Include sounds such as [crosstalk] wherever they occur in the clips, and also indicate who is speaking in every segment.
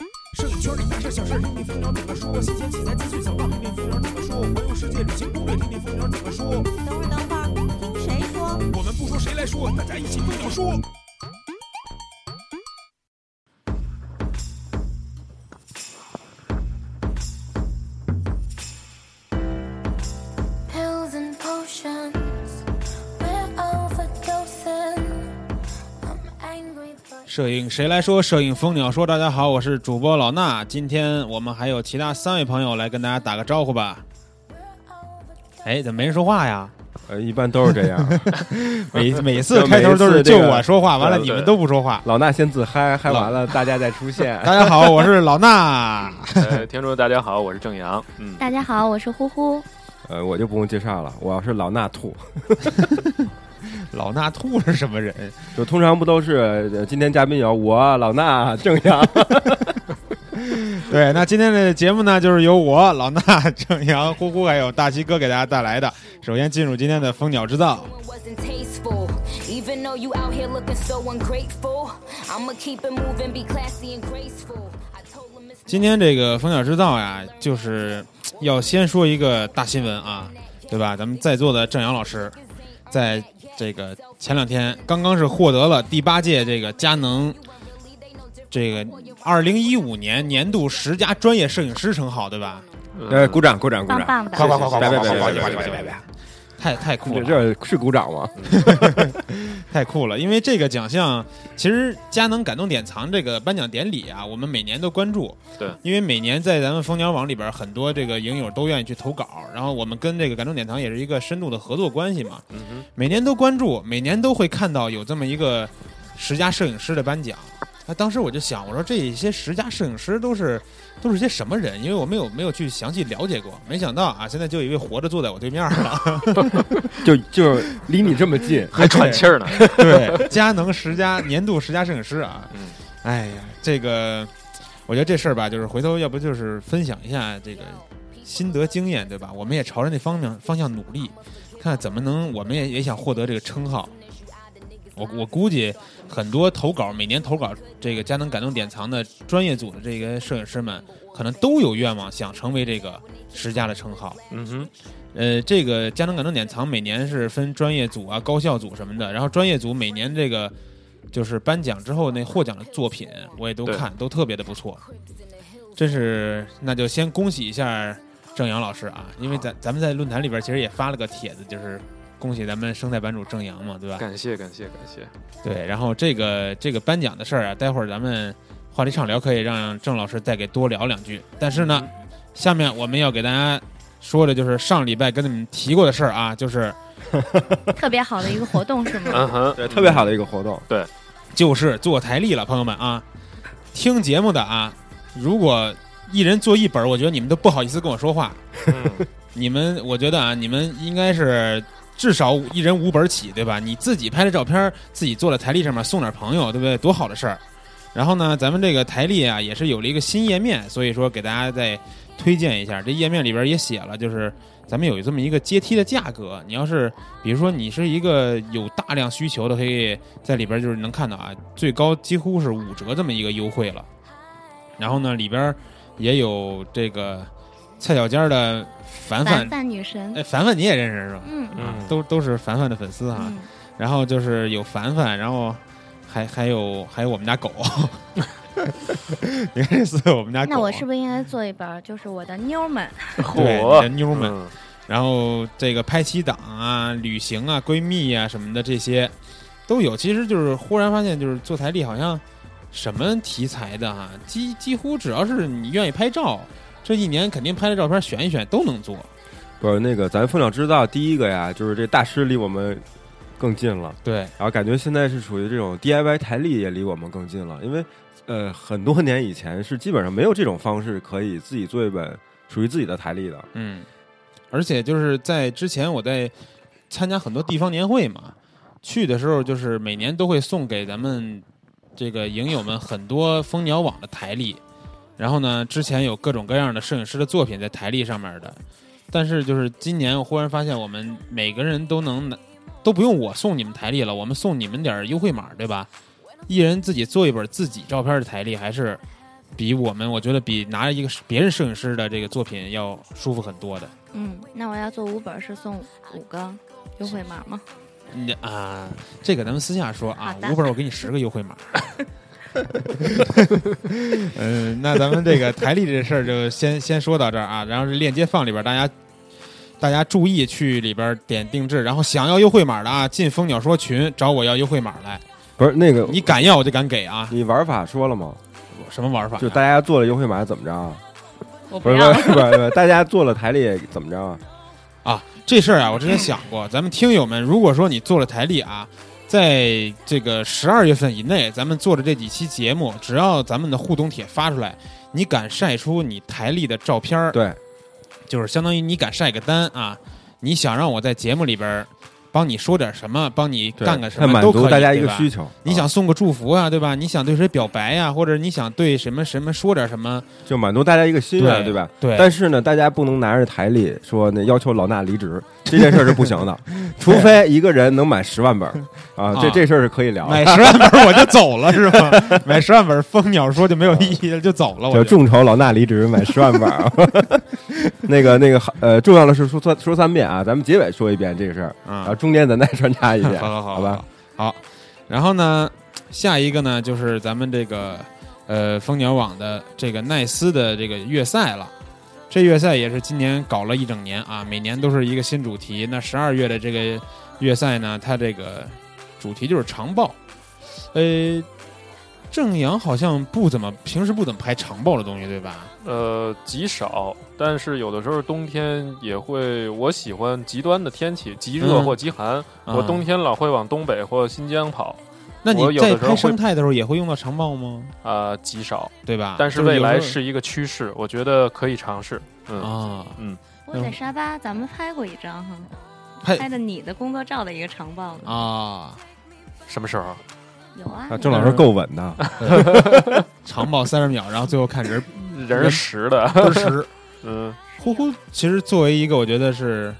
Speaker 1: 圈里大事小事，听听蜂鸟怎么说。新鲜器材资讯想到，听听蜂鸟怎么说。环游世界旅行攻略，听听蜂鸟怎么说。
Speaker 2: 等会儿，等会儿，听谁说？
Speaker 1: 我们不说谁来说，大家一起蜂鸟说。
Speaker 3: Pills and potions, we're overdosing. I'm angry, but
Speaker 4: 摄影谁来说？摄影蜂鸟说：“大家好，我是主播老衲。今天我们还有其他三位朋友来跟大家打个招呼吧。”哎，怎么没人说话呀？
Speaker 5: 呃，一般都是这样。
Speaker 4: 每哎每次开头都是就我说话，完了你们都不说话。
Speaker 5: 老衲先自嗨，嗨完了大家再出现。
Speaker 4: 大家好，我是老衲。
Speaker 6: 呃，听众大家好，我是郑阳。嗯，
Speaker 7: 大家好，我是
Speaker 4: [laughs]
Speaker 7: 呼呼。
Speaker 5: 呃，我就不用介绍了，我是老衲兔。
Speaker 4: [laughs] 老衲兔是什么人？
Speaker 5: 就通常不都是呃今天嘉宾有我老衲郑阳，
Speaker 4: 对，那今天的节目呢，就是由我老衲、郑阳、呼呼还有大西哥给大家带来的。首先进入今天的蜂鸟制造。
Speaker 8: wasn't tasteful. Even though you out here looking so ungrateful, I'ma keep it moving, be classy and graceful. I told him it's
Speaker 4: 今天这个蜂鸟制造呀，就是要先说一个大新闻啊，对吧？咱们在座的郑阳老师，在这个前两天刚刚是获得了第八届这个佳能这个二零一五年年度十佳专业摄影师称号，对吧？
Speaker 5: 呃，
Speaker 6: 嗯
Speaker 5: 鼓掌鼓掌鼓
Speaker 7: 棒
Speaker 5: 掌，
Speaker 7: 棒的
Speaker 5: 快快快快快快快
Speaker 4: 别
Speaker 5: 快
Speaker 4: 别
Speaker 5: 快
Speaker 4: 别！太太酷
Speaker 5: 这
Speaker 4: 了，
Speaker 5: 这是鼓掌吗？
Speaker 4: 太酷了！因为这个奖项，其实佳能感动典藏这个颁奖典礼啊，我们每年都关注。
Speaker 6: 对，
Speaker 4: 因为每年在咱们蜂鸟网里边，很多这个影友都愿意去投稿，然后我们跟这个感动典藏也是一个深度的合作关系嘛。
Speaker 6: 嗯哼，
Speaker 4: 每年都关注，每年都会看到有这么一个十佳摄影师的颁奖。那当时我就想，我说这些十佳摄影师都是都是些什么人？因为我没有没有去详细了解过，没想到啊，现在就有一位活着坐在我对面了。
Speaker 5: 就就是离你这么近，
Speaker 6: 还喘气儿呢。
Speaker 4: 对，佳能十佳年度十佳摄影师啊，
Speaker 6: 嗯
Speaker 4: 哎呀，这个我觉得这事儿吧，就是回头要不就是分享一下这个心得经验，对吧？我们也朝着那方面方向努力，看怎么能，我们也也想获得这个称号。我我估计很多投稿，每年投稿这个佳能感动典藏的专业组的这个摄影师们，可能都有愿望想成为这个十佳的称号。
Speaker 6: 嗯哼，
Speaker 4: 呃，这个佳能感动典藏每年是分专业组啊、高校组什么的，然后专业组每年这个就是颁奖之后那获奖的作品，我也都
Speaker 6: 对
Speaker 4: 看，都特别的不错。真是，那就先恭喜一下郑阳老师啊，因为咱咱们在论坛里边其实也发了个帖子，就是恭喜咱们生态版主郑阳嘛，对吧？
Speaker 6: 感谢感谢感谢。
Speaker 4: 对，然后这个这个颁奖的事儿啊，待会儿咱们话题畅聊可以让郑老师再给多聊两句。但是呢，下面我们要给大家说的就是上礼拜跟你们提过的事儿啊，就是
Speaker 7: 特别好的一个活动是吗？
Speaker 6: 嗯哼，
Speaker 5: 对，特别好的一个活动。
Speaker 4: 就是做台历了，朋友们啊，听节目的啊，如果一人做一本儿，我觉得你们都不好意思跟我说话。
Speaker 6: 嗯。
Speaker 4: 你们，我觉得啊，你们应该是至少一人五本起，对吧？你自己拍的照片，自己做了台历上面送点朋友，对不对？多好的事儿！然后呢，咱们这个台历啊，也是有了一个新页面，所以说给大家再推荐一下。这页面里边也写了，就是咱们有这么一个阶梯的价格。你要是比如说你是一个有大量需求的，可以在里边就是能看到啊，最高几乎是五折这么一个优惠了。然后呢，里边也有这个蔡小尖儿的凡嗯凡
Speaker 7: 凡凡女神，
Speaker 4: 哎，凡凡你也认识是吧？
Speaker 7: 嗯
Speaker 6: 嗯
Speaker 4: 都都是凡凡的粉丝啊。
Speaker 7: 嗯，
Speaker 4: 然后就是有凡凡，然后还还有还有我们家狗。 [laughs] 你看这次我们家狗啊，
Speaker 7: 那我是不是应该做一本儿，就是我的妞儿们？
Speaker 4: 对
Speaker 6: 火
Speaker 4: 你的妞们？
Speaker 6: 嗯
Speaker 4: 然后这个拍妻党啊、旅行啊、闺蜜啊什么的这些都有。其实就是忽然发现，就是做台历好像什么题材的哈、几几乎只要是你愿意拍照，这一年肯定拍的照片选一选都能做。
Speaker 5: 不是那个，咱蜂鸟制造第一个呀，就是这大师离我们更近了。
Speaker 4: 对，
Speaker 5: 然后感觉现在是属于这种 DIY 台历也离我们更近了，因为呃很多年以前是基本上没有这种方式可以自己做一本属于自己的台历的。
Speaker 4: 嗯，而且就是在之前我在参加很多地方年会嘛，去的时候就是每年都会送给咱们这个影友们很多蜂鸟网的台历，然后呢，之前有各种各样的摄影师的作品在台历上面的，但是就是今年我忽然发现我们每个人都能拿都不用我送你们台历了，我们送你们点儿优惠码，对吧？一人自己做一本自己照片的台历，还是比我们，我觉得比拿一个别人摄影师的这个作品要舒服很多的。
Speaker 7: 嗯，那我要做五本是送五个优惠码吗？
Speaker 4: 你啊，这个咱们私下说啊
Speaker 7: 嗯好，的
Speaker 4: 五本我给你十个优
Speaker 7: [laughs]
Speaker 4: 惠码。嗯，那咱们这个台历这事儿就先 [laughs] 先说到这儿啊，然后这链接放里边儿，大家大家注意去里边儿点定制，然后想要优惠码的啊，进蜂鸟说群找我要优惠码来，
Speaker 5: 不是那个
Speaker 4: 你敢要我就敢给啊，
Speaker 5: 你玩法说了吗？
Speaker 4: 什么玩法呀、啊
Speaker 5: 就大家做了优惠码怎么着啊？
Speaker 7: 我不
Speaker 5: 不是
Speaker 7: 要
Speaker 5: 不。是不是不是，大家做了台历怎么着啊？
Speaker 4: 啊，这事儿啊，我之前想过，咱们听友们，如果说你做了台历啊，在这个十二月份以内，咱们做的这几期节目，只要咱们的互动帖发出来，你敢晒出你台历的照片儿，
Speaker 5: 对，
Speaker 4: 就是相当于你敢晒个单啊，你想让我在节目里边儿帮你说点什么，帮你
Speaker 5: 对
Speaker 4: 干个什
Speaker 5: 它
Speaker 4: 么，
Speaker 5: 满
Speaker 4: 都可
Speaker 5: 足
Speaker 4: 以，
Speaker 5: 大家一个
Speaker 4: 对吧
Speaker 5: 需求。
Speaker 4: 你
Speaker 5: 啊
Speaker 4: 想送个祝福啊，对吧？你想对谁表白呀、或者你想对什么什么说点什么？
Speaker 5: 就满足大家一个心愿，
Speaker 4: 对
Speaker 5: 对吧？
Speaker 4: 对
Speaker 5: 但是呢，大家不能拿着台历说那要求老衲离职，这件事儿是
Speaker 4: [laughs]
Speaker 5: 不行的，除非一个人能买十万本儿啊，这
Speaker 4: 啊
Speaker 5: 这事儿是可以聊
Speaker 4: 买
Speaker 5: 的。
Speaker 4: 十万本儿我就走了是吗？买十万本儿蜂鸟说就没有意义了，就走了。我
Speaker 5: 就
Speaker 4: 就
Speaker 5: 众筹老衲离职买十万本儿， [laughs] 那个那个呃，重要的是说说说三遍啊，咱们结尾说一遍这个事儿，
Speaker 4: 啊
Speaker 5: 然后中间咱再穿插一遍，
Speaker 4: 好好好，
Speaker 5: 吧？，
Speaker 4: 好。然后呢，下一个呢就是咱们这个呃蜂鸟网的这个奈斯的这个月赛了。这月赛也是今年搞了一整年啊，每年都是一个新主题。那十二月的这个月赛呢，它这个主题就是长报。呃，正阳好像不怎么平时不怎么拍长报的东西，对吧？
Speaker 6: 呃，极少，但是有的时候冬天也会，我喜欢极端的天气，极热
Speaker 4: 嗯
Speaker 6: 或极寒，
Speaker 4: 啊
Speaker 6: 我冬，天老会往东北或新疆跑，
Speaker 4: 那你
Speaker 6: 我有
Speaker 4: 在
Speaker 6: 的时候
Speaker 4: 拍
Speaker 6: 会
Speaker 4: 生态的时候也会用到长报吗？
Speaker 6: 啊、极少，
Speaker 4: 对吧？
Speaker 6: 但是
Speaker 4: 就
Speaker 6: 未
Speaker 4: 有时
Speaker 6: 来
Speaker 4: 候
Speaker 6: 是一个趋势，我觉得可以尝试。嗯，
Speaker 4: 啊，
Speaker 7: 我在沙巴咱们拍过一张哈，
Speaker 4: 拍
Speaker 7: 拍的你的工作照的一个长报呢。
Speaker 4: 啊，
Speaker 6: 什么时候？
Speaker 7: 有啊
Speaker 5: 啊，，郑老师够稳的，
Speaker 4: 长跑三十秒，然后最后看人
Speaker 6: 人是实的，
Speaker 4: 奔
Speaker 6: [laughs]
Speaker 4: 驰。
Speaker 6: 嗯，
Speaker 4: 呼呼，其实作为一个，我觉得是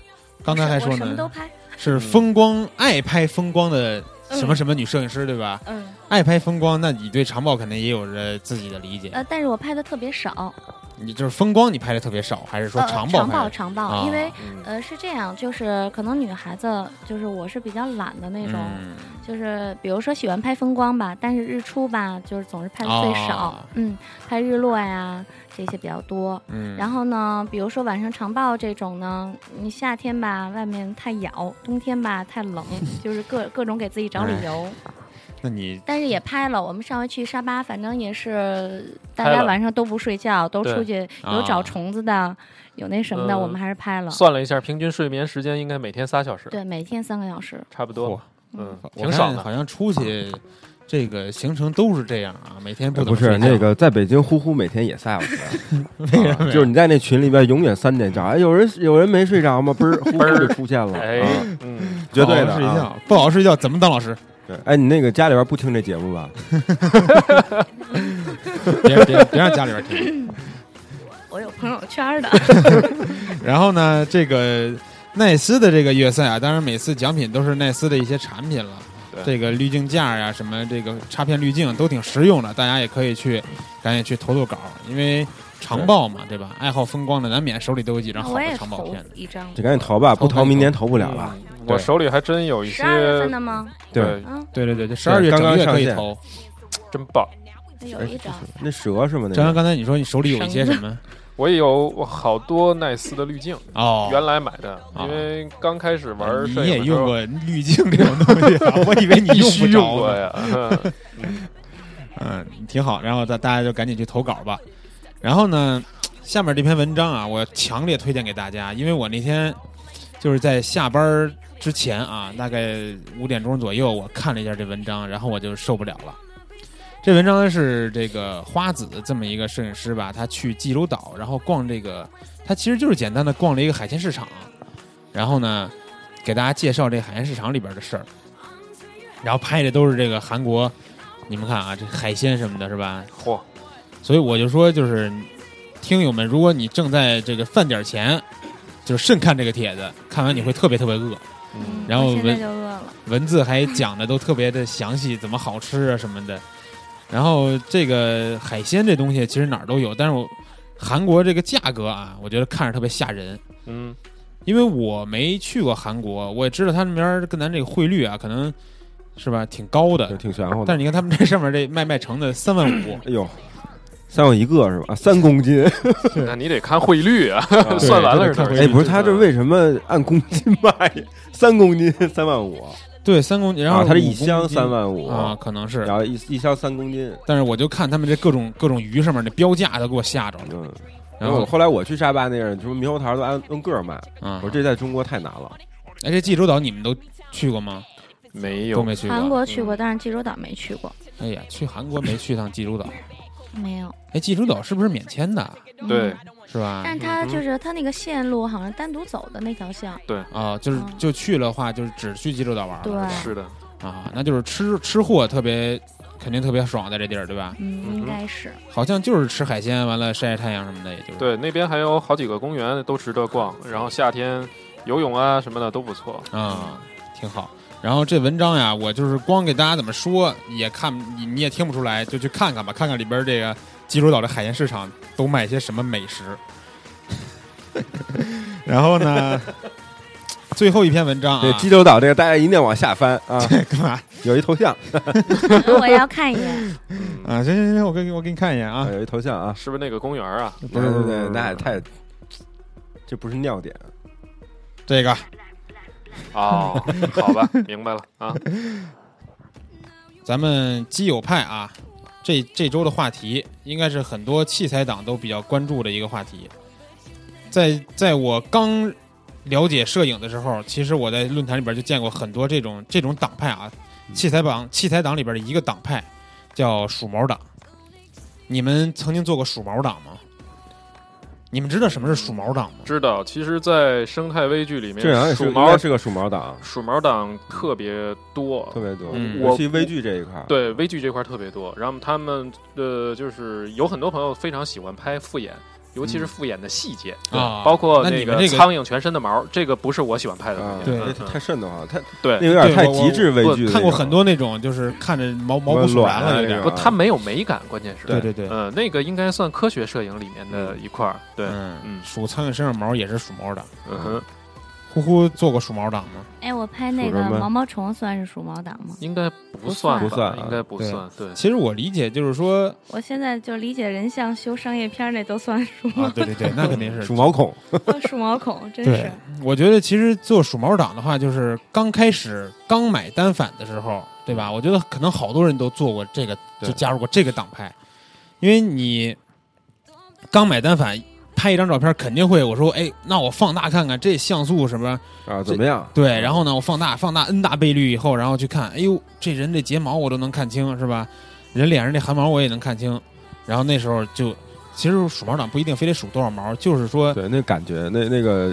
Speaker 4: 刚才还
Speaker 7: 我
Speaker 4: 说
Speaker 7: 什么都
Speaker 4: 呢，
Speaker 7: 拍。
Speaker 4: 是
Speaker 6: 嗯
Speaker 4: 风光爱拍风光的什么什么女摄影师，对吧？
Speaker 7: 嗯，
Speaker 4: 爱拍风光，那你对长跑肯定也有着自己的理解。
Speaker 7: 呃，但是我拍的特别少。
Speaker 4: 你就是风光，你拍的特别少，还是说
Speaker 7: 呃
Speaker 4: 长跑
Speaker 7: 长
Speaker 4: 拍
Speaker 7: 报
Speaker 4: 的？
Speaker 7: 长报，
Speaker 4: 啊
Speaker 7: 因为
Speaker 6: 嗯
Speaker 7: 呃是这样，就是可能女孩子就是我是比较懒的那种，
Speaker 4: 嗯，
Speaker 7: 就是比如说喜欢拍风光吧，但是日出吧，就是总是拍的最少。
Speaker 4: 哦
Speaker 7: 嗯，拍日落呀这些比较多。
Speaker 4: 嗯，
Speaker 7: 然后呢，比如说晚上长报这种呢，你夏天吧外面太咬，冬天吧太
Speaker 4: [laughs]
Speaker 7: 冷，就是各各种给自己找
Speaker 4: 哎
Speaker 7: 理由。
Speaker 4: 那你
Speaker 7: 但是也拍了，我们上回去沙巴，反正也是大
Speaker 6: 拍
Speaker 7: 家
Speaker 6: 了
Speaker 7: 晚上都不睡觉，都
Speaker 6: 对
Speaker 7: 出去，有
Speaker 4: 啊
Speaker 7: 找虫子的，有那什么的，
Speaker 6: 呃
Speaker 7: 我们还是拍了。
Speaker 6: 算了一下，平均睡眠时间应该每天仨小时，
Speaker 7: 对，每天三个小时。
Speaker 6: 差不多。嗯，
Speaker 4: 我
Speaker 6: 挺
Speaker 4: 看
Speaker 6: 爽
Speaker 4: 好
Speaker 6: 的。嗯
Speaker 4: 像出去这个行程都是这样啊，每天
Speaker 6: 呃
Speaker 5: 不
Speaker 4: 怎么
Speaker 5: 是
Speaker 4: 睡觉
Speaker 5: 那，个在北京呼呼每天也仨小时， [laughs] 啊
Speaker 4: 么呀
Speaker 5: 就是你在那群里边永远三点着，哎，有人有人没睡 [laughs] 着吗？嘣儿呼呼就出现了，
Speaker 6: 哎
Speaker 5: 啊，
Speaker 4: [laughs]
Speaker 6: 嗯，
Speaker 5: 绝对
Speaker 4: 不
Speaker 5: 的
Speaker 4: 好好睡
Speaker 5: 啊。
Speaker 4: 觉，不好好睡觉怎么当老师？
Speaker 5: 对，哎，你那个家里边不听这节目吧？
Speaker 4: 别别别让家里边听。
Speaker 7: 我有朋友圈的，
Speaker 4: [laughs] 然后呢，这个奈斯的这个月赛啊，当然每次奖品都是奈斯的一些产品了，
Speaker 6: 对
Speaker 4: 这个滤镜架呀、什么这个插片滤镜都挺实用的，大家也可以去赶紧去投投稿，因为长报嘛，对吧？爱好风光的难免手里都有几张好
Speaker 7: 我也
Speaker 4: 的长报
Speaker 7: 投
Speaker 4: 片。
Speaker 7: 一张。
Speaker 5: 就赶紧投吧，
Speaker 4: 投
Speaker 5: 不
Speaker 4: 吧
Speaker 5: 投明年投不了了。
Speaker 6: 嗯
Speaker 4: 对
Speaker 6: 我手里还真有一
Speaker 7: 十二月
Speaker 6: 些
Speaker 7: 份，的吗？
Speaker 5: 对，
Speaker 7: 嗯，
Speaker 4: 对对对，这十二月
Speaker 5: 刚
Speaker 4: 整个
Speaker 5: 刚
Speaker 4: 月
Speaker 5: 上
Speaker 4: 可以
Speaker 5: 线
Speaker 4: 投。
Speaker 6: 真棒。
Speaker 7: 哎有一张。
Speaker 5: 那蛇是吗？那
Speaker 4: 张
Speaker 5: 个
Speaker 4: 扬，刚才你说你手里有一些什
Speaker 7: [laughs]
Speaker 4: 么？
Speaker 6: 我也有我好多奈斯的滤镜，
Speaker 4: 哦，
Speaker 6: 原来买的，
Speaker 4: 啊哎
Speaker 6: 因为刚开始玩摄影的
Speaker 4: 你也
Speaker 6: 时候
Speaker 4: 用过滤镜这种东西啊？我以为你
Speaker 6: 必
Speaker 4: 用不
Speaker 6: 须
Speaker 4: 着
Speaker 6: 用
Speaker 4: 呢
Speaker 6: 过呀。
Speaker 4: [laughs]
Speaker 6: [laughs] 嗯
Speaker 4: 嗯，挺好。然后大大家就赶紧去投稿吧。然后呢，下面这篇文章啊，我强烈推荐给大家，因为我那天就是在下班儿之前啊，大概五点钟左右，我看了一下这文章，然后我就受不了了。这文章是这个花子这么一个摄影师吧，他去济州岛，然后逛这个，他其实就是简单的逛了一个海鲜市场，啊然后呢，给大家介绍这海鲜市场里边的事儿，然后拍的都是这个韩国你们看啊，这海鲜什么的，是吧？
Speaker 6: 嚯，
Speaker 4: 所以我就说，就是听友们，如果你正在这个饭点儿前，就是慎看这个帖子，看完你会特别特别饿。
Speaker 6: 嗯，
Speaker 4: 然后
Speaker 7: 我现在
Speaker 4: 文
Speaker 7: 就饿了。
Speaker 4: 文字还讲的都特别的详细，怎么好吃啊什么的。然后这个海鲜这东西其实哪儿都有，但是我韩国这个价格啊，我觉得看着特别吓人。
Speaker 6: 嗯，
Speaker 4: 因为我没去过韩国，我也知道他那边儿跟咱这个汇率啊，可能是吧，挺高的
Speaker 5: 就。挺玄乎的
Speaker 4: 但。是你看他们这上面这卖卖成的三万五，
Speaker 5: 哎呦，三万一个是吧？啊三公斤。 [laughs]
Speaker 6: 那你得看汇率啊， [laughs]
Speaker 5: 啊
Speaker 6: 算完了
Speaker 4: 对
Speaker 6: 是多
Speaker 4: 看
Speaker 6: 少
Speaker 4: 汇
Speaker 6: 钱？
Speaker 4: 率
Speaker 5: 哎，不是，他这为什么按公斤卖呀？三公斤三万五，
Speaker 4: 对，三公斤， [laughs] 然后
Speaker 5: 啊他这
Speaker 4: 五
Speaker 5: 一箱
Speaker 4: 公斤
Speaker 5: 三万五
Speaker 4: 啊，可能是
Speaker 5: 然。后一一箱三公斤。
Speaker 4: 但是我就看他们这各种各种鱼上面那标价都给我吓着了，
Speaker 5: 嗯，
Speaker 4: 然
Speaker 5: 然后
Speaker 4: 后
Speaker 5: 后来我去沙巴那样，就是猕猴桃都按按个儿卖。
Speaker 4: 啊
Speaker 5: 我，说这在中国太难了。
Speaker 4: 哎，这济州岛你们都去过吗？
Speaker 6: 没
Speaker 4: 都
Speaker 6: 有，
Speaker 4: 没去过。
Speaker 7: 韩国去过，但是济州岛没去过，
Speaker 4: 哎呀，去韩国没去趟济州岛。
Speaker 7: 没有。
Speaker 4: 哎，济州岛是不是免签的？
Speaker 7: 嗯
Speaker 6: 对，
Speaker 4: 是吧？
Speaker 7: 但是它就是它那个线路好像单独走的那条线，
Speaker 4: 啊、就是
Speaker 7: 嗯
Speaker 4: 就去的话，就是只去济州岛玩儿了，
Speaker 7: 对
Speaker 6: 是的，
Speaker 4: 对吧啊，那就是吃吃货特别，肯定特别爽，在这地儿，对吧？
Speaker 7: 嗯，应该是。
Speaker 4: 好像就是吃海鲜，完了晒晒太阳什么的，也就是。
Speaker 6: 对，那边还有好几个公园都值得逛，然后夏天游泳啊什么的都不错。
Speaker 4: 啊、挺好。然后这文章呀，我就是光给大家怎么说也看你你也听不出来，就去看看吧，看看里边这个济州岛的海鲜市场都卖些什么美食。然后呢， [laughs] 最后一篇文章啊，
Speaker 5: 对，济州岛这个大家一定要往下翻啊，
Speaker 4: 干嘛
Speaker 5: 有一头像，
Speaker 7: 我要看一眼，
Speaker 4: [laughs] 啊？行行行，我给我给你看一眼啊
Speaker 5: 啊，有一头像啊。
Speaker 6: 是不是那个公园啊？
Speaker 4: 不是不是
Speaker 5: 对
Speaker 4: 不是
Speaker 5: 对，那也太，这不是尿点。
Speaker 4: 这个
Speaker 6: 哦，好吧，明白了啊。
Speaker 4: 咱们基友派啊，这这周的话题应该是很多器材党都比较关注的一个话题。在在我刚了解摄影的时候，其实我在论坛里边就见过很多这种这种党派啊，
Speaker 5: 嗯
Speaker 4: 器材党器材党里边的一个党派叫鼠毛党。你们曾经做过鼠毛党吗？你们知道什么是鼠毛党吗？
Speaker 6: 知道，其实，在生态微距里
Speaker 5: 这好像
Speaker 6: 面，
Speaker 5: 也是
Speaker 6: 鼠
Speaker 5: 应该
Speaker 6: 毛
Speaker 5: 是个鼠毛党，
Speaker 6: 鼠毛党特别多，
Speaker 5: 特别多，
Speaker 4: 嗯
Speaker 5: 尤
Speaker 6: 我
Speaker 5: 其微距这一块儿。
Speaker 6: 对微距这块儿特别多。然后他们呃，就是有很多朋友非常喜欢拍复眼，尤其是复眼的细节
Speaker 4: 啊
Speaker 6: 包括
Speaker 4: 那你们
Speaker 6: 个
Speaker 4: 这个
Speaker 6: 苍蝇全身的毛，这个不是我喜欢拍的
Speaker 5: 啊
Speaker 6: 东，西。
Speaker 4: 对
Speaker 5: 这
Speaker 6: 嗯
Speaker 5: 太瘆得慌，太
Speaker 6: 对
Speaker 5: 那有点
Speaker 4: 对
Speaker 5: 太
Speaker 4: 我
Speaker 5: 极致微
Speaker 6: 我
Speaker 5: 距的那种。
Speaker 4: 看过很多那种，就是看着毛毛骨悚然了，有点
Speaker 5: 软啊那
Speaker 6: 不，
Speaker 5: 种。
Speaker 6: 它没有美感，关键是
Speaker 4: 对对对，
Speaker 6: 呃，那个应该算科学摄影里面的一块儿。对，
Speaker 4: 嗯，
Speaker 6: 嗯
Speaker 4: 数苍蝇身上毛也是数毛党。
Speaker 6: 嗯哼，
Speaker 4: 呼呼做过鼠毛党吗？
Speaker 7: 哎，我拍那个
Speaker 5: 属什么
Speaker 7: 毛毛虫算是鼠毛党吗？
Speaker 6: 应该不算吧，
Speaker 5: 不算啊
Speaker 6: 应该不
Speaker 4: 对
Speaker 6: 算。对，
Speaker 4: 其实我理解就是 [laughs] 说，
Speaker 7: 我现在就理解人像修商业片儿那都算鼠毛
Speaker 4: 啊，对对对，那肯定是
Speaker 5: 鼠。毛孔，
Speaker 7: 鼠毛孔，真
Speaker 4: 对
Speaker 7: 是。，
Speaker 4: 我觉得其实做鼠毛党的话，就是刚开始刚买单反的时候，对吧？我觉得可能好多人都做过这个，
Speaker 5: 对
Speaker 4: 就加入过这个党派，因为你刚买单反。拍一张照片肯定会，我说，哎，那我放大看看这像素什么？
Speaker 5: 啊，怎么样？
Speaker 4: 对，然后呢，我放大放大 n 大倍率以后，然后去看，哎呦，这人这睫毛我都能看清，是吧？人脸上这汗毛我也能看清，然后那时候就，其实数毛党不一定非得数多少毛，就是说，
Speaker 5: [laughs] 对，那感觉，那那个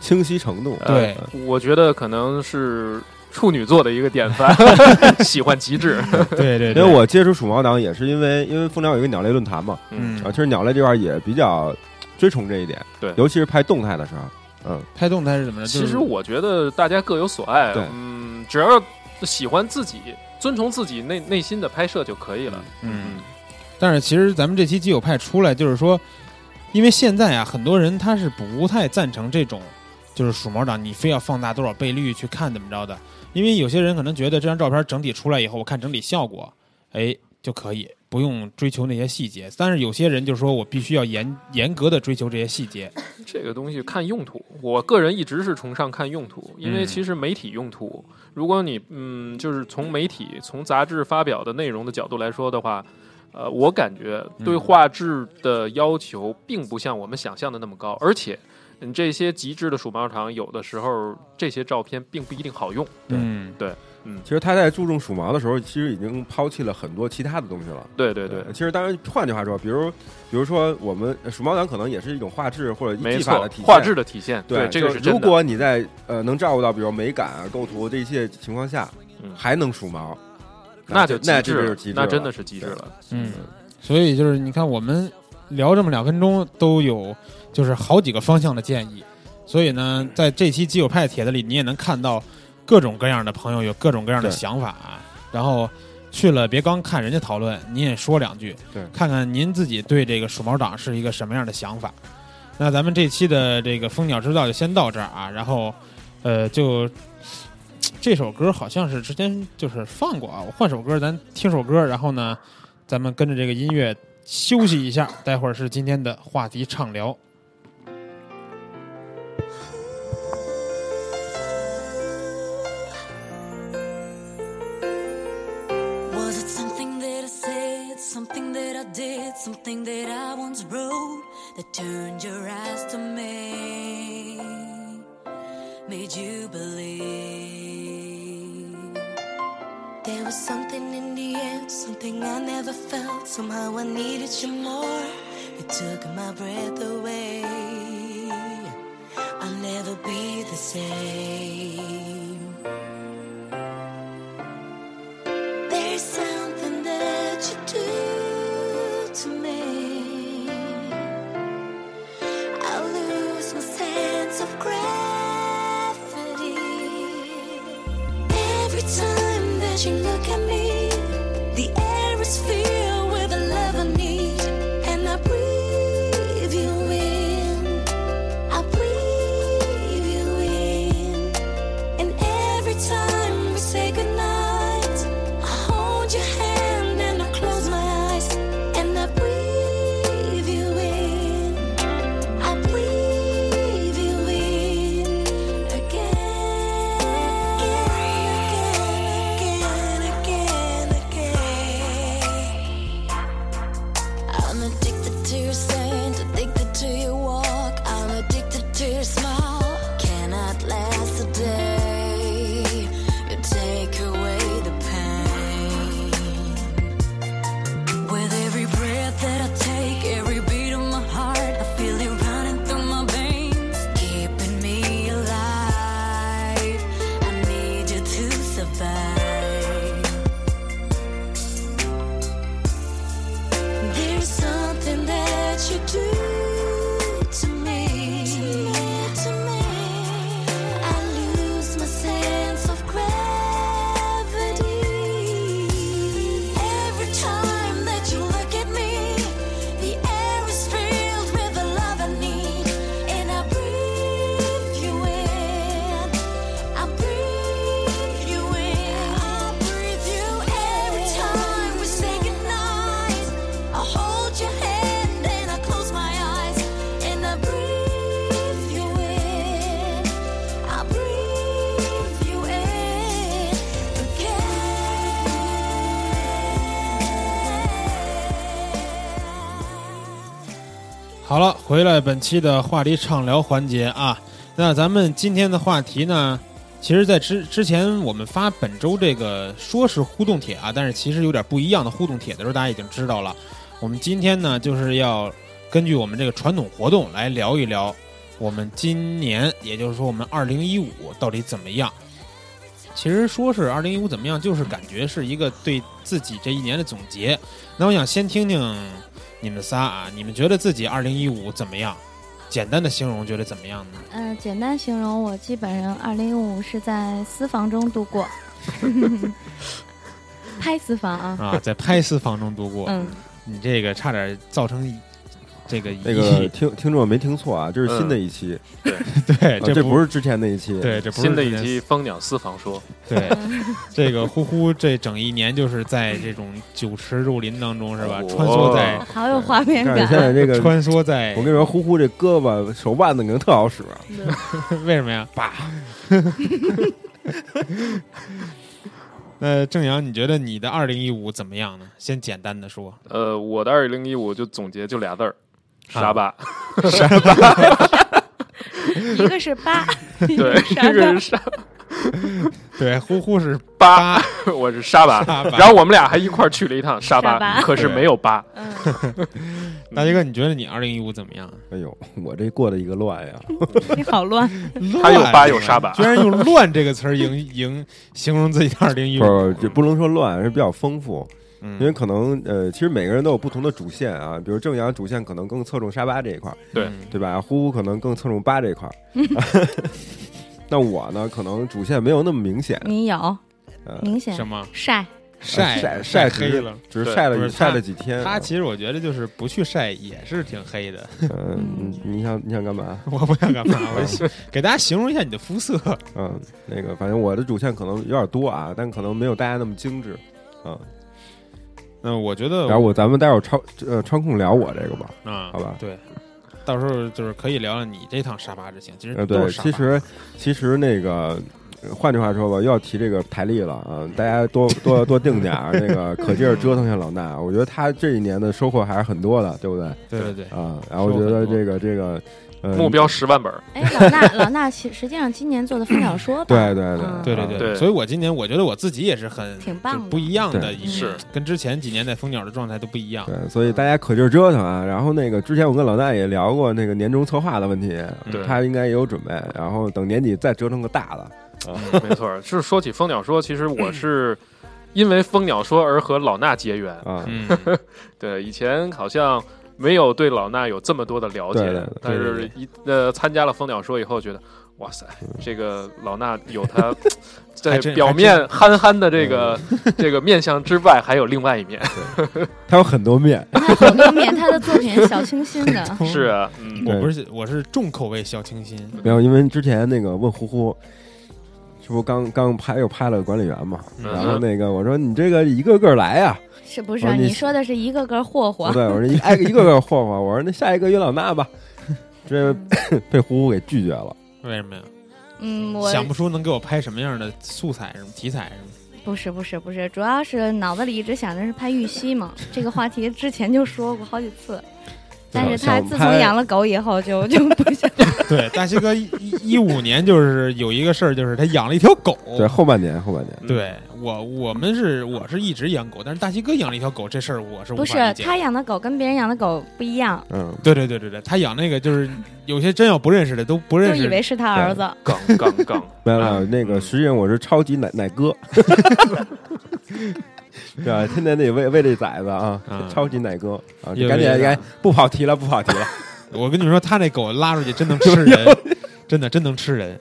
Speaker 5: 清晰程度，
Speaker 6: 呃
Speaker 4: 对
Speaker 6: 我觉得可能是处女座的一个典范，
Speaker 4: [laughs]
Speaker 6: 喜欢极致。
Speaker 4: 对对
Speaker 5: 因为我接触鼠毛党也是因为，因为蜂鸟有一个鸟类论坛嘛，
Speaker 4: 嗯
Speaker 5: 啊，其实鸟类这块儿也比较追崇这一点，
Speaker 6: 对
Speaker 5: 尤其是拍动态的时候，嗯，
Speaker 4: 拍动态是怎么着？
Speaker 6: 其
Speaker 4: 就是
Speaker 6: 实我觉得大家各有所爱
Speaker 5: 对，
Speaker 6: 嗯，只要喜欢自己，遵从自己内内心的拍摄就可以了。
Speaker 4: 嗯，但是其实咱们这期基友派出来，就是说，因为现在啊，很多人他是不太赞成这种，就是数毛党，你非要放大多少倍率去看怎么着的，因为有些人可能觉得这张照片整体出来以后，我看整体效果，哎就可以，不用追求那些细节。但是有些人就说我必须要严 [laughs] 严格的追求这些细节，
Speaker 6: 这个东西看用途，我个人一直是崇尚看用途，因为
Speaker 4: 嗯
Speaker 6: 其实媒体用途，如果你嗯，就是从媒体、从杂志发表的内容的角度来说的话，呃，我感觉对
Speaker 4: 嗯
Speaker 6: 画质的要求并不像我们想象的那么高，而且你这些极致的鼠毛厂，有的时候这些照片并不一定好用。
Speaker 4: 嗯，
Speaker 5: 其实他在注重鼠毛的时候，其实已经抛弃了很多其他的东西了。
Speaker 6: 对对对，
Speaker 5: 其实当然，换句话说，比如，比如说我们呃鼠毛党可能也是一种画质或者
Speaker 6: 没
Speaker 5: 技法
Speaker 6: 错
Speaker 5: 的体，现，
Speaker 6: 画质的体现，
Speaker 5: 对，
Speaker 6: 这个
Speaker 5: 就是如
Speaker 6: 真的。
Speaker 5: 果你在呃能照顾到比如美感啊、构图这些情况下，
Speaker 6: 嗯
Speaker 5: 还能鼠毛，
Speaker 6: 那就
Speaker 5: 就
Speaker 6: 极
Speaker 5: 那
Speaker 6: 致
Speaker 5: 这
Speaker 6: 了
Speaker 5: 是极致了，
Speaker 6: 那真的是极致了。
Speaker 4: 嗯，所以就是你看我们聊这么两分钟，都有就是好几个方向的建议。所以呢，在这期基友派帖子里，你也能看到各种各样的朋友有各种各样的
Speaker 5: 对
Speaker 4: 想法啊，然后去了别光看人家讨论，您也说两句，
Speaker 5: 对
Speaker 4: 看看您自己对这个鼠毛党是一个什么样的想法。那咱们这期的这个蜂鸟之道就先到这儿啊，然后，呃，就这首歌好像是之前就是放过啊，我换首歌，咱听首歌，然后呢，咱们跟着这个音乐休息一下，待会儿是今天的话题畅聊。
Speaker 9: Was it something that I said, something that I did, something that I once wrote that turned your eyes to me? Made you believe there was something in the air, something I never felt. Somehow I needed you more. You took my breath away. I'll never be the same. There's something that you do to me. I lose my sense of gravity. Every time that you look at me, the air is filled with the love I need, and I breathe you in. I breathe you in. And every time we say goodnight, I hold your hand and I close my eyes and I breathe you in. I breathe you in again, again, again, again. I'm addicted to your scent, addicted to your walk. I'm addicted to your smile. Cannot last a day. You take away the pain. With every breath that I take, every beat of my heart, I feel it running through my veins, keeping me alive. I need you to survive. There's something that you do to me. I lose my sense of gravity. Every time that you look at me, the air is filled with the love I need, and I breathe you in. I breathe you in. I breathe you every time we say goodnight. I hold your hand and I close my eyes and I breathe you in. I breathe you in again.
Speaker 4: 好了，回来本期的话题畅聊环节啊，那咱们今天的话题呢，其实，在之之前我们发本周这个说是互动帖啊，但是其实有点不一样的互动帖的时候，大家已经知道了。我们今天呢，就是要根据我们这个传统活动来聊一聊我们今年，也就是说我们二零一五到底怎么样。其实说是二零一五怎么样，就是感觉是一个对自己这一年的总结。那我想先听听你们仨啊，你们觉得自己二零一五怎么样？简单的形容觉得怎么样
Speaker 7: [laughs]
Speaker 4: 呢？
Speaker 7: 嗯、简单形容，我基本上二零一五是在私房中度过， [laughs] 拍私房
Speaker 4: [laughs]
Speaker 7: 啊，
Speaker 4: 啊，在拍私房中度过，
Speaker 7: 嗯，
Speaker 4: 你这个差点造成一这个
Speaker 5: 那
Speaker 4: 那
Speaker 5: 个听听众没听错啊，这是新的
Speaker 6: 嗯
Speaker 5: 一期，
Speaker 4: [laughs] 对，
Speaker 5: 啊
Speaker 4: 哎这
Speaker 5: 这
Speaker 4: 不
Speaker 5: 不是之前那一期。
Speaker 4: 对，这不是
Speaker 6: 新的一
Speaker 4: 之前
Speaker 6: 期《蜂鸟私房说》，
Speaker 4: 对，这个呼呼这整一年就是在这种酒池肉林当中是吧？
Speaker 6: 哇
Speaker 4: 穿梭在
Speaker 7: 好有画面
Speaker 5: 但是
Speaker 7: 感
Speaker 5: 现在
Speaker 7: 啊。
Speaker 5: 这个，
Speaker 4: 穿梭在
Speaker 5: 我跟你说，呼呼这胳膊手腕子肯定特好使。啊
Speaker 4: 为什么呀？爸。 [laughs] 那正阳，你觉得你的二零一五怎么样呢？先简单的说，
Speaker 6: 呃，我的二零一五就总结就俩字儿，
Speaker 4: 啊
Speaker 6: 沙 [laughs] 巴。
Speaker 7: [laughs] 一个是八， [laughs] 一
Speaker 6: 对，
Speaker 7: 个是
Speaker 6: 一个是
Speaker 7: 二，
Speaker 6: 沙
Speaker 4: 对，呼呼是
Speaker 6: 巴，我是沙巴。
Speaker 4: 沙巴
Speaker 6: 然后我们俩还一块儿去了一趟沙
Speaker 7: 沙巴
Speaker 6: 巴，可是没有巴。
Speaker 7: 嗯，
Speaker 6: 嗯
Speaker 4: 大杰哥，你觉得你二零一五怎么样？
Speaker 5: [laughs] 哎呦，我这过得一个乱呀！
Speaker 7: 你好乱，
Speaker 6: 他有八有沙巴
Speaker 4: 居然用“乱”这个词儿迎迎形容自己的二零一
Speaker 5: 不 [laughs]
Speaker 4: 五，
Speaker 5: 是，这不能说乱，是比较丰富。因为
Speaker 4: 嗯，
Speaker 5: 可能呃，其实每个人都有不同的主线啊，比如正阳主线可能更侧重沙巴这一块儿，
Speaker 6: 对
Speaker 5: 对吧？呼呼可能更侧重八这一
Speaker 4: [laughs]
Speaker 5: 块儿。那我呢，可能主线没有那么明显，
Speaker 7: 你有
Speaker 5: 呃，
Speaker 7: 明显
Speaker 4: 什么
Speaker 7: 晒
Speaker 5: 晒
Speaker 4: 晒
Speaker 5: 黑
Speaker 4: 黑了。
Speaker 5: 只是嗯
Speaker 6: 对
Speaker 5: 晒
Speaker 4: 不
Speaker 5: 了
Speaker 4: 是
Speaker 5: 晒
Speaker 4: 他
Speaker 5: 了几天。
Speaker 4: 他其实我觉得就是不去晒也是挺黑的， [laughs]
Speaker 5: 嗯，你你想你想干嘛？
Speaker 4: 我不想干嘛，我
Speaker 5: [laughs]
Speaker 4: 就给大家形容一下你的肤色，
Speaker 5: 嗯，那个反正我的主线可能有点多啊，但可能没有大家那么精致。嗯，
Speaker 4: 嗯，我觉得
Speaker 5: 然后我咱们待会儿超呃穿控聊我这个吧。
Speaker 4: 啊，
Speaker 5: 好吧
Speaker 4: 对，到时候就是可以聊聊你这趟沙巴之行，其实
Speaker 5: 呃，
Speaker 4: 都
Speaker 5: 对，
Speaker 4: 是沙巴
Speaker 5: 其实其实那个，呃换句话说吧，又要提这个台历了啊，大家多多多定点儿，那
Speaker 4: [laughs]
Speaker 5: 个可劲儿折腾一下老衲。啊我觉得他这一年的收获还是很多的，对不对？
Speaker 4: 对对对，
Speaker 5: 啊，然后我觉得这个这个呃
Speaker 6: 目标十万本儿，
Speaker 7: 哎，老衲老衲其实际上今年做的分享说吧，
Speaker 5: 对对啊对
Speaker 7: 嗯
Speaker 4: 对对对，
Speaker 6: 对
Speaker 4: 所以我今年我觉得我自己也是很
Speaker 7: 挺棒的
Speaker 4: 就不一样的一年，
Speaker 6: 是
Speaker 4: 跟之前几年在蜂鸟的状态都不一样。
Speaker 5: 对，所以大家可劲儿折腾啊！然后那个之前我跟老衲也聊过那个年终策划的问题，
Speaker 4: 嗯
Speaker 6: 对
Speaker 5: 他应该也有准备，然后等年底再折腾个大的。
Speaker 6: 嗯没错儿。就是说起蜂鸟说，其实我是
Speaker 4: [clears throat]
Speaker 6: 因为蜂鸟说而和老衲结缘。
Speaker 5: 啊，
Speaker 4: 嗯，
Speaker 6: 对，以前好像没有对老衲有这么多的了解，
Speaker 5: 对对对
Speaker 6: 但是一呃参加了蜂鸟说以后，觉得哇塞，这个老衲
Speaker 4: [laughs]
Speaker 6: 有他
Speaker 4: 嗯
Speaker 6: 在
Speaker 4: 还真嗯
Speaker 6: 表面憨憨的这个这个面相之外，还有另外一面。
Speaker 5: 他有很多面，
Speaker 7: 他好多面，他的作品是小清新的，
Speaker 4: [laughs]
Speaker 6: 是啊，嗯，
Speaker 5: 对
Speaker 4: 我不是我是重口味小清新，
Speaker 5: 没有，因为之前那个问呼呼，这不刚刚拍又拍了管理员嘛，
Speaker 4: 嗯
Speaker 5: 然后那个我说你这个一个个来呀、
Speaker 7: 是不是
Speaker 4: 哦
Speaker 5: 我
Speaker 7: 啊？
Speaker 5: 说你
Speaker 7: 你说的是一个个霍
Speaker 5: 不
Speaker 6: 嗯
Speaker 7: 霍，
Speaker 5: 对，我说一挨个一个个霍霍，我说那下一个约老衲吧， [laughs] 这被呼呼给拒绝了。
Speaker 4: 为什么呀？
Speaker 7: 嗯，我
Speaker 4: 想不出能给我拍什么样的素材、什么题材什么。
Speaker 7: 不是不是不是，主要是脑子里一直想着是拍玉溪嘛，这个话题之前就说过好几次，但是他
Speaker 5: 想
Speaker 7: 自从
Speaker 5: 拍
Speaker 7: 养了狗以后就就不想，
Speaker 4: [laughs] 对，大西哥一一一五年就是有一个事儿，就是他养了一条狗。
Speaker 5: [laughs]
Speaker 6: 哦
Speaker 5: 对，后半年后半年，
Speaker 4: 对我我们是我是一直养狗，但是大西哥养了一条狗这事儿我是无
Speaker 7: 不是
Speaker 4: 法理解的。
Speaker 7: 他养的狗跟别人养的狗不一样，
Speaker 5: 嗯，
Speaker 4: 对对对对对，他养那个就是有些真要不认识的都不认
Speaker 7: 就
Speaker 4: 识，
Speaker 7: 以为是他儿子，
Speaker 6: 杠杠杠，
Speaker 5: 没有没
Speaker 6: 啊
Speaker 5: 有，那
Speaker 6: 嗯
Speaker 5: 个实际上我是超级奶奶哥， [laughs] 对吧？天天得喂喂这崽子啊
Speaker 4: 嗯，
Speaker 5: 超级奶哥啊！
Speaker 4: 有
Speaker 5: 赶紧
Speaker 4: 有有
Speaker 5: 赶紧，不跑题了，不跑题了。
Speaker 4: 我跟你们说，他那狗拉出去真能吃人，真的真能吃人，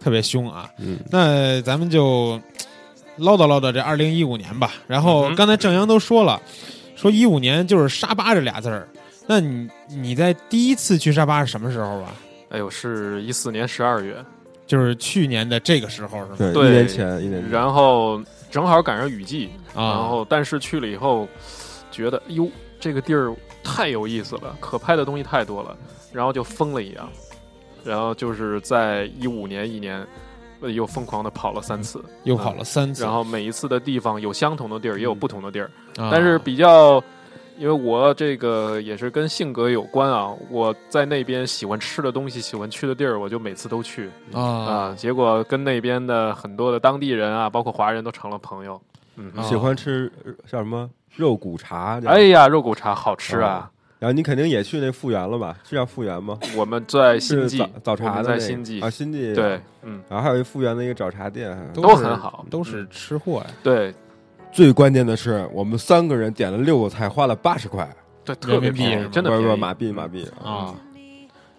Speaker 4: 特别凶啊。
Speaker 5: 嗯
Speaker 4: 那咱们就唠叨唠叨这二零一五年吧。然后
Speaker 6: 嗯哼
Speaker 4: 刚才正阳都说了，说一五年就是沙巴这俩字儿。那你你在第一次去沙巴是什么时候啊？
Speaker 6: 哎呦，是一四年十二月，
Speaker 4: 就是去年的这个时候是吗？
Speaker 5: 对，
Speaker 6: 对
Speaker 5: 一年前，一年前，
Speaker 6: 然后正好赶上雨季，然
Speaker 4: 啊，
Speaker 6: 后但是去了以后，觉得哎呦这个地儿太有意思了，可拍的东西太多了，然后就疯了一样，然后就是在一五年一年。呃又疯狂的跑了三次，
Speaker 4: 又跑了三次。
Speaker 6: 然后每一次的地方有相同的地儿，也有不同的地儿，
Speaker 4: 啊
Speaker 6: 但是比较，因为我这个也是跟性格有关啊，我在那边喜欢吃的东西，喜欢去的地儿，我就每次都去
Speaker 4: 啊，
Speaker 6: 啊，结果跟那边的很多的当地人啊，包括华人都成了朋友。嗯
Speaker 4: 啊
Speaker 6: 哼，
Speaker 5: 喜欢吃呃叫什么肉骨茶？这样
Speaker 6: 哎，呀，肉骨茶好吃啊！
Speaker 5: 然后你肯定也去那复原了吧？是叫复原吗？
Speaker 6: 我们在哎新
Speaker 5: 是
Speaker 6: 际
Speaker 5: 早，早茶
Speaker 6: 我
Speaker 5: 的
Speaker 6: 们
Speaker 5: 那
Speaker 6: 在
Speaker 5: 个
Speaker 6: 新际
Speaker 5: 啊，，新际
Speaker 6: 对，。嗯，
Speaker 5: 然后还有一复原的一个找茶店，
Speaker 6: 都
Speaker 4: 是
Speaker 6: 很好嗯
Speaker 4: 都是吃货呀。
Speaker 6: 对
Speaker 5: 最关键的是，我们三个人点了六个菜，花了八十块，
Speaker 6: 对，特别
Speaker 4: 人民币
Speaker 6: 便
Speaker 4: 是
Speaker 6: 宜，
Speaker 4: 吗
Speaker 6: 真的
Speaker 5: 不是不
Speaker 6: 便
Speaker 5: 是
Speaker 6: 宜
Speaker 5: 马币马币啊，
Speaker 4: 啊，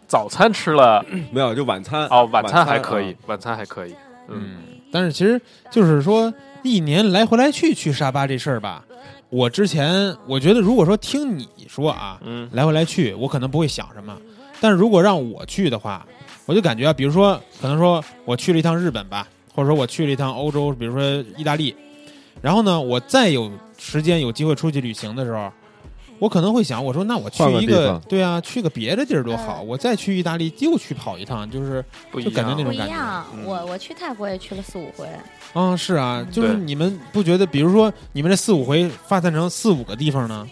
Speaker 6: 早餐吃了
Speaker 5: 没有就晚餐
Speaker 6: 嗯哦，晚餐还
Speaker 5: 啊
Speaker 6: 可以，晚餐还可以，嗯，
Speaker 4: 嗯，但是其实就是说，一年来回来去去沙巴这事儿吧，我之前我觉得，如果说听你说啊，
Speaker 6: 嗯，
Speaker 4: 来回来去，我可能不会想什么。但是如果让我去的话，我就感觉啊，比如说，可能说我去了一趟日本吧，或者说我去了一趟欧洲，比如说意大利，然后呢，我再有时间有机会出去旅行的时候，我可能会想，我说那我去
Speaker 5: 换个
Speaker 4: 一
Speaker 5: 地
Speaker 4: 个
Speaker 5: 方，
Speaker 4: 对啊，去个别的地儿多好，我再去意大利又去跑一趟，就是
Speaker 6: 不一
Speaker 4: 就感觉
Speaker 6: 样
Speaker 4: 那
Speaker 2: 不
Speaker 4: 种
Speaker 2: 一
Speaker 4: 感觉。
Speaker 2: 样
Speaker 6: 嗯。
Speaker 2: 我我去泰国也去了四五回，
Speaker 4: 啊，是啊，就是
Speaker 6: 对
Speaker 4: 你们不觉得，比如说你们这四五回发散成四五个地方呢？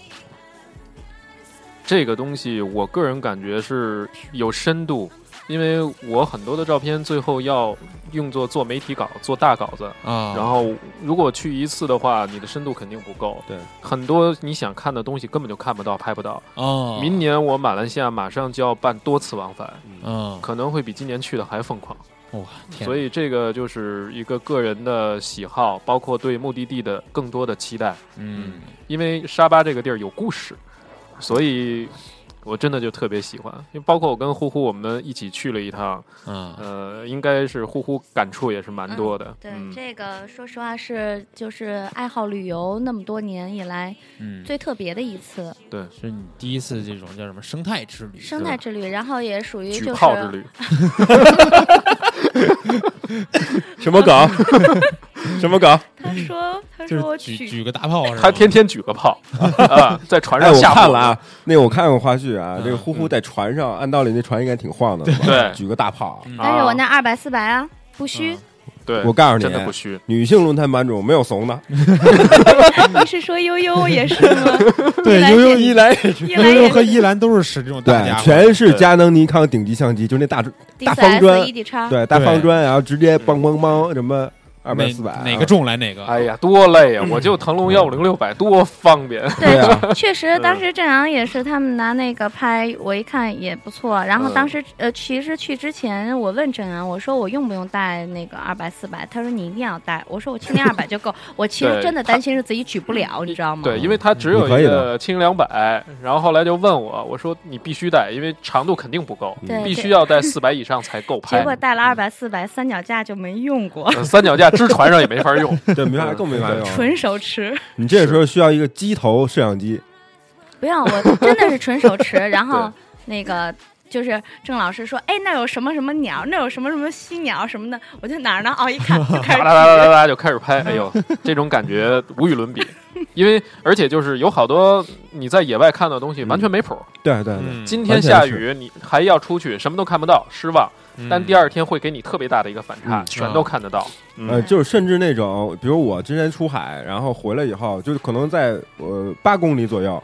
Speaker 6: 这个东西，我个人感觉是有深度，因为我很多的照片最后要用作做媒体稿、做大稿子。
Speaker 4: 啊，
Speaker 6: 然后，如果去一次的话，你的深度肯定不够。
Speaker 5: 对，
Speaker 6: 很多你想看的东西根本就看不到、拍不到。
Speaker 4: 哦，
Speaker 6: 明年我马来西亚马上就要办多次往返，
Speaker 4: 啊，
Speaker 6: 可能会比今年去的还疯狂。
Speaker 4: 哇，天，
Speaker 6: 所以这个就是一个个人的喜好，包括对目的地的更多的期待。
Speaker 4: 嗯，
Speaker 6: 因为沙巴这个地儿有故事，所以我真的就特别喜欢，因为包括我跟呼呼我们一起去了一趟，
Speaker 4: 嗯，
Speaker 6: 呃，应该是呼呼感触也是蛮多的。
Speaker 7: 对，
Speaker 6: 嗯
Speaker 7: 这个说实话是就是爱好旅游那么多年以来
Speaker 4: 嗯，
Speaker 7: 最特别的一次
Speaker 4: 是你第一次这种叫什么生态之旅？
Speaker 7: 生态之旅，然后嗯也属于
Speaker 6: 举
Speaker 7: 就
Speaker 6: 炮之
Speaker 7: 是
Speaker 6: 旅，
Speaker 5: 什么梗？嗯什么梗？
Speaker 7: 他
Speaker 4: [laughs]
Speaker 7: 说他
Speaker 4: 就
Speaker 7: 说我
Speaker 4: 是举举个大炮是吧？
Speaker 6: 他
Speaker 7: [laughs]
Speaker 6: 天天举个炮啊，在船
Speaker 5: 哎，
Speaker 6: 上
Speaker 5: 我
Speaker 6: 吓唬
Speaker 5: 看了啊，那个我看过花絮啊，
Speaker 4: 嗯
Speaker 5: 这个呼呼在船上，按道理那船应该挺晃的，是吧
Speaker 6: 对
Speaker 5: [laughs] 举个大炮。
Speaker 4: 嗯
Speaker 7: 但是我那二百四百啊不虚，
Speaker 6: 我，对，
Speaker 5: 我告诉你
Speaker 6: 真的不虚，
Speaker 5: 女性论坛版主没有怂的，
Speaker 4: 嗯
Speaker 7: 你是说悠悠也
Speaker 4: [laughs]
Speaker 7: 是吗？
Speaker 4: 对
Speaker 7: 一来
Speaker 4: 悠悠
Speaker 7: 也
Speaker 4: 一来，
Speaker 7: 一
Speaker 4: 悠
Speaker 7: 来
Speaker 4: 悠
Speaker 7: 也
Speaker 4: 和依兰都是使这种大
Speaker 5: 对
Speaker 4: 家，伙，
Speaker 5: 全是佳能、尼康顶级相机，就那大
Speaker 7: 第
Speaker 5: 大
Speaker 7: 四
Speaker 5: 方砖
Speaker 7: S E D 叉，
Speaker 5: 对大
Speaker 4: 对
Speaker 5: 方砖，然后直
Speaker 6: 嗯
Speaker 5: 接梆梆梆，什么二百啊四百，
Speaker 4: 哪哪个重来哪个。
Speaker 6: 哎呀，多累
Speaker 5: 嗯
Speaker 6: 呀！我就腾龙幺五零六百，多方便。
Speaker 5: 对啊，
Speaker 7: 确实，
Speaker 6: 嗯
Speaker 7: 当时正阳也是他们拿那个拍，我一看也不错。然后
Speaker 6: 嗯
Speaker 7: 当时、呃，其实去之前我问正阳，我说我用不用带那个二百四百？他说你一定要带。我说我轻量二百就够。我其实
Speaker 6: 对
Speaker 7: 真的担心是自己举不了，你知道吗？
Speaker 6: 对，因为他只有
Speaker 5: 嗯你可
Speaker 6: 一
Speaker 5: 以
Speaker 6: 个
Speaker 5: 的
Speaker 6: 轻两百，然后后来就问我，我说你必须带，因为长度肯定不
Speaker 5: 嗯
Speaker 6: 够，
Speaker 7: 对
Speaker 6: 必
Speaker 7: 对
Speaker 6: 须要带四百以上才够
Speaker 7: 结
Speaker 6: 拍。嗯
Speaker 7: 果带了二百四百，三脚架就没用过，
Speaker 6: 呃三脚架支船上也没法
Speaker 7: [laughs]
Speaker 6: 用，
Speaker 5: 对，没法，更没法用。
Speaker 7: 纯手持。 [laughs]
Speaker 5: 你这时候需要一个机头摄像机，
Speaker 7: 不要，我真的是纯手持。然后那个就是郑老师说，哎，那有什么什么鸟，那有什么什么犀鸟什么的，我就哪儿呢？哦，一看就开
Speaker 6: 哒
Speaker 7: 始
Speaker 6: 哒哒哒哒就开始拍，哎呦，
Speaker 7: 嗯
Speaker 6: 这种感觉无与伦比。因为而且就是有好多你在野外看到的东西完全没谱儿，
Speaker 5: 对对对，
Speaker 4: 嗯，
Speaker 6: 今天下雨你还要出去，什么都看不到，失望。
Speaker 4: 嗯
Speaker 6: 但第二天会给你特别大的一个反差，
Speaker 5: 嗯
Speaker 6: 全都看得到。
Speaker 5: 呃，就是甚至那种，比如我之前出海，然后回来以后，就是可能在呃八公里左右，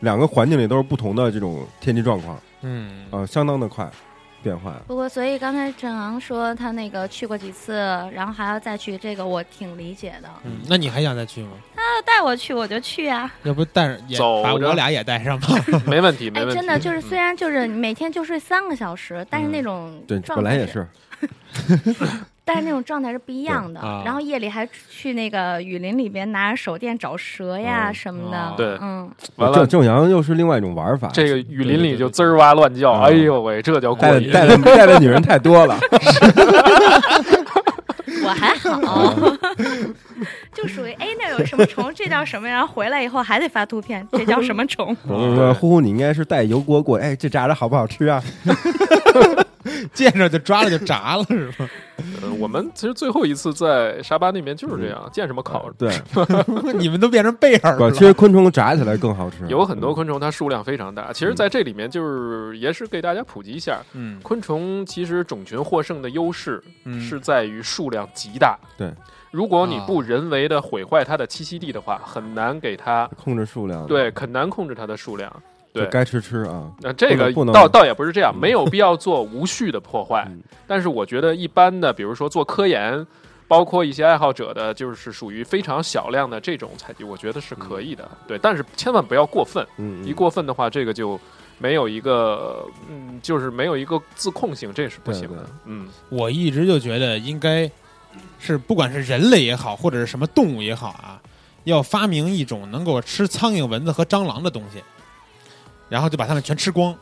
Speaker 5: 两个环境里都是不同的这种天气状况，
Speaker 4: 嗯，
Speaker 5: 啊，相当的快变化。
Speaker 7: 不过，所以刚才郑昂说他那个去过几次，然后还要再去，这个我挺理解的。
Speaker 4: 嗯那你还想再去吗？
Speaker 7: 他带我去，我就去啊！
Speaker 4: 要不带上也
Speaker 6: 走
Speaker 4: 把
Speaker 6: 着
Speaker 4: 我俩也带上吧。 [laughs]
Speaker 6: 没问题，没
Speaker 7: 哎，
Speaker 6: 问题。嗯
Speaker 7: 真的就是，虽然就是每天就睡三个小时，但是那种
Speaker 5: 对，
Speaker 7: 状态
Speaker 5: 本来也，是，
Speaker 7: 但是那种状态是不一样的
Speaker 4: 对啊。
Speaker 7: 然后夜里还去那个雨林里边拿着手电找蛇呀
Speaker 5: 哦
Speaker 7: 什么的
Speaker 4: 哦。
Speaker 6: 对
Speaker 7: 嗯，
Speaker 6: 完了
Speaker 5: 正正阳又是另外一种玩法。
Speaker 6: 这个雨林里就滋儿哇乱叫，
Speaker 5: 嗯
Speaker 6: 哎呦喂，这叫过
Speaker 5: 带
Speaker 6: 瘾
Speaker 5: 的。
Speaker 6: [laughs]
Speaker 5: 带的带的女人太多了，
Speaker 7: 我还好， [laughs] 就属于哎那有什么虫，这叫什么？然后回来以后还得发图片，这叫什么虫？
Speaker 5: 我跟你嗯说，呼呼，你应该是带油锅过来，哎，这炸的好不好吃啊？
Speaker 4: 见着就抓了就炸了是吧？ [laughs]
Speaker 6: 呃我们其实最后一次在沙巴那边就是这
Speaker 4: 嗯
Speaker 6: 样，见什么烤。
Speaker 5: 对，
Speaker 4: 你们都变成贝尔
Speaker 5: 不
Speaker 4: 了。
Speaker 5: 其实昆虫炸起来更好
Speaker 4: 嗯
Speaker 5: 吃，嗯
Speaker 6: 有很多昆虫，它数量非常大。其实，在这里面就是也是给大家普及一下，
Speaker 4: 嗯
Speaker 6: 昆虫其实种群获胜的优势
Speaker 4: 嗯
Speaker 6: 是在于数量极大。
Speaker 5: 对，
Speaker 6: 如果你
Speaker 4: 啊
Speaker 6: 不人为的毁坏它的栖息地的
Speaker 5: 啊
Speaker 6: 话，很难给它
Speaker 5: 控制数量，，
Speaker 6: 对，很难控制它的数量。对
Speaker 5: 就，嗯该吃吃啊。
Speaker 6: 那这个
Speaker 5: 不能
Speaker 6: 倒倒也不是这样，没有必要做无序的破坏。
Speaker 5: 嗯
Speaker 6: 但是我觉得一般的，比如说做科研，包括一些爱好者的，就是属于非常小量的这种采集，我觉得是可以的。对，但是千万不要过分，
Speaker 5: 嗯，
Speaker 6: 一过分的话，这个就没有一个嗯，就是没有一个自控性，这是不行的。
Speaker 5: 对对
Speaker 6: 嗯，
Speaker 4: 我一直就觉得应该是不管是人类也好，或者是什么动物也好啊，要发明一种能够吃苍蝇、蚊子和蟑螂的东西，然后就把它们全吃光。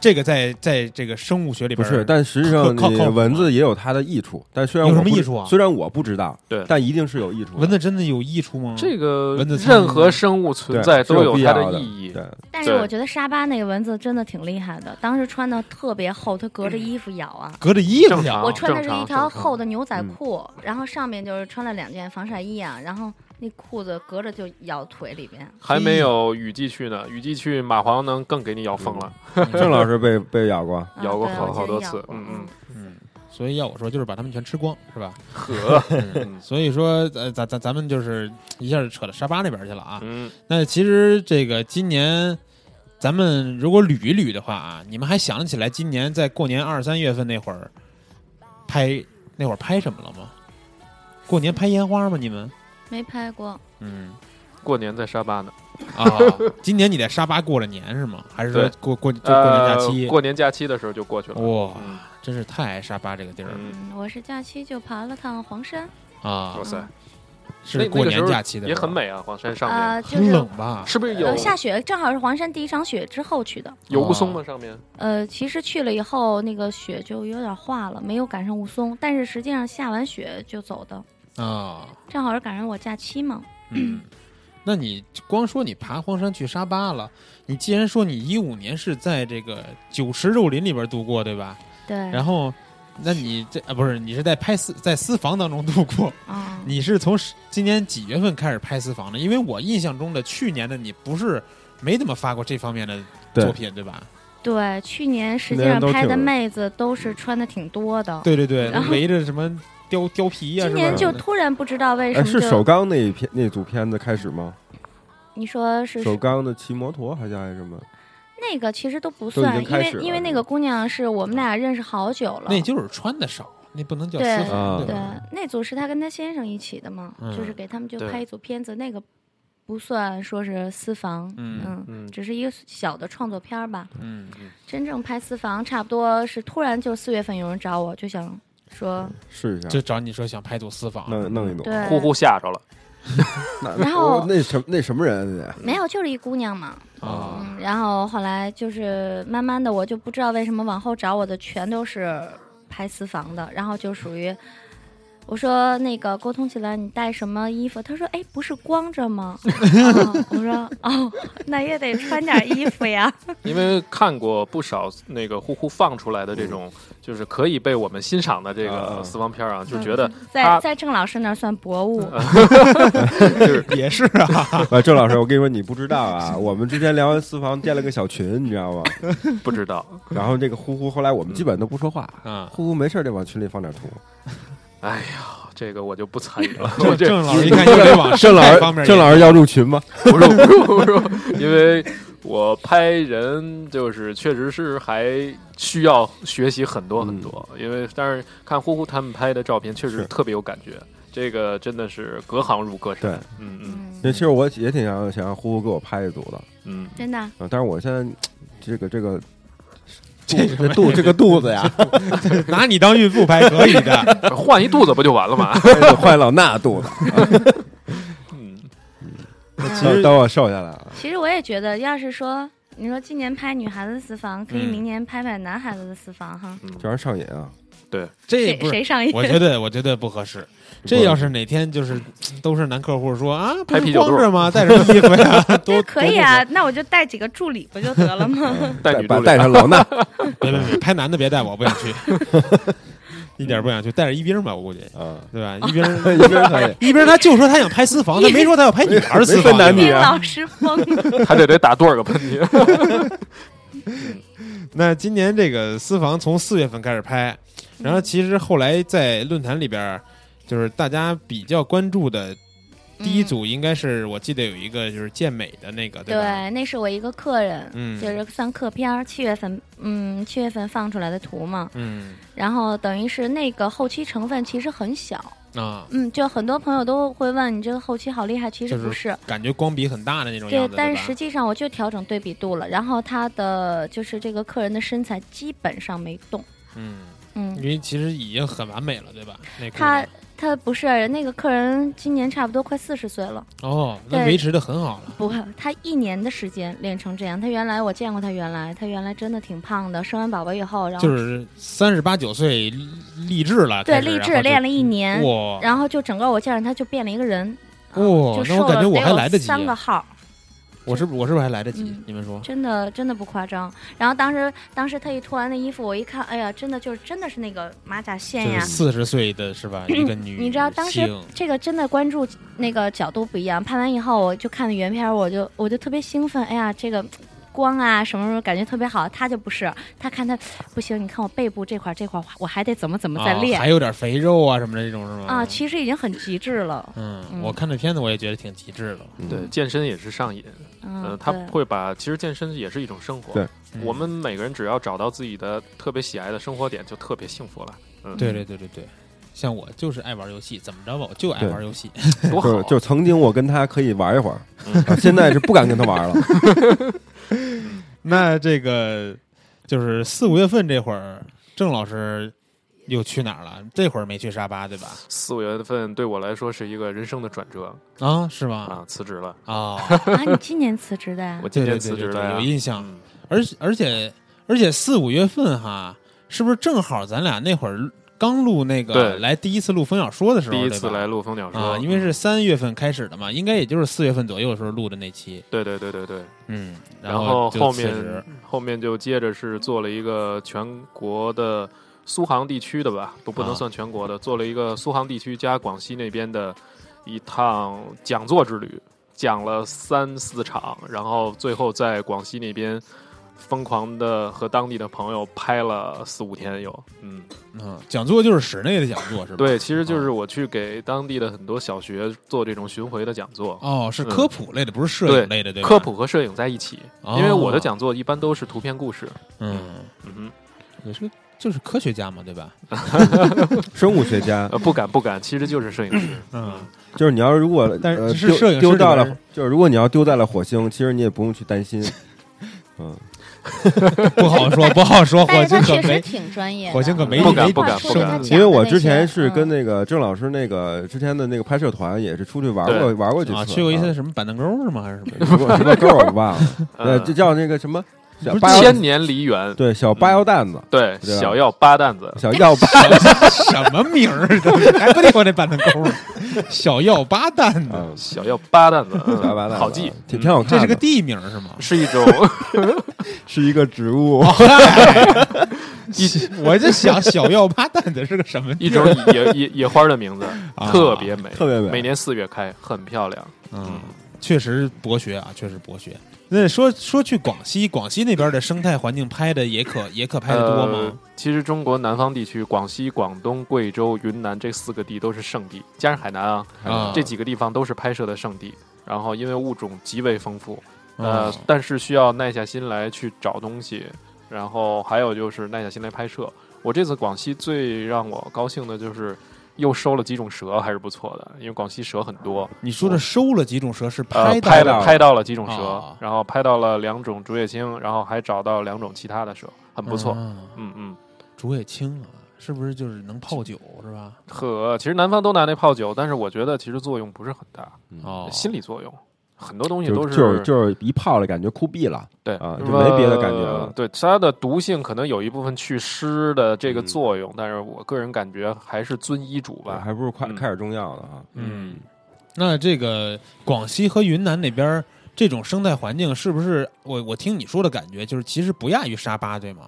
Speaker 4: 这个在在这个生物学里
Speaker 5: 不
Speaker 4: 边
Speaker 5: 是，但实际
Speaker 4: 靠
Speaker 5: 上
Speaker 4: 靠
Speaker 5: 你
Speaker 4: 靠谱
Speaker 5: 蚊
Speaker 4: 吗
Speaker 5: 子也有它的益处，但虽然
Speaker 4: 有
Speaker 5: 我
Speaker 4: 什么
Speaker 5: 不
Speaker 4: 益
Speaker 5: 知
Speaker 4: 处啊
Speaker 5: 虽然我不知道，
Speaker 6: 对
Speaker 5: 但一定是有益处的。
Speaker 4: 蚊子真的有益处吗？
Speaker 6: 这个
Speaker 4: 蚊子苍蝇
Speaker 6: 任何生物存
Speaker 5: 对
Speaker 6: 在
Speaker 5: 是
Speaker 6: 都
Speaker 5: 有必
Speaker 6: 它
Speaker 5: 要
Speaker 6: 的
Speaker 5: 的
Speaker 6: 意义。
Speaker 5: 对，
Speaker 7: 但是
Speaker 6: 对
Speaker 7: 我觉得沙巴那个蚊子真的挺厉害的，当时穿的特别厚，它隔着衣服咬啊。
Speaker 4: 隔着衣服
Speaker 6: 正常
Speaker 4: 咬
Speaker 7: 我穿的是
Speaker 6: 嗯
Speaker 7: 一
Speaker 6: 正常嗯
Speaker 7: 条厚的牛仔裤，然后上面就是穿了两件防晒衣啊，然后那裤子隔着就咬腿里边。
Speaker 6: 还没有雨季去呢，雨季去蚂蟥能更给你咬疯了。
Speaker 5: 郑老师被被咬过，
Speaker 7: 啊
Speaker 6: 咬过
Speaker 7: 对
Speaker 6: 好
Speaker 7: 我记
Speaker 6: 好
Speaker 7: 得
Speaker 6: 多
Speaker 7: 咬
Speaker 6: 次
Speaker 7: 过
Speaker 6: 嗯嗯
Speaker 7: 嗯，
Speaker 4: 嗯，所以要我说就是把它们全吃光，是吧？
Speaker 6: 呵，
Speaker 4: 嗯所以说，呃，咱咱咱们就是一下就扯到沙巴那边去了啊。
Speaker 6: 嗯，
Speaker 4: 那其实这个今年，咱们如果捋一捋的话啊，你们还想得起来今年在过年二三月份那会儿拍那会儿拍什么了吗？过年拍烟花吗？你们？
Speaker 7: 没拍过，
Speaker 4: 嗯
Speaker 6: 啊过年在沙巴呢。
Speaker 4: 啊，今年你在沙巴过了年是吗？还是说
Speaker 6: 对
Speaker 4: 过过就过年假期？
Speaker 6: 呃过年假期的时候就过去了。
Speaker 4: 哇
Speaker 6: 嗯，
Speaker 4: 真是太爱沙巴这个地儿了
Speaker 6: 嗯，
Speaker 7: 嗯，我是假期就爬了趟黄山，
Speaker 4: 啊
Speaker 6: 哇！塞，那
Speaker 4: 是
Speaker 6: 那
Speaker 4: 过
Speaker 6: 个时
Speaker 4: 年
Speaker 6: 候
Speaker 4: 假期的时
Speaker 6: 也
Speaker 4: 候
Speaker 6: 很，美啊，黄山上面
Speaker 7: 呃，就
Speaker 4: 很
Speaker 7: 是
Speaker 4: 冷吧？
Speaker 6: 是不是有
Speaker 7: 呃下雪，正好是黄山第一场雪之后去的。
Speaker 6: 有雾凇吗？上面
Speaker 7: 呃，其实去了以后，那个雪就有点化了，没有赶上雾凇，但是实际上下完雪就走的，
Speaker 4: 啊，
Speaker 7: 正好是赶上我假期嘛。
Speaker 4: 嗯， [clears throat] 那你光说你爬黄山去沙巴了，你既然说你一五年是在这个九池肉林里边度过，对吧？
Speaker 7: 对，
Speaker 4: 然后，那你这啊不是你是在拍私在私房当中度过？
Speaker 7: 啊、
Speaker 4: 你是从十今年几月份开始拍私房的？因为我印象中的去年的你不是没怎么发过这方面的
Speaker 5: 对
Speaker 4: 作品，对吧？
Speaker 7: 对，去年实
Speaker 5: 那
Speaker 7: 际
Speaker 5: 人
Speaker 7: 上
Speaker 5: 都
Speaker 7: 拍
Speaker 5: 挺
Speaker 7: 的妹子都是穿的挺多的，
Speaker 4: 对对对
Speaker 7: 然，后
Speaker 4: 围着什么貂貂皮呀、
Speaker 7: 今
Speaker 4: 是吧
Speaker 7: 年就突然不知道为什
Speaker 5: 哎，
Speaker 7: 么
Speaker 5: 是
Speaker 7: 就、
Speaker 5: 首钢那一片那组片子开始吗？
Speaker 7: 你说是
Speaker 5: 首钢的骑摩托好像还是什么？
Speaker 7: 那个其实都不
Speaker 5: 都已
Speaker 7: 算，
Speaker 5: 经
Speaker 7: 因
Speaker 5: 开
Speaker 7: 为
Speaker 5: 始了
Speaker 7: 因为那个姑娘是我们俩认识好久了，
Speaker 4: 那就是穿的少，那不能叫私房，
Speaker 5: 对
Speaker 4: 对
Speaker 7: 对
Speaker 6: 啊
Speaker 4: 吧？
Speaker 7: 那组是她跟她先生一起的嘛，
Speaker 4: 嗯
Speaker 7: 就是给他们就
Speaker 6: 对
Speaker 7: 拍一组片子，那个不算说是私房，
Speaker 4: 嗯
Speaker 6: 嗯
Speaker 7: 只是一个小的创作片儿吧。
Speaker 4: 嗯，
Speaker 7: 真正拍私房，差不多是突然就四月份有人找我，就想说
Speaker 5: 试一下，
Speaker 4: 就找你说想拍组私房，
Speaker 5: 弄弄一弄。
Speaker 7: 对，
Speaker 6: 呼呼吓着了，
Speaker 5: 那
Speaker 7: 然后
Speaker 5: 哦那什么那什么人啊？
Speaker 7: 没有，就是一姑娘嘛。
Speaker 4: 啊
Speaker 7: 嗯，然后后来就是慢慢的，我就不知道为什么往后找我的全都是拍私房的，然后就属于我说那个沟通起来，你带什么衣服？他说哎，不是光着吗？ [laughs] 哦我说哦，那也得穿点衣服呀。
Speaker 6: 因为看过不少那个呼呼放出来的这种，就是可以被我们欣赏的这
Speaker 5: 啊
Speaker 6: 个私房片儿啊，就觉得
Speaker 7: 在
Speaker 6: 他
Speaker 7: 在郑老师那儿算博物，
Speaker 4: 嗯
Speaker 6: 就是
Speaker 4: 也是啊，
Speaker 5: 啊，郑老师，我跟你说， [laughs] 你不知道
Speaker 4: [laughs]
Speaker 5: 啊，我们之前聊完私房建了个小群，你知道吗？
Speaker 6: 不知道，
Speaker 5: 然后这个呼呼，后来我们基本都不说话，
Speaker 4: 嗯
Speaker 5: 呼呼没事儿就往群里放点图。
Speaker 6: 哎呀，这个我就不参与了，
Speaker 4: 郑
Speaker 6: 我这
Speaker 4: 郑老师一看又得往
Speaker 5: [laughs] 郑老
Speaker 4: 生态
Speaker 5: 师
Speaker 4: 方面，
Speaker 5: 郑老师要入群吗？
Speaker 6: 不是不是不是，因为我拍人就是确实是还需要学习很多很多，因为但是看呼呼他们拍的照片确
Speaker 5: 嗯
Speaker 6: 实
Speaker 5: 是
Speaker 6: 特别有感觉，这个真的是隔行如隔山
Speaker 5: 对，
Speaker 6: 嗯嗯
Speaker 5: 因为其
Speaker 7: 嗯，
Speaker 5: 实我也挺想想让呼呼给我拍一组的
Speaker 6: 嗯，
Speaker 7: 真的
Speaker 5: 啊，但是我现在这个
Speaker 6: [laughs]
Speaker 5: 这个
Speaker 4: 这
Speaker 5: 这肚这个肚子呀，
Speaker 4: 拿你当孕妇拍可以
Speaker 5: [laughs]
Speaker 4: 的，
Speaker 6: 嗯换一肚子不就完了吗？
Speaker 5: 换老衲肚子，
Speaker 6: 嗯，
Speaker 4: 其
Speaker 5: 等
Speaker 4: 实
Speaker 5: 等我瘦下来啊了，
Speaker 7: 其实我也觉得，要是说你说今年拍女孩子的私房，可以
Speaker 4: 嗯
Speaker 7: 明年拍拍男孩子的私房哈。
Speaker 5: 这玩意儿上瘾啊！
Speaker 4: 这
Speaker 7: 谁
Speaker 4: 不是，
Speaker 7: 谁上瘾？
Speaker 4: 我觉得我觉得不合
Speaker 5: [laughs]
Speaker 4: 适。这要是哪天就是都是男客户说啊，不
Speaker 6: 拍
Speaker 4: 是
Speaker 6: 啤酒肚
Speaker 4: 光着吗？带什么衣服
Speaker 7: [laughs]
Speaker 4: 呀？都
Speaker 7: 那可以啊，，那我就带几个助理不就得了吗？
Speaker 6: 带
Speaker 5: 带
Speaker 6: 女助
Speaker 5: 把
Speaker 6: 理
Speaker 5: 带上老
Speaker 6: [laughs]
Speaker 5: 衲，
Speaker 4: 别别别，拍男的别带我，不想
Speaker 5: [laughs]
Speaker 4: 去，一点不想去，带着一兵吧，我估计，
Speaker 6: 嗯
Speaker 5: 啊，
Speaker 4: 对
Speaker 5: [laughs]
Speaker 4: 吧？一兵
Speaker 5: 一个人可以，
Speaker 4: 一兵他就说他想拍私房，他没说他要拍女孩私
Speaker 5: 没
Speaker 4: 房，
Speaker 5: 分男女
Speaker 7: 丁
Speaker 5: 啊
Speaker 7: 老师疯
Speaker 4: [laughs]
Speaker 7: 了，
Speaker 6: 还得得打多少个喷嚏？
Speaker 4: 那今年这个私房从四月份开始拍，然后其实后来在论坛里边儿，就是大家比较关注的第一组，应该是我记得有一个就是健美的那个，吧？
Speaker 7: 对，那是我一个客人，
Speaker 4: 嗯
Speaker 7: 就是算客片儿，七月份，嗯，七月份放出来的图嘛。
Speaker 4: 嗯
Speaker 7: 然后等于是那个后期成分其实很小，
Speaker 4: 啊，
Speaker 7: 嗯，就很多朋友都会问你这个后期好厉害，其实
Speaker 4: 就是
Speaker 7: 不是。
Speaker 4: 感觉光比很大的那种样
Speaker 7: 对，
Speaker 4: 子，
Speaker 7: 但
Speaker 4: 对
Speaker 7: 是
Speaker 4: 吧
Speaker 7: 实际上我就调整对比度了，然后他的就是这个客人的身材基本上没动，
Speaker 4: 嗯，
Speaker 7: 嗯，
Speaker 4: 因为其实已经很完美了，对吧？那姑
Speaker 7: 他
Speaker 4: 娘
Speaker 7: 他不是那个客人，今年差不多快四十岁了，
Speaker 4: 哦，那
Speaker 7: 对
Speaker 4: 维持的很好了，
Speaker 7: 不，他一年的时间练成这样。他原来我见过他，原来他原来真的挺胖的。生完宝宝以后，然后
Speaker 4: 就是三十八九岁立立志了，
Speaker 7: 嗯对
Speaker 4: 开始
Speaker 7: 励志练了一年，
Speaker 4: 哇，
Speaker 7: 然后就整个我见着他就变了一个人。
Speaker 4: 哇
Speaker 7: 啊就
Speaker 4: 那我
Speaker 7: 瘦
Speaker 4: 感觉
Speaker 7: 了
Speaker 4: 我
Speaker 7: 得
Speaker 4: 还
Speaker 7: 有
Speaker 4: 来得及啊
Speaker 7: 三个号，
Speaker 4: 我是不我是不是还来得及
Speaker 7: 嗯？
Speaker 4: 你们说
Speaker 7: 真的真的不夸张。然后当时当时他一脱完那衣服，我一看，哎呀，真的就是真的是那个马甲线
Speaker 4: 就是
Speaker 7: 哎呀。嗯
Speaker 4: 四十岁的是吧？一个女性，
Speaker 7: 你知道当时这个真的关注那个角度不一样，拍完以后我就看了原片儿，我就我就特别兴奋，哎呀，这个光啊什么什么感觉特别好。他就不是，他看他不行，你看我背部这块儿这块儿，我还得怎么怎么再
Speaker 4: 啊
Speaker 7: 练
Speaker 4: 还有点肥肉啊什么的这种
Speaker 6: 嗯
Speaker 4: 是吗？
Speaker 7: 啊其实已经很极致了，
Speaker 4: 嗯，
Speaker 7: 嗯
Speaker 4: 我看这片子我也觉得挺极致的。
Speaker 6: [laughs]
Speaker 5: 嗯
Speaker 6: [laughs] 对，健身也是上瘾，呃
Speaker 7: 嗯，，
Speaker 6: 他
Speaker 7: 对
Speaker 6: 会把其实健身也是一种生活。
Speaker 5: 对
Speaker 4: 嗯
Speaker 6: 我们每个人只要找到自己的特别喜爱的生活点，就特别
Speaker 5: [laughs]
Speaker 6: 幸福了。嗯，
Speaker 4: 对对对对对，像我就是爱玩游戏，怎么着吧，我就爱玩 [laughs] 游戏。
Speaker 6: 多好
Speaker 5: 就
Speaker 6: 啊！
Speaker 5: 呃就曾经我跟他可以玩一会儿，
Speaker 6: 嗯
Speaker 5: 啊现在是不敢跟他玩
Speaker 6: [laughs]
Speaker 5: 了。
Speaker 4: 那这个就是四五月份这会儿，郑老师又去哪儿了？这会儿没去沙巴对吧？
Speaker 6: 四五月份对我来说是一个人生的转折
Speaker 4: 啊，是吗？
Speaker 6: 啊，辞职了，
Speaker 4: 啊， [laughs]
Speaker 7: 啊，你今年辞职的呀
Speaker 6: 我？今
Speaker 4: 对
Speaker 6: 年
Speaker 4: 对
Speaker 6: 辞
Speaker 4: 对
Speaker 6: 职
Speaker 4: 对
Speaker 6: 了
Speaker 4: 对，有
Speaker 6: 呀
Speaker 4: 印象。
Speaker 6: 嗯
Speaker 4: 而而且而且四五月份哈，是不是正好咱俩那会儿刚录那个
Speaker 6: 对
Speaker 4: 来第一次录《风小说》的时候，
Speaker 6: 第一
Speaker 4: 对
Speaker 6: 次
Speaker 4: 吧
Speaker 6: 来录蜂鸟说嗯
Speaker 4: 啊，因为是三月份开始的嘛，应该也就是四月份左右的时候录的那期，
Speaker 6: 对对对对对，
Speaker 4: 嗯，
Speaker 6: 然
Speaker 4: 后
Speaker 6: 后后
Speaker 4: 就辞职
Speaker 6: 面后面就接着是做了一个全国的苏杭地区的吧，不不
Speaker 4: 啊
Speaker 6: 能算全国的，做了一个苏杭地区加广西那边的一趟讲座之旅，讲了三四场，然后最后在广西那边疯狂的和当地的朋友拍了四五天有，嗯，
Speaker 4: 嗯，讲座就是室内的讲座是吧？
Speaker 6: 对，其实就
Speaker 4: 啊
Speaker 6: 是我去给当地的很多小学做这种巡回的讲座。
Speaker 4: 哦，是
Speaker 6: 嗯
Speaker 4: 科普类的，不是摄影类的，对吧？
Speaker 6: 科，普和摄影在一起，因为我
Speaker 4: 哦
Speaker 6: 的讲座一般都是图片故事。
Speaker 4: 嗯，
Speaker 6: 嗯哼，
Speaker 4: 也是就是科学家嘛，对吧？
Speaker 5: 生物学家
Speaker 6: 呃，不敢不敢，其实就是摄影师。
Speaker 4: 嗯，
Speaker 5: 就是你要如果
Speaker 4: 但是
Speaker 5: 呃
Speaker 4: 是
Speaker 5: 丢
Speaker 4: 摄影师
Speaker 5: 丢到
Speaker 4: 里边
Speaker 5: 了，就是如果你要丢在了火星，其实你也不用去担心。嗯，
Speaker 4: 不好说，不好说，火
Speaker 2: 但是
Speaker 4: 星
Speaker 2: 他
Speaker 4: 可
Speaker 2: 确实
Speaker 4: 没，
Speaker 2: 挺专业的，
Speaker 4: 火星可没
Speaker 6: 不敢
Speaker 4: 没
Speaker 6: 不敢
Speaker 2: 画出来他讲的
Speaker 5: 因为我之前
Speaker 2: 那些
Speaker 5: 是跟
Speaker 2: 嗯
Speaker 5: 那个郑老师那个之前的那个拍摄团也是出去玩过
Speaker 6: 对
Speaker 5: 玩过几
Speaker 4: 啊，
Speaker 5: 次，
Speaker 4: 去过一
Speaker 5: [laughs]
Speaker 6: 嗯
Speaker 4: 次什么板凳沟是吗？还是什么？
Speaker 5: 什么什么沟儿我忘了，
Speaker 6: 呃
Speaker 5: 呃，这叫那个什么小
Speaker 4: 不是
Speaker 5: 八
Speaker 4: 腰
Speaker 5: 药
Speaker 6: 千年梨园，
Speaker 5: 对小八药蛋子，
Speaker 6: 对
Speaker 5: 对吧
Speaker 6: 小药八担子，
Speaker 5: 小药八
Speaker 4: 什么名儿？还不得我那板凳沟儿？小药八蛋呢？
Speaker 5: 嗯
Speaker 6: 小药八担子，嗯
Speaker 5: 小药八蛋子，啊
Speaker 6: 好记，嗯
Speaker 5: 挺挺好看
Speaker 4: 这
Speaker 5: 的，
Speaker 4: 是个地名儿是吗？
Speaker 6: 是一种
Speaker 5: 是一个植物，
Speaker 4: [laughs] 我就想小药八蛋的是个什么地
Speaker 6: 一
Speaker 4: 儿？
Speaker 6: 种野野野花的名字
Speaker 4: 啊，
Speaker 6: 特别美，
Speaker 5: 特别美
Speaker 6: 每年四月开，很漂亮。
Speaker 4: 嗯，确实博学啊，确实博学。那说说去广西，广西那边的生态环境拍的也可也可拍的多
Speaker 6: 呃
Speaker 4: 吗？？
Speaker 6: 其实中国南方地区，广西、广东、贵州、云南这四个地都是圣地，加上海南啊，
Speaker 4: 啊，
Speaker 6: 这几个地方都是拍摄的圣地。然后因为物种极为丰富，呃
Speaker 4: 嗯，
Speaker 6: 但是需要耐下心来去找东西，然后还有就是耐下心来拍摄。我这次广西最让我高兴的就是又收了几种蛇，还是不错的，因为广西蛇很多。
Speaker 4: 你说的收了几种蛇是
Speaker 6: 呃，
Speaker 4: 到
Speaker 6: 拍
Speaker 4: 的
Speaker 6: 拍到了几种蛇，
Speaker 4: 哦
Speaker 6: 然后拍到了两种竹叶青，然后还找到两种其他的蛇，很不错。
Speaker 4: 嗯
Speaker 6: 嗯嗯，
Speaker 4: 竹叶青啊，是不是就是能泡酒是吧？
Speaker 6: 和其实南方都拿那泡酒，但是我觉得其实作用不是很大，
Speaker 4: 哦，
Speaker 6: 心理作用。很多东西
Speaker 5: 就
Speaker 6: 都
Speaker 5: 就是就是一泡了，感觉酷毙了。
Speaker 6: 对
Speaker 5: 啊
Speaker 6: 那
Speaker 5: 就没别的
Speaker 6: 么
Speaker 5: 感觉了
Speaker 6: 对它的毒性可能有一部分祛湿的这
Speaker 5: 嗯
Speaker 6: 个作用，但是我个人感觉还是遵医嘱吧。
Speaker 5: 还不如快
Speaker 6: 嗯
Speaker 5: 开始中药呢啊！
Speaker 4: 嗯，那这个广西和云南那边儿这种生态环境，是不是我我听你说的感觉，就是其实不亚于沙巴，对吗？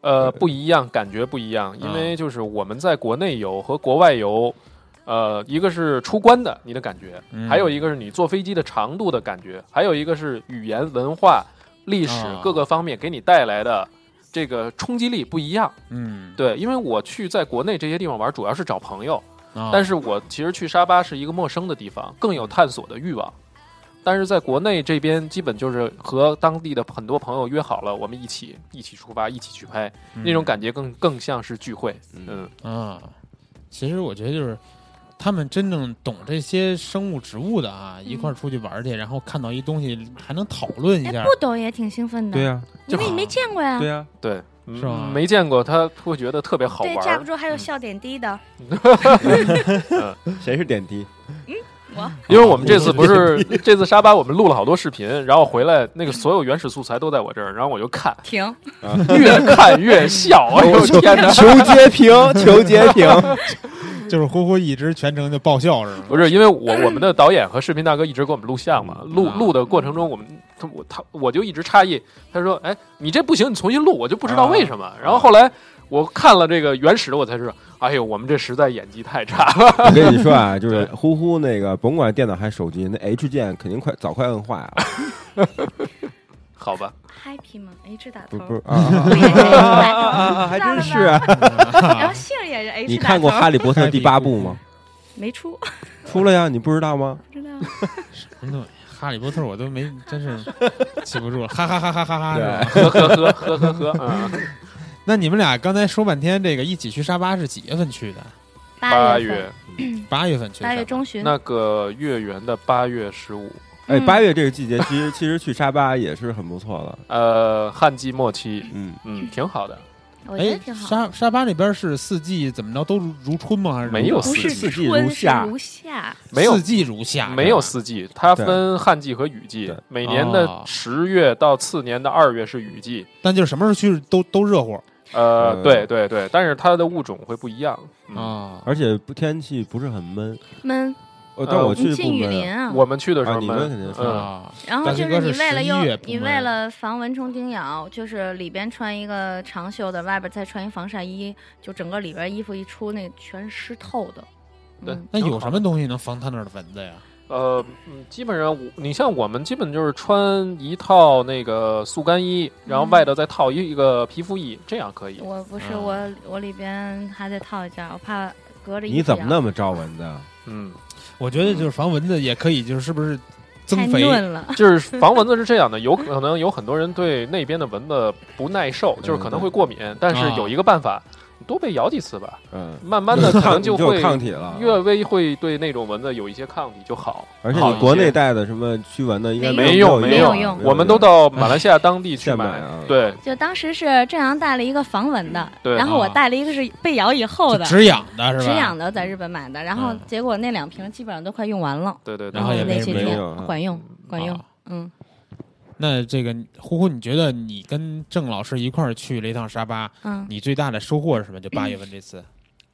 Speaker 6: 呃，不一样，感觉不一样，
Speaker 5: 啊
Speaker 6: 因为就是我们在国内游和国外游，呃，一个是出关的你的感觉，
Speaker 4: 嗯
Speaker 6: 还有一个是你坐飞机的长度的感觉，还有一个是语言、文化、历史
Speaker 4: 啊
Speaker 6: 各个方面给你带来的这个冲击力不一样。
Speaker 4: 嗯，
Speaker 6: 对，因为我去在国内这些地方玩，主要是找朋友。
Speaker 4: 啊
Speaker 6: 但是我其实去沙巴是一个陌生的地方，更有探索的欲望。但是在国内这边，基本就是和当地的很多朋友约好了，我们一起一起出发，一起去拍，那种感觉更更像是聚会。嗯，
Speaker 4: 嗯啊，其实我觉得就是他们真正懂这些生物植物的啊，一块儿出去玩儿去，然后看到一东西还能讨论一
Speaker 7: 哎，
Speaker 4: 下，
Speaker 7: 不懂也挺兴奋的，
Speaker 5: 对呀，
Speaker 7: 因为你没见过呀
Speaker 5: 对，呀，
Speaker 6: 对，嗯
Speaker 4: 是吗
Speaker 6: 没见过他会觉得特别好
Speaker 7: 对，
Speaker 6: 玩
Speaker 7: 架不
Speaker 6: 儿，嗯
Speaker 7: 住还有笑点
Speaker 6: [laughs]
Speaker 7: 低的，
Speaker 5: 谁是点滴？
Speaker 7: 我
Speaker 6: 因为我们这次不是这次沙巴，我们录了好多视频，然后回来那个所有原始素材都在我这儿，然后我就看， [laughs]
Speaker 7: 停。
Speaker 6: 越看越笑，哎呦
Speaker 5: 求
Speaker 6: 天哪！
Speaker 5: [laughs] 求截屏，求截屏。
Speaker 4: 就是呼呼一直全程就爆笑是吗？
Speaker 6: 不是因为我我们的导演和视频大哥一直给我们录像嘛，录
Speaker 4: 啊
Speaker 6: 录的过程中，我们他我他我就一直诧异，他说：“哎，你这不行，你重新录。”我就不知道为什么。然后后来我看了这个原始的，我才知道，哎呦，我们这实在演技太差了。
Speaker 5: 我跟你说啊，就是呼呼那个，甭管电脑还是手机，那 H 键肯定快早快摁坏了，啊
Speaker 6: 好吧，
Speaker 7: Happy 吗？H 打头
Speaker 5: 不，不是啊 [laughs] 啊
Speaker 6: [laughs]
Speaker 5: 啊啊！还真是啊。
Speaker 7: 然后姓儿也是 H 打头。
Speaker 5: 你看过《哈利波特》第八
Speaker 6: 哎
Speaker 5: 部吗？
Speaker 7: 没出？
Speaker 5: 出了呀，你不知道吗？
Speaker 7: 不知道。
Speaker 4: 什么东西哈利波特我都没，真是记不住了，哈哈哈哈哈哈！是吧
Speaker 5: 对，
Speaker 6: [laughs] 呵呵呵呵呵呵，嗯，
Speaker 4: 那你们俩刚才说半天，这个一起去沙巴是几月份去的？
Speaker 6: 八
Speaker 7: 月
Speaker 6: 月
Speaker 7: 份，
Speaker 4: 八月份去的沙巴。
Speaker 7: 八月中旬。
Speaker 6: 那个月圆的八月十五，
Speaker 5: 哎，
Speaker 7: 嗯
Speaker 5: 八月这个季节，其实其实去沙巴也是很不错的。
Speaker 6: 呃，旱季末期，
Speaker 5: 嗯，
Speaker 6: 嗯，挺好的。
Speaker 7: 我觉得
Speaker 4: 哎，
Speaker 7: 挺好。
Speaker 4: 沙沙巴那边是四季怎么着都如如春吗？还是如
Speaker 6: 没有
Speaker 7: 不是
Speaker 5: 四季如
Speaker 7: 春是
Speaker 5: 夏
Speaker 7: 如夏，
Speaker 6: 没有
Speaker 4: 四季如夏，
Speaker 6: 没有四季，它分旱季和雨季
Speaker 5: 对。
Speaker 6: 每年的
Speaker 4: 哦
Speaker 6: 十月到次年的二月是雨季，
Speaker 4: 但就是什么时候去都都热乎
Speaker 6: 呃，
Speaker 5: 呃
Speaker 6: 对对对，但是它的物种会不一样。嗯，
Speaker 4: 啊。
Speaker 5: 而且不天气不是很闷。
Speaker 7: 闷，
Speaker 5: 呃，但
Speaker 6: 哦
Speaker 5: 我去
Speaker 7: 你
Speaker 5: 的
Speaker 7: 进
Speaker 5: 不
Speaker 7: 雨
Speaker 5: 闷
Speaker 7: 林
Speaker 5: 啊，
Speaker 7: 啊。
Speaker 6: 我们去的时
Speaker 5: 啊
Speaker 6: 候
Speaker 5: 你
Speaker 6: 闷，
Speaker 5: 们肯定是
Speaker 6: 嗯，
Speaker 4: 啊，
Speaker 7: 然后
Speaker 4: 大西
Speaker 7: 就是
Speaker 4: 哥
Speaker 7: 你
Speaker 4: 是
Speaker 7: 为了
Speaker 4: 11
Speaker 7: 用
Speaker 4: 月部
Speaker 7: 你
Speaker 4: 门
Speaker 7: 为了防蚊虫叮咬，就是里边穿一个长袖的，外边再穿一防晒衣，就整个里边衣服一出，那全湿透的。
Speaker 6: 对
Speaker 7: 嗯，
Speaker 4: 那有什么东西能防他那儿的蚊子呀？
Speaker 6: 呃，嗯基本上我你像我们基本就是穿一套那个速干衣，然后外头再套一一个皮肤衣，这样可以。
Speaker 7: 我不是
Speaker 4: 啊
Speaker 7: 我，我里边还得套一件，我怕隔着衣服
Speaker 5: 你怎么
Speaker 7: 咬
Speaker 5: 那么招蚊子啊？
Speaker 6: 嗯，
Speaker 4: 我觉得就是防蚊子也可以，就是是不是
Speaker 7: 太
Speaker 4: 增肥？
Speaker 7: 嫩了，
Speaker 6: 就是防蚊子是这样的，有可能有很多人对那边的蚊子不耐受，
Speaker 5: 嗯
Speaker 6: 就是可能会过敏，但是
Speaker 5: 啊
Speaker 6: 有一个办法，你多被咬几次吧，
Speaker 5: 嗯，
Speaker 6: 慢慢的可能
Speaker 5: 抗 [laughs]
Speaker 6: 就
Speaker 5: 就
Speaker 6: 会
Speaker 5: 有抗体了。
Speaker 6: 略微会对那种蚊子有一些抗体就好。
Speaker 5: 而且
Speaker 6: 好
Speaker 5: 你
Speaker 6: 一些
Speaker 5: 国内带的什么驱蚊的应该
Speaker 7: 没
Speaker 5: 有
Speaker 6: 用
Speaker 5: 没
Speaker 6: 没
Speaker 7: 有
Speaker 5: 用
Speaker 7: 用
Speaker 5: 啊，
Speaker 6: 我们都到马来西亚当地去
Speaker 5: 现买
Speaker 6: 买
Speaker 5: 啊，
Speaker 6: 对
Speaker 7: 就当时是郑阳带了一个防蚊的，
Speaker 6: 对
Speaker 7: 然后我
Speaker 4: 啊
Speaker 7: 带了一个是被咬以后
Speaker 4: 就
Speaker 7: 的，
Speaker 4: 止痒的是吧？
Speaker 7: 止痒的，在日本买的，然后
Speaker 4: 嗯
Speaker 7: 结果那两瓶基本上都快用完了，
Speaker 6: 对对对，
Speaker 4: 然后也没
Speaker 7: 那
Speaker 4: 什
Speaker 7: 些
Speaker 4: 么
Speaker 7: 天
Speaker 5: 用啊
Speaker 7: 管用管用
Speaker 4: 啊，
Speaker 7: 嗯，
Speaker 4: 那这个呼呼，你觉得你跟郑老师一块儿去了一趟沙巴，
Speaker 7: 嗯，
Speaker 4: 你最大的收获是什么？就八月份这次，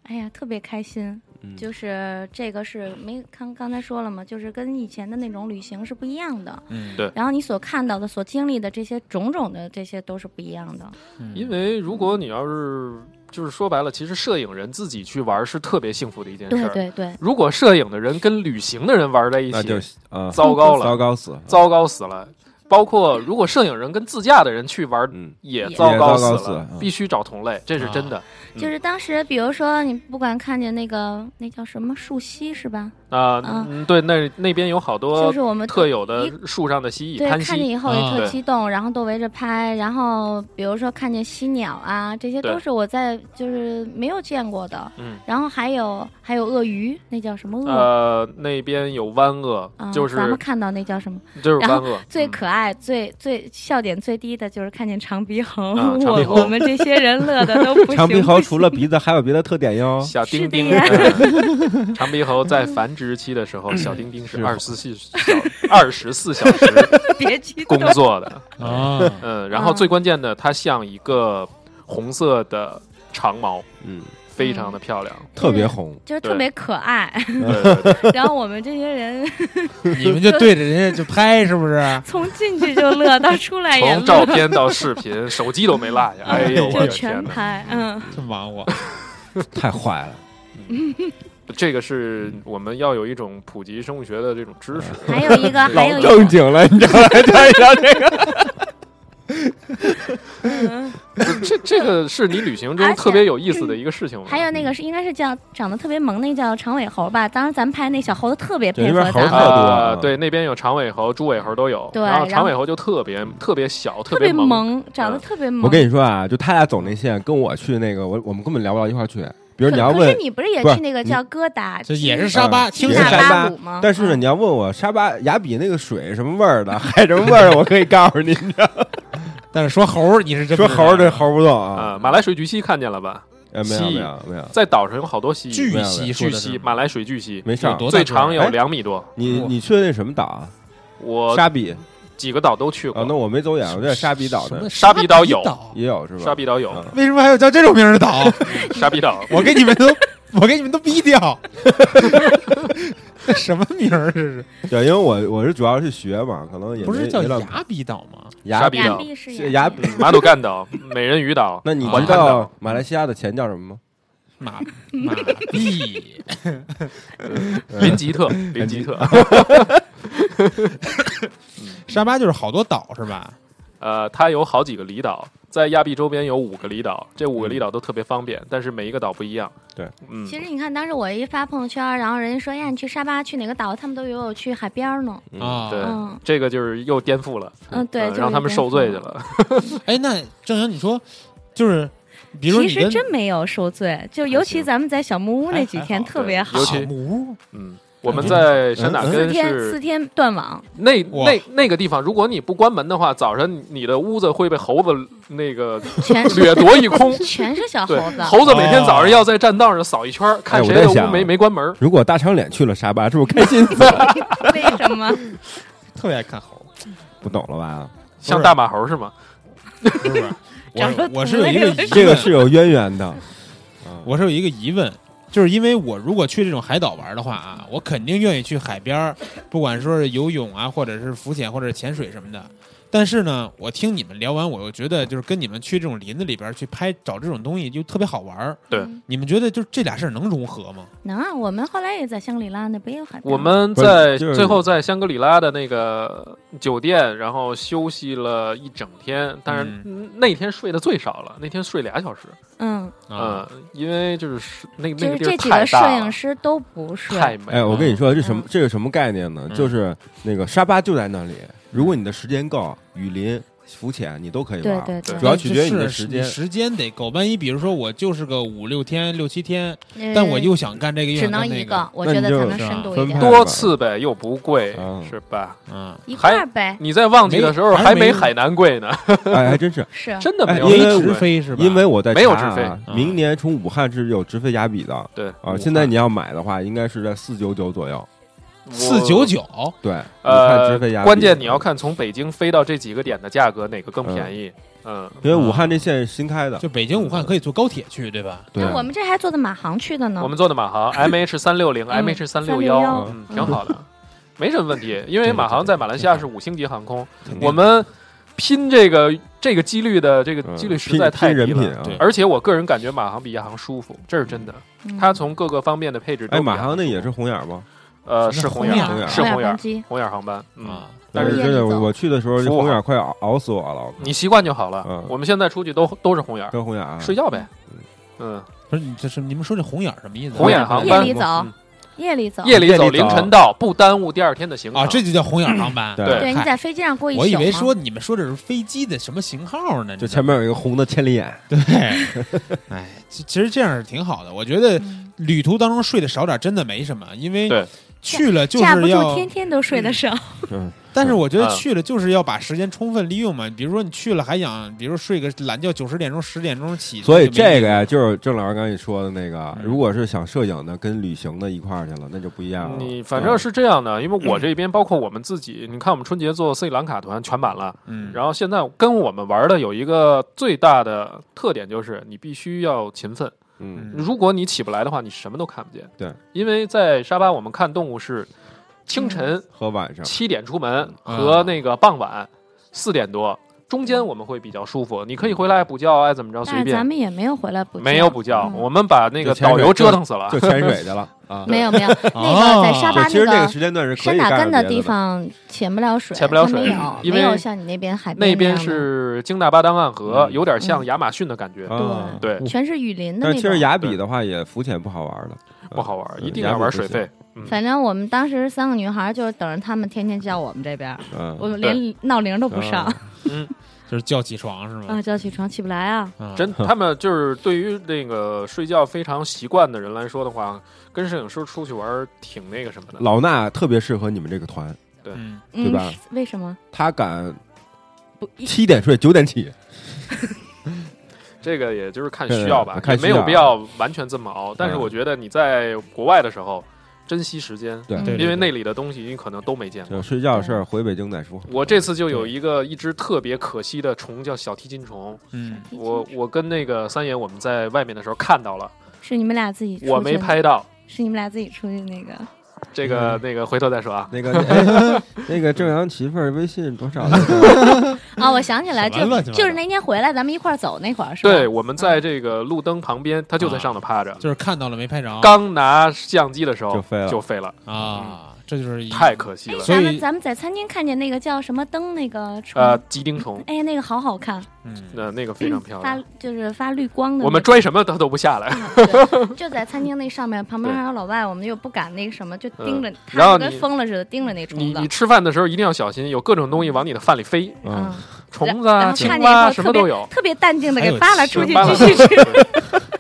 Speaker 7: 哎呀，特别开心，
Speaker 5: 嗯
Speaker 7: 就是这个是没看刚才说了嘛，就是跟以前的那种旅行是不一样的，
Speaker 4: 嗯，
Speaker 6: 对
Speaker 7: 然后你所看到的、所经历的这些种种的这些都是不一样的，
Speaker 4: 嗯
Speaker 6: 因为如果你要是就是说白了，其实摄影人自己去玩是特别幸福的一件事
Speaker 7: 对
Speaker 6: 儿。
Speaker 7: 对对，
Speaker 6: 如果摄影的人跟旅行的人玩在一
Speaker 5: 那就
Speaker 6: 起，
Speaker 5: 啊，
Speaker 6: 糟糕了，
Speaker 5: 糟糕死了，
Speaker 6: 糟糕死了。包括如果摄影人跟自驾的人去玩，
Speaker 5: 嗯，
Speaker 6: 也
Speaker 7: 也
Speaker 6: 糟糕
Speaker 5: 糟糕
Speaker 6: 死
Speaker 5: 死
Speaker 6: 了
Speaker 5: 了，嗯
Speaker 6: 必须找同类，这是真的。嗯
Speaker 7: 就是当时比如说你不管看见那个那叫什么树溪是吧，
Speaker 6: 啊，
Speaker 7: 嗯
Speaker 6: 嗯，对，那那边有好
Speaker 7: 就
Speaker 6: 多
Speaker 7: 是我们
Speaker 6: 特有的树上的蜥蜴，
Speaker 7: 对，
Speaker 6: 攀
Speaker 7: 看见
Speaker 6: 蜥。
Speaker 7: 以后也
Speaker 4: 啊
Speaker 6: 嗯
Speaker 7: 特
Speaker 6: 对
Speaker 7: 激动，然后都围着拍，然后比如说看见犀鸟啊，这些
Speaker 6: 对
Speaker 7: 都是我在就是没有见过的。
Speaker 6: 嗯，
Speaker 7: 然后还有还有鳄鱼，那叫什么鳄？
Speaker 6: 呃，那边有湾鳄
Speaker 7: 啊，
Speaker 6: 呃就是
Speaker 7: 咱们看到那叫什么
Speaker 6: 就是
Speaker 7: 然
Speaker 6: 湾
Speaker 7: 后
Speaker 6: 鳄，
Speaker 7: 最
Speaker 6: 嗯
Speaker 7: 可爱、最最笑点最低的就是看见长鼻猴，
Speaker 6: 啊长鼻猴
Speaker 7: 我我们这些人乐的
Speaker 5: [laughs]
Speaker 7: 都不行。
Speaker 5: 长鼻猴
Speaker 7: 不行
Speaker 5: 除了鼻子还有别的特点
Speaker 7: [laughs]
Speaker 5: 哟。
Speaker 6: 小丁丁
Speaker 7: 是，
Speaker 6: 嗯长鼻猴在繁殖期的时候，小丁丁嗯是
Speaker 5: 是
Speaker 6: 二十四小二十四小 [laughs] 时
Speaker 7: 别激
Speaker 6: 工
Speaker 7: 动，
Speaker 6: 作的。
Speaker 4: 啊，
Speaker 6: 嗯，然后最关键的，它像一个红色的长毛，
Speaker 5: 嗯，
Speaker 6: 非常的漂亮。
Speaker 5: 特别红，
Speaker 7: 就是特别可爱。 [laughs]
Speaker 6: 对对对
Speaker 7: 然后我们这些人
Speaker 4: 你们就对着人家就拍，是不 [laughs] 是？
Speaker 7: 从进去就乐到出
Speaker 5: [laughs]
Speaker 7: 来也
Speaker 6: 从照
Speaker 7: 乐，
Speaker 6: 片到视 [laughs] 频，手机都没落下。哎呦，我
Speaker 5: 啊
Speaker 7: 就
Speaker 6: 的天
Speaker 7: 全
Speaker 6: 哪！
Speaker 7: 拍，嗯。
Speaker 4: 真忙活，
Speaker 5: 太坏了。
Speaker 6: 这个是我们要有一种普及生物学的这种知识。
Speaker 7: 还有一个，还有一个
Speaker 5: 正经了，你知道吗？ [laughs] 讲一讲这个，
Speaker 7: 嗯
Speaker 5: [laughs]
Speaker 6: 这这个是你旅行中
Speaker 7: 而且
Speaker 6: 特别有意思的一个事情吗？
Speaker 7: 还有那个是应该是叫长得特别萌，那叫长尾猴吧。当时咱们拍那小猴子特别
Speaker 5: 对
Speaker 7: 配
Speaker 5: 那边
Speaker 7: 合
Speaker 5: 猴
Speaker 7: 咱
Speaker 5: 特
Speaker 7: 们，
Speaker 5: 多
Speaker 6: 啊
Speaker 5: 啊，
Speaker 6: 对，那边有长尾猴、猪尾猴都有。
Speaker 7: 对
Speaker 6: 然后
Speaker 7: 然
Speaker 6: 长
Speaker 7: 后
Speaker 6: 尾猴就特别特别小，
Speaker 7: 特
Speaker 6: 别
Speaker 7: 别
Speaker 6: 萌。
Speaker 7: 萌，长得特别萌。
Speaker 5: 嗯我跟你说啊，就他俩走那线，跟我去那个，我我们根本聊不到一块儿去。比如你要
Speaker 7: 可可是
Speaker 5: 问，
Speaker 7: 你不是也
Speaker 5: 不是
Speaker 7: 去那个叫哥达，
Speaker 4: 这也是沙巴，
Speaker 5: 嗯
Speaker 4: 听
Speaker 5: 也
Speaker 4: 起
Speaker 5: 是
Speaker 7: 纳
Speaker 5: 沙
Speaker 4: 来
Speaker 5: 巴
Speaker 7: 巴谷吗？
Speaker 5: 但是呢，
Speaker 7: 嗯
Speaker 5: 你要问我沙巴雅比那个水什么味儿的， [laughs] 海什么味儿，我可以告诉你。你知道吗
Speaker 4: 但是说猴儿，你是真
Speaker 5: 说
Speaker 4: 不知
Speaker 5: 猴
Speaker 4: 道 [laughs]
Speaker 5: 儿这猴儿不动啊，
Speaker 6: 啊，马来水巨蜥看见了吧？
Speaker 5: 呃，没有没有没有，
Speaker 6: 在岛上有好多蜥蜴，
Speaker 4: 巨
Speaker 5: 没有
Speaker 4: 蜥
Speaker 6: 巨
Speaker 4: 说的
Speaker 6: 蜥，
Speaker 4: 是
Speaker 6: 马来水巨蜥，
Speaker 5: 没事儿
Speaker 4: 有。多大
Speaker 6: 最
Speaker 4: 个儿
Speaker 6: 长有
Speaker 5: 哎
Speaker 6: 两米多。
Speaker 5: 你你去的那什么岛啊？
Speaker 6: 我
Speaker 5: 沙比
Speaker 6: 几个岛都去
Speaker 5: 啊？
Speaker 6: 过
Speaker 5: 那，我没走远，我在沙比岛
Speaker 4: 什
Speaker 5: 呢
Speaker 4: 么，
Speaker 6: 沙比岛有
Speaker 5: 也有是吧？
Speaker 6: 沙比岛有，
Speaker 5: 嗯
Speaker 4: 为什么还有叫这种名儿的
Speaker 5: [laughs]
Speaker 4: 岛？
Speaker 6: 沙比岛
Speaker 4: 我给你们都，我给你们都逼掉。 [laughs] 这什么名儿这是？
Speaker 5: 对，因为我我是主要是学嘛，可能也
Speaker 4: 不
Speaker 5: 没
Speaker 4: 是叫
Speaker 5: 没到
Speaker 4: 雅比岛吗？
Speaker 5: 雅
Speaker 6: 比岛
Speaker 7: 亚比是
Speaker 5: 是
Speaker 7: 亚
Speaker 5: 亚
Speaker 7: 比
Speaker 5: 比
Speaker 6: 嗯马鲁干岛、美人鱼岛。啊
Speaker 5: 那你
Speaker 4: 环
Speaker 5: 知
Speaker 4: 啊看
Speaker 5: 道 [laughs] 马来西亚的钱叫什么吗？
Speaker 4: 马马币。
Speaker 6: 林吉特，林吉特，
Speaker 4: 沙巴就是好多岛是吧？
Speaker 6: 呃，它有好几个离岛，在亚庇周边有五个离岛，这五个离岛都特别方便，但是每一个岛不一样。
Speaker 5: 对，
Speaker 6: 嗯，
Speaker 7: 其实你看，当时我一发朋友圈，然后人家说呀，你去沙巴去哪个岛？他们都以为我去海边呢。
Speaker 5: 嗯
Speaker 4: 啊，
Speaker 6: 对
Speaker 7: 嗯
Speaker 6: 这个就是又颠覆了，
Speaker 7: 嗯，对，
Speaker 6: 呃
Speaker 7: 就是
Speaker 6: 让他们
Speaker 7: 这样
Speaker 6: 受罪去
Speaker 7: 说。
Speaker 6: 了。
Speaker 4: 哎，那正阳，你说就是，比如说
Speaker 7: 其
Speaker 4: 你
Speaker 7: 实
Speaker 4: 跟
Speaker 7: 真没有受罪，就尤其咱们在小木屋那几
Speaker 4: 还
Speaker 7: 天
Speaker 4: 还好
Speaker 7: 特别
Speaker 6: 尤
Speaker 7: 好
Speaker 6: 其。
Speaker 4: 木屋，
Speaker 6: 嗯，我们在山打
Speaker 7: 四
Speaker 6: 根
Speaker 7: 天
Speaker 6: 是
Speaker 7: 四天断网，
Speaker 6: 那
Speaker 4: 哇
Speaker 6: 那那个地方，如果你不关门的话，早晨你的屋子会被猴子那个
Speaker 7: 全是
Speaker 6: 掠夺一空。
Speaker 7: 全是小
Speaker 6: 对，
Speaker 7: 猴子。
Speaker 6: 猴子每天早上要在栈道上扫一圈，看
Speaker 5: 哎
Speaker 6: 谁
Speaker 5: 我在
Speaker 6: 的屋
Speaker 5: 想
Speaker 6: 没没关门。
Speaker 5: 如果大长脸去了沙巴，是不是开心死？
Speaker 7: 为什么？
Speaker 4: 特别爱看猴，
Speaker 5: 不懂了
Speaker 7: [laughs]
Speaker 5: 吧？
Speaker 6: 像大马猴是吗？
Speaker 4: 是不是？
Speaker 7: 长得
Speaker 4: 我我是有一个疑问，
Speaker 5: 这个是有渊源的。
Speaker 4: 我是有一个疑问，就是因为我如果去这种海岛玩的话啊，我肯定愿意去海边儿，不管说是游泳啊，或者是浮潜，或者是潜水什么的。但是呢，我听你们聊完，我又觉得就是跟你们去这种林子里边儿去拍找这种东西就特别好玩儿。
Speaker 6: [laughs] 对，
Speaker 4: 你们觉得就这俩事儿能融合吗？
Speaker 7: [laughs] 能啊，我们后来也在香格里拉那不也有海边吗？
Speaker 6: 我们
Speaker 5: 不是
Speaker 6: 在
Speaker 5: 就是
Speaker 6: 最后在香格里拉的那个酒店，然后休息了一整天，但是那天睡得最少了，那天睡俩小时。
Speaker 7: 嗯，
Speaker 4: 啊
Speaker 6: 嗯，因为就是那那
Speaker 7: 就
Speaker 6: 个
Speaker 7: 是
Speaker 6: 地儿
Speaker 7: 这几个
Speaker 6: 太
Speaker 7: 摄
Speaker 6: 大
Speaker 7: 影
Speaker 6: 了，
Speaker 7: 师都不是，
Speaker 6: 太美
Speaker 5: 哎，
Speaker 6: 了。
Speaker 5: 我跟你说，这什么
Speaker 7: 嗯
Speaker 5: 这个什么概念呢？
Speaker 4: 嗯
Speaker 5: 就是那个沙巴就在那里，如果你的时间够，雨林、浮潜你都可以
Speaker 7: 对
Speaker 5: 玩。
Speaker 7: 对
Speaker 6: 对
Speaker 5: 主要取决于你的
Speaker 4: 就是
Speaker 5: 时间
Speaker 4: 你时间得够。万一比如说我就是个五六天、六七天，
Speaker 7: 对，
Speaker 4: 但我又想干这个，又
Speaker 7: 呃只
Speaker 4: 想干
Speaker 7: 能一
Speaker 4: 那
Speaker 7: 个
Speaker 4: 个，，
Speaker 7: 我
Speaker 5: 那
Speaker 7: 觉
Speaker 5: 你
Speaker 7: 得
Speaker 5: 就
Speaker 7: 才能
Speaker 4: 是啊
Speaker 7: 深度一
Speaker 5: 分
Speaker 7: 点，
Speaker 5: 派
Speaker 6: 多次呗，又不贵
Speaker 5: 嗯，
Speaker 6: 是吧？
Speaker 4: 嗯，
Speaker 7: 一块儿呗，
Speaker 6: 你在旺季的时候
Speaker 4: 还
Speaker 6: 还
Speaker 4: 没
Speaker 6: 没海南贵呢，
Speaker 5: 哎，还真
Speaker 6: [laughs]
Speaker 5: 是，
Speaker 7: 是
Speaker 6: 真的没有
Speaker 5: 哎因为
Speaker 6: 那么
Speaker 4: 直
Speaker 6: 贵
Speaker 4: 飞是吧？
Speaker 5: 因为我在
Speaker 6: 没有
Speaker 5: 查啊
Speaker 6: 直飞嗯
Speaker 5: 明年从武汉是有直飞雅比的。
Speaker 6: 对
Speaker 5: 啊，
Speaker 4: 武
Speaker 5: 现在
Speaker 4: 汉
Speaker 5: 你要买的话，应该是在四九九左右。
Speaker 4: 四九
Speaker 6: 我
Speaker 4: 九，
Speaker 5: 对，武汉直
Speaker 6: 呃
Speaker 5: 飞雅，比
Speaker 6: 关键你要看从北京飞到这几个点的价格哪个更便宜。嗯，
Speaker 5: 因为武汉这线是新开的，
Speaker 4: 就北京武汉可以坐高铁去，对吧？
Speaker 5: 对，
Speaker 7: 那我们这还坐的马航去的呢
Speaker 6: 我。们坐的马 [laughs] 航 M H 三六零、M H 嗯三六
Speaker 7: 361
Speaker 6: 幺，嗯，挺好
Speaker 5: [laughs]
Speaker 6: 的，没什么问题。因为马航在马来西亚是五星级航空，
Speaker 5: 肯定
Speaker 6: 我们拼这个这个几率的这个
Speaker 5: 嗯
Speaker 6: 几率实
Speaker 5: 拼
Speaker 6: 在太
Speaker 5: 拼
Speaker 6: 低
Speaker 5: 人品
Speaker 6: 了。
Speaker 5: 啊。
Speaker 4: 对
Speaker 6: 而且我个人感觉马航比亚航舒服，这是真的。
Speaker 7: 嗯
Speaker 6: 它从各个方面的配置都
Speaker 5: 哎，
Speaker 6: 比亚
Speaker 5: 马航那也是红眼儿吗？
Speaker 6: 呃
Speaker 4: 是
Speaker 6: 是
Speaker 4: 红
Speaker 6: 红
Speaker 5: 眼
Speaker 6: 眼
Speaker 5: 红眼
Speaker 6: 儿是红眼
Speaker 7: 航
Speaker 6: 儿
Speaker 7: 机，
Speaker 6: 红眼儿航班，嗯，
Speaker 4: 啊，
Speaker 5: 但是
Speaker 7: 是
Speaker 5: 真的，我我去的时候，
Speaker 6: 服务
Speaker 5: 红
Speaker 6: 好
Speaker 5: 眼儿快熬熬死我了，
Speaker 6: 你习惯就好了
Speaker 5: 嗯。
Speaker 6: 我们现在出去都都是红眼儿，
Speaker 5: 跟红眼儿啊
Speaker 6: 睡觉呗。嗯，
Speaker 4: 不是你这是你们说这红眼儿什么意思？
Speaker 6: 红眼儿航
Speaker 7: 夜
Speaker 6: 班
Speaker 7: 里走
Speaker 6: 嗯，
Speaker 7: 夜里走，
Speaker 6: 夜里走，
Speaker 5: 夜里走
Speaker 6: 凌晨到，不耽误第二天的行程
Speaker 4: 啊，这就叫红眼儿航班。
Speaker 5: 对
Speaker 7: 对你
Speaker 4: 嗨
Speaker 7: 在飞机上过一宿
Speaker 4: 我以为
Speaker 7: 吗
Speaker 4: 说你们说这是飞机的什么型号呢？
Speaker 5: 就前面有一个红的千里眼，
Speaker 4: 你知道 [laughs] 吗对，哎，其其实这样是挺好的。我觉得旅途当中睡得少点真的没什么，因为
Speaker 6: 嗯对
Speaker 4: 去了就
Speaker 7: 架不
Speaker 4: 是
Speaker 7: 住
Speaker 4: 要，
Speaker 7: 天天都睡得少，
Speaker 5: 嗯，
Speaker 4: 但是我觉得
Speaker 6: 嗯
Speaker 4: 去了就是要把时间充分利用嘛。比如说你去了还想，比如说睡个懒觉，九十点钟、十点钟起，
Speaker 5: 所以
Speaker 4: 就没
Speaker 5: 这个
Speaker 4: 意
Speaker 5: 呀，就是郑老师刚才你说的那个，
Speaker 4: 嗯
Speaker 5: 如果是想摄影的跟旅行的一块儿去了，那就不一样了。
Speaker 6: 你反正
Speaker 5: 嗯
Speaker 6: 是这样的，因为我这边包括我们自己，你看我们春节做斯里兰卡团全满了，
Speaker 4: 义嗯，
Speaker 6: 然后现在跟我们玩的有一个最大的特点就是你必须要勤奋，
Speaker 5: 嗯，
Speaker 4: 嗯
Speaker 6: 如果你起不来的话，你什么都看不见。
Speaker 5: 对，
Speaker 6: 因为在沙巴我们看动物是清晨
Speaker 5: 和晚
Speaker 6: [laughs]
Speaker 5: 上
Speaker 6: 七点出门
Speaker 4: 嗯
Speaker 5: 啊
Speaker 6: 和那个傍晚四点多，中间我们会比较舒服，你可以回来补觉，啊爱怎么着
Speaker 7: 但
Speaker 6: 随
Speaker 7: 是咱
Speaker 6: 便。
Speaker 7: 们也没有回来补觉，
Speaker 6: 没有补觉，
Speaker 7: 嗯
Speaker 6: 我们把那
Speaker 5: 就
Speaker 6: 个
Speaker 5: 潜水
Speaker 6: 导游折腾死了
Speaker 5: 就。潜水去了
Speaker 6: 嗯
Speaker 5: 啊。
Speaker 7: 没有没有，那个在沙
Speaker 5: 对
Speaker 7: 巴
Speaker 5: 哦其实那
Speaker 7: 那
Speaker 5: 个时间段是可
Speaker 7: 山
Speaker 5: 以
Speaker 7: 打
Speaker 5: 干
Speaker 7: 根
Speaker 5: 点别
Speaker 7: 地
Speaker 5: 的。
Speaker 7: 方潜不了水，
Speaker 6: 潜不了
Speaker 7: 它没
Speaker 6: 水
Speaker 7: 有
Speaker 6: 因
Speaker 7: 没有
Speaker 6: 为
Speaker 7: 像你那边海边
Speaker 6: 那边
Speaker 7: 样的
Speaker 6: 是京大巴丹暗河，
Speaker 5: 嗯
Speaker 6: 有点像亚马逊的感觉。
Speaker 5: 啊，
Speaker 6: 对，
Speaker 7: 全是雨林的
Speaker 5: 但
Speaker 7: 那
Speaker 5: 其实
Speaker 7: 种。
Speaker 5: 雅比的话也浮潜不好玩的，
Speaker 6: 不好玩，
Speaker 5: 嗯
Speaker 6: 一定要玩水费。
Speaker 7: 反正我们当时三个女孩就等着他们天天叫我们这边，
Speaker 5: 嗯，
Speaker 7: 我们连闹铃都不上
Speaker 5: 啊，
Speaker 4: 就是叫起床是
Speaker 7: 啊，
Speaker 4: 吗？
Speaker 7: 叫起床起不来啊。
Speaker 5: 嗯
Speaker 4: 啊
Speaker 6: 嗯真，他们就是对于那个睡觉非常习惯的人来说的话，跟摄影师出去玩挺那个什么的。
Speaker 5: 老衲特别适合你们这个团，
Speaker 4: 嗯，
Speaker 5: 对吧
Speaker 7: 嗯？为什么？
Speaker 5: 他敢
Speaker 7: 不，一
Speaker 5: 七点睡，九点起，
Speaker 6: 这个也就是看需要吧，
Speaker 5: 看
Speaker 6: 也
Speaker 5: 需
Speaker 6: 没
Speaker 5: 要啊嗯
Speaker 6: 有必要完全这么熬。但是我觉得你在国外的时候，珍惜时间，
Speaker 5: 对，
Speaker 4: 对
Speaker 6: 因为那里的东西你可能都没见过
Speaker 5: 就。睡觉的事儿回北京再说。
Speaker 6: 我这次就有一个一只特别可惜的虫，叫小提琴虫。
Speaker 4: 嗯，
Speaker 6: 我我跟那个三爷我们在外面的时候看到了，
Speaker 7: 是你们俩自己出去的，
Speaker 6: 我没拍到。
Speaker 7: 是你们俩自己出去那个。
Speaker 6: 这个那个回头再说啊。
Speaker 5: 那个、哎那 [laughs] 个郑阳媳妇儿微信多少来着？
Speaker 6: 嗯
Speaker 7: 啊，我想起来，
Speaker 4: 什么
Speaker 7: 就
Speaker 4: 乱七八糟
Speaker 7: 就是那天回来咱们一块儿走那会儿，是吧？
Speaker 6: 对，，我们在这个路灯旁边，它就在上头趴着。
Speaker 4: 就是看到了没拍着
Speaker 6: 刚拿相机的时候
Speaker 5: 就飞了
Speaker 6: 就飞了，
Speaker 4: 啊，这就是一
Speaker 6: 太可惜
Speaker 7: 哎，
Speaker 6: 了。
Speaker 4: 所以
Speaker 7: 咱们咱们在餐厅看见那个叫什么灯那个虫，
Speaker 6: 呃，吉丁虫，
Speaker 7: 哎，那个好好看，
Speaker 6: [laughs]
Speaker 4: 嗯，
Speaker 6: 那那个非常漂
Speaker 7: 发
Speaker 6: 亮。
Speaker 7: 就是发绿光
Speaker 6: 嗯
Speaker 7: 的。
Speaker 6: 我们拽什么它都不下来，
Speaker 7: 对就在餐厅那上面，旁边
Speaker 6: 对嗯
Speaker 7: 还有老外，我们又不敢那个什么，就盯着，他
Speaker 6: 然后
Speaker 7: 就跟
Speaker 6: 你
Speaker 7: 嗯疯了似的盯着那虫
Speaker 6: 你
Speaker 7: 子
Speaker 6: 你。吃饭的时候一定要小心，有各种东西往你的饭里飞，
Speaker 7: 嗯
Speaker 5: 嗯，，
Speaker 6: 虫子
Speaker 7: 然
Speaker 6: 啊、
Speaker 7: 后看
Speaker 6: 青
Speaker 7: 见以
Speaker 6: 蛙
Speaker 7: 后
Speaker 6: 啊什么
Speaker 7: 特别
Speaker 6: 都有。
Speaker 7: 特别淡定的
Speaker 4: 还有
Speaker 7: 给扒拉出
Speaker 6: 就 [laughs]
Speaker 7: 去
Speaker 6: 扒拉
Speaker 7: 继续吃。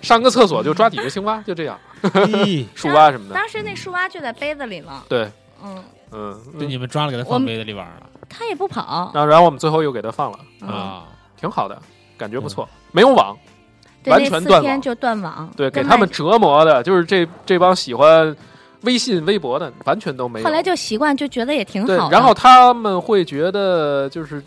Speaker 6: 上个厕所就抓几只青蛙，就这样。
Speaker 4: [laughs] 咦，
Speaker 6: 树蛙什么的。
Speaker 7: 当时那树蛙就在杯子里了，
Speaker 6: 对，
Speaker 7: 嗯，
Speaker 6: 嗯，
Speaker 4: 就你们抓了给他
Speaker 7: 我
Speaker 4: 放
Speaker 7: 们
Speaker 4: 杯子里玩啊了
Speaker 7: 它也不跑，
Speaker 6: 然后然后我们最后又给它放了，
Speaker 7: 嗯，
Speaker 4: 啊？
Speaker 6: 挺好的，感觉不错，没有网。
Speaker 7: 对，
Speaker 6: 完
Speaker 7: 那
Speaker 6: 全
Speaker 7: 四
Speaker 6: 断
Speaker 7: 天
Speaker 6: 网
Speaker 7: 就断网，
Speaker 6: 对，给
Speaker 7: 根
Speaker 6: 他
Speaker 7: 本
Speaker 6: 们折磨的，就是这这帮喜欢微信、微博的，完全都没有。
Speaker 7: 后来就习惯，就觉得也挺
Speaker 6: 对
Speaker 7: 好，的。
Speaker 6: 然后他们会觉得，就是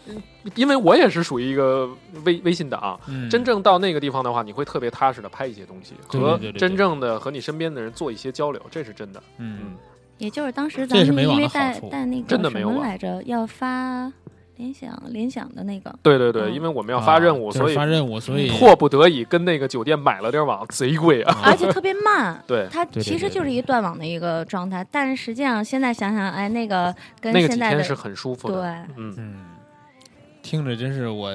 Speaker 6: 因为我也是属于一个微微信党，
Speaker 4: 嗯，
Speaker 6: 真正到那个地方的话，你会特别踏实的拍一些东西，
Speaker 4: 对
Speaker 6: 和
Speaker 4: 对对对
Speaker 6: 真正的和你身边的人做一些交流，这是真的。
Speaker 4: 嗯，
Speaker 7: 也就是当时
Speaker 4: 这
Speaker 7: 咱
Speaker 4: 是
Speaker 7: 们
Speaker 4: 没
Speaker 7: 因
Speaker 4: 网
Speaker 7: 为
Speaker 4: 的好
Speaker 7: 带
Speaker 4: 处
Speaker 7: 带那个
Speaker 6: 真的
Speaker 7: 什
Speaker 6: 没有
Speaker 7: 么
Speaker 6: 网
Speaker 7: 来着，要发联想联想的
Speaker 6: [laughs]
Speaker 7: 那个，
Speaker 6: 对对对，
Speaker 7: 嗯
Speaker 6: 因为我们要发任务，
Speaker 4: 啊就
Speaker 6: 所
Speaker 4: 是
Speaker 6: 以嗯
Speaker 4: 发任务，所以
Speaker 6: 迫不得已跟那个酒店买了点网，贼贵啊。。
Speaker 7: 而且特别慢
Speaker 6: 对，
Speaker 7: 它
Speaker 4: 对对
Speaker 7: 其实
Speaker 4: 对
Speaker 7: 就是一断网的一个状态，但是实际上现在想想，哎，那个跟
Speaker 6: 那个
Speaker 7: 现
Speaker 6: 几
Speaker 7: 在
Speaker 6: 天
Speaker 7: 的
Speaker 6: 是很舒服的。
Speaker 7: 对，
Speaker 6: 嗯，
Speaker 4: 嗯，听着真是我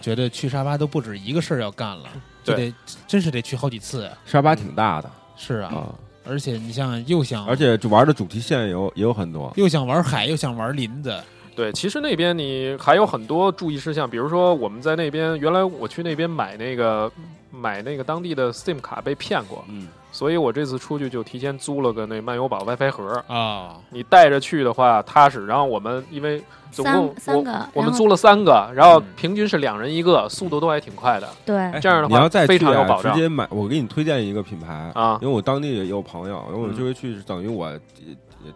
Speaker 4: 觉得去沙巴都不止一个事儿要干了，就
Speaker 6: 对
Speaker 4: 得真是得去好几次呀。
Speaker 5: 沙巴挺大的
Speaker 4: 是啊，
Speaker 6: 嗯
Speaker 5: 啊，
Speaker 4: 而且你像又想，
Speaker 5: 而且玩的主题线也有也有很多。
Speaker 4: 又想玩海，又想玩林子，
Speaker 6: 对，其实那边你还有很多注意事项，比如说我们在那边，原来我去那边买那个买那个当地的 SIM 卡被骗过，
Speaker 5: 嗯，
Speaker 6: 所以我这次出去就提前租了个那漫游宝 WiFi 盒。 [laughs]
Speaker 4: 啊，
Speaker 6: 你带着去的话踏实，然后我们因为总共
Speaker 7: 三三
Speaker 6: 我
Speaker 7: 个然后
Speaker 6: 我们租了三个，然后
Speaker 4: 嗯
Speaker 6: 平均是两人一个，速度都还挺快的。
Speaker 7: 对，
Speaker 6: 这样的
Speaker 5: 你
Speaker 6: 话
Speaker 5: 要再去
Speaker 6: 非常有
Speaker 5: 啊
Speaker 6: 保
Speaker 5: 直
Speaker 6: 障
Speaker 5: 接买，我给你推荐一个品
Speaker 4: 嗯
Speaker 5: 牌
Speaker 6: 啊
Speaker 5: 因为我当地也有朋友，因为我
Speaker 6: 嗯
Speaker 5: 这回去是等于我呃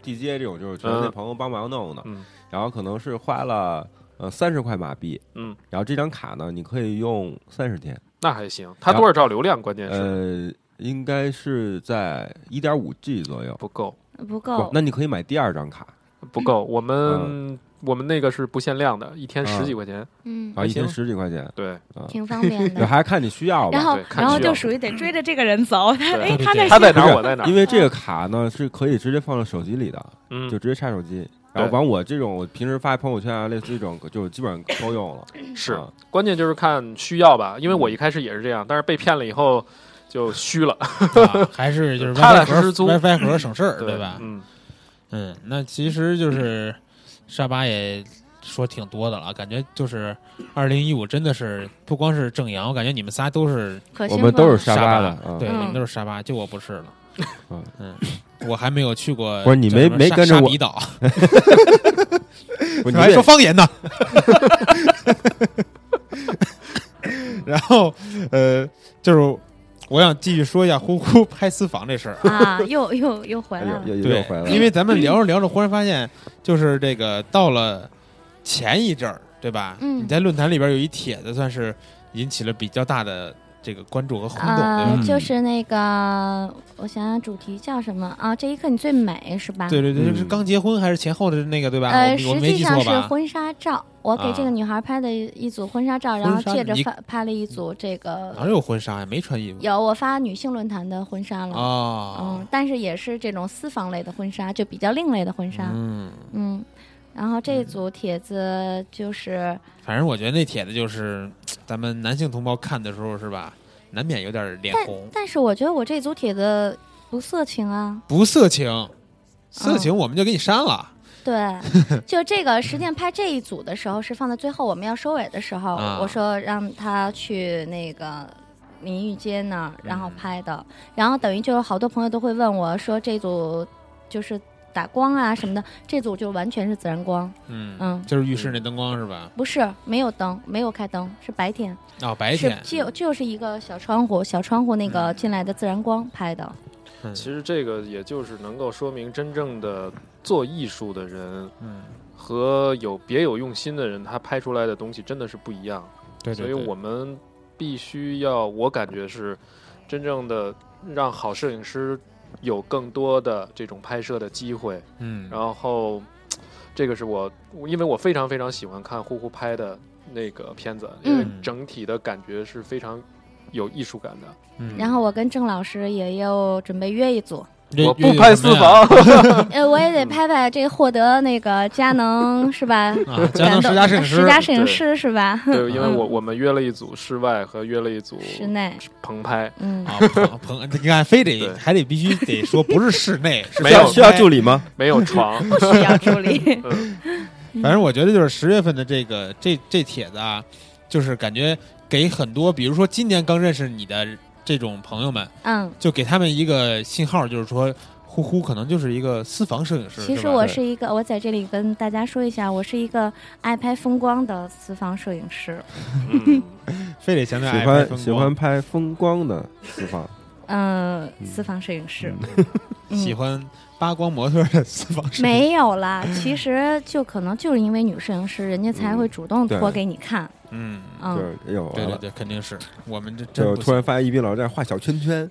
Speaker 5: 地接这种，就是全是那
Speaker 6: 嗯
Speaker 5: 朋友帮忙弄的
Speaker 6: 嗯，
Speaker 5: 然后可能是花了呃三十块马币，
Speaker 6: 嗯，
Speaker 5: 然后这张卡呢，你可以用三十天，
Speaker 6: 那还行，它多少兆流量关键是
Speaker 5: 呃，应该是在一点五 G 左右。
Speaker 6: 不够，
Speaker 7: 不
Speaker 5: 不
Speaker 6: 哦
Speaker 7: 够，。
Speaker 5: 那你可以买第二张卡
Speaker 6: 不
Speaker 4: 嗯
Speaker 6: 够。我
Speaker 5: 嗯
Speaker 6: 们我们那个是不限量的，一天十几块钱。
Speaker 7: 嗯，
Speaker 5: 啊，一天
Speaker 6: 行
Speaker 5: 十几块钱，
Speaker 6: 对，
Speaker 7: 挺
Speaker 5: [laughs]
Speaker 7: 方便
Speaker 5: 那
Speaker 7: 的。
Speaker 5: 还是看你需要吧。
Speaker 7: 然后
Speaker 6: 对，看
Speaker 7: 然后
Speaker 6: 需要
Speaker 7: 就属于得追着这个人走，他
Speaker 6: 对
Speaker 7: 哎，
Speaker 4: 对
Speaker 7: 他
Speaker 4: 对
Speaker 7: 在
Speaker 6: 他在
Speaker 7: 哪
Speaker 6: 哪
Speaker 5: 不
Speaker 6: 儿
Speaker 5: 是
Speaker 6: 我在哪儿。
Speaker 5: 因为这个卡呢是可以直接放到手机里的，
Speaker 6: 嗯
Speaker 5: 就，直接插手机。然后
Speaker 6: 对
Speaker 5: 完我这种，我平时发朋友圈啊，类似这种，就基本上够用了。
Speaker 6: 是
Speaker 5: 啊嗯
Speaker 6: 关键就是看需要吧，因为我一开始也是这样，但是被骗了以后就虚了。
Speaker 4: 啊还是就是
Speaker 6: 踏踏
Speaker 4: WiFi
Speaker 6: 实实租
Speaker 4: 盒 WiFi 盒省事儿，对吧？
Speaker 6: 嗯，
Speaker 4: 嗯，那其实就是沙巴也说挺多的了，感觉就是二零一五真的是不光是正阳，我感觉你们仨都是
Speaker 7: 可
Speaker 5: 我
Speaker 7: 兴
Speaker 5: 们
Speaker 7: 奋
Speaker 5: 都是
Speaker 7: 了。
Speaker 5: 沙
Speaker 4: 巴
Speaker 5: 的，啊
Speaker 4: 对，
Speaker 7: 嗯
Speaker 4: 你们都是沙巴，就我不是了
Speaker 5: 嗯。
Speaker 4: 嗯，我还没有去过，
Speaker 5: 不是你没没跟着我
Speaker 4: 比岛，
Speaker 5: 不你
Speaker 4: 还
Speaker 5: 这
Speaker 4: 说方言呢。 [laughs] 然后呃，就是我想继续说一下呼呼拍私房这事儿。
Speaker 7: 啊，又又又回来了
Speaker 5: 又，又又
Speaker 4: 对
Speaker 5: 回来，了，
Speaker 4: 因为咱们聊着聊着，忽然发现，就是这个到了前一阵儿，对吧？
Speaker 7: 嗯
Speaker 4: 你在论坛里边有一帖子，算是引起了比较大的这个关注和轰动，对吧？
Speaker 7: 啊
Speaker 5: 嗯，
Speaker 7: 就是那个，我想想主题叫什么啊？这一刻你最美是吧？
Speaker 4: 对对对，
Speaker 5: 嗯
Speaker 4: 就是刚结婚还是前后的那个，对吧？
Speaker 7: 呃，
Speaker 4: 我我
Speaker 7: 实
Speaker 4: 没
Speaker 7: 际
Speaker 4: 记
Speaker 7: 上
Speaker 4: 错
Speaker 7: 是
Speaker 4: 吧？
Speaker 7: 婚纱照，我给这
Speaker 4: 啊
Speaker 7: 个女孩拍的一一组婚纱照，然后
Speaker 4: 婚纱
Speaker 7: 借着
Speaker 4: 你啊
Speaker 7: 发拍了一组这
Speaker 4: 哪
Speaker 7: 个，
Speaker 4: 有婚纱呀？没穿衣服
Speaker 7: 有我发女性论坛的婚纱了，
Speaker 4: 啊
Speaker 7: 嗯，。但是也是这种私房类的婚纱，就比较另类的婚纱，
Speaker 4: 嗯，
Speaker 7: 嗯。然后这组帖子就是
Speaker 4: 反正我觉得那帖子就是咱们男性同胞看的时候，是吧？难免有点脸红，
Speaker 7: 但是我觉得我这组帖子不色情啊，
Speaker 4: 不色情，色
Speaker 7: 哦
Speaker 4: 情我们就给你删了。
Speaker 7: 对，
Speaker 4: [laughs]
Speaker 7: 就这个实践拍这一组的时候是放在最后，我们要收尾的时候，
Speaker 4: 啊
Speaker 7: 我说让他去那个淋浴间那儿，然后
Speaker 4: 嗯
Speaker 7: 拍的，然后等于就是好多朋友都会问我说这组就是打光啊什么的，这组就完全是自然光，
Speaker 4: 嗯
Speaker 7: 嗯
Speaker 4: 就是浴室那灯光是吧？
Speaker 7: 不是没有灯，没有开灯，是白天，
Speaker 4: 哦，白天
Speaker 7: 是就就是一个小窗户，小窗户那个进来的自然光拍的，
Speaker 4: 嗯
Speaker 6: 其实这个也就是能够说明真正的做艺术的人
Speaker 4: 嗯，
Speaker 6: 和有别有用心的人，他拍出来的东西真的是不一样。
Speaker 4: 对对对，
Speaker 6: 所以我们必须要，我感觉是真正的让好摄影师有更多的这种拍摄的机会。
Speaker 4: 嗯，
Speaker 6: 然后，这个是我，我因为我非常非常喜欢看呼呼拍的那个片子，因为
Speaker 4: 嗯
Speaker 6: 整体的感觉是非常有艺术感的。
Speaker 4: 嗯
Speaker 7: 然后我跟郑老师也要准备约一
Speaker 4: [laughs]
Speaker 7: 组，
Speaker 4: 这
Speaker 6: 我不拍私，房，
Speaker 7: 呃，我也得拍拍这获得那个
Speaker 4: [laughs]
Speaker 7: 佳能是吧？
Speaker 4: 这有什么呀啊，江南十佳
Speaker 7: 感动
Speaker 4: 摄影
Speaker 7: 十
Speaker 4: 师，
Speaker 7: 佳摄影师是吧？
Speaker 6: [laughs] 对，因为
Speaker 4: 嗯
Speaker 6: 我我们约了一组室外和约了一组
Speaker 7: 室内，
Speaker 6: 棚拍，
Speaker 7: 嗯，
Speaker 4: 啊，彭彭，你看非得
Speaker 6: 对
Speaker 4: 还得必须得说不是室
Speaker 6: [laughs]
Speaker 4: 内，是
Speaker 6: 没
Speaker 5: 需
Speaker 6: 有
Speaker 5: 要需要
Speaker 4: 拍
Speaker 5: 助理吗？
Speaker 6: 没有
Speaker 4: [laughs]
Speaker 6: 床，
Speaker 7: 不需要助 [laughs] 理。嗯
Speaker 4: 反正我觉得就是十月份的这个这这帖子啊，就是感觉给很多，比如说今年刚认识你的这种朋友们，
Speaker 7: 嗯，
Speaker 4: 就给他们一个信号，就是说，呼呼，可能就是一个私房摄影师。
Speaker 7: 其
Speaker 4: 是
Speaker 7: 实
Speaker 4: 吧
Speaker 7: 我
Speaker 4: 对
Speaker 7: 是一个，我在这里跟大家说一下，我是一个爱拍风光的私房摄影师。
Speaker 6: 嗯，
Speaker 4: 非得强调
Speaker 5: 喜
Speaker 4: 爱拍
Speaker 5: 欢
Speaker 4: 风
Speaker 5: 喜
Speaker 4: 光
Speaker 5: 欢拍风光的私房，
Speaker 7: 嗯，私房摄影师，
Speaker 4: [laughs]
Speaker 7: 嗯
Speaker 4: 喜欢扒光模特的私房摄影师。
Speaker 7: [laughs] 没有啦。其实就可能就是因为女摄影师，人家才会主动
Speaker 5: 对
Speaker 7: 脱给你看。
Speaker 4: 嗯，
Speaker 5: 就
Speaker 7: 嗯，
Speaker 5: 是哎呦
Speaker 4: 对对
Speaker 5: 完了，
Speaker 4: 对，肯定是我们这真
Speaker 5: 就
Speaker 4: 不
Speaker 5: 突
Speaker 4: 行
Speaker 5: 然发现一斌老师在画小
Speaker 4: [laughs]
Speaker 5: 圈圈，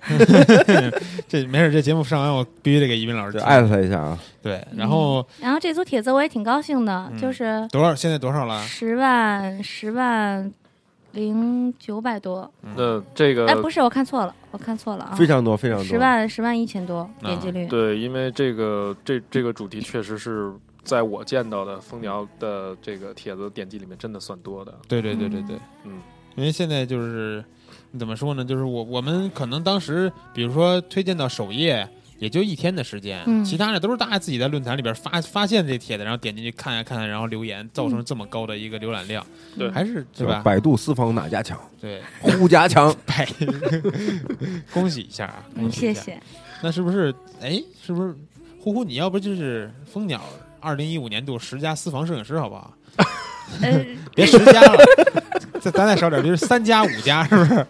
Speaker 4: 这没事，这节目上完我必须得给一斌老师
Speaker 5: 就
Speaker 4: 听
Speaker 5: 艾特他一下啊。
Speaker 4: 对，然后
Speaker 7: 然后这组帖子我也挺高兴的，
Speaker 4: 嗯啊
Speaker 7: 就是
Speaker 4: 多少现在多少了？
Speaker 7: 十万十万零九百多。
Speaker 4: 嗯
Speaker 6: 那这
Speaker 4: 呃
Speaker 7: 哎，不
Speaker 6: 个
Speaker 7: 是，我看错了，我看错了啊
Speaker 5: 非。常多，非常多，啊
Speaker 7: 十万十万一千多点击率，
Speaker 6: 对，因为这个这这个主题确实是在我见到的蜂鸟的这个帖子点击里面真的算多的。
Speaker 4: 对对对对对，
Speaker 6: 嗯，
Speaker 4: 因为现在就是怎么说呢？就是我我们可能当时，比如说推荐到首页，也就一天的时间，
Speaker 7: 嗯
Speaker 4: 其他的都是大家自己在论坛里边发发现这帖子，然后点进去看啊呀看呀，然后留言，造
Speaker 7: 嗯
Speaker 4: 成这么高的一个浏览量，
Speaker 6: 对
Speaker 4: 还是对
Speaker 5: 是
Speaker 4: 吧？
Speaker 5: 百度私房哪家强？
Speaker 4: 对，
Speaker 5: 呼家强，
Speaker 4: 百， [laughs] 恭喜一下啊！
Speaker 7: 嗯，
Speaker 4: 恭喜
Speaker 7: 谢
Speaker 4: 一下。
Speaker 7: 谢。
Speaker 4: [laughs] 那是不是？哎，是不是？呼呼，你要不就是蜂鸟二零一五年度十佳私房摄影师，好不好？
Speaker 7: 呃，
Speaker 4: [laughs] 别十家了，再咱再少点，就是三家五家，是不是？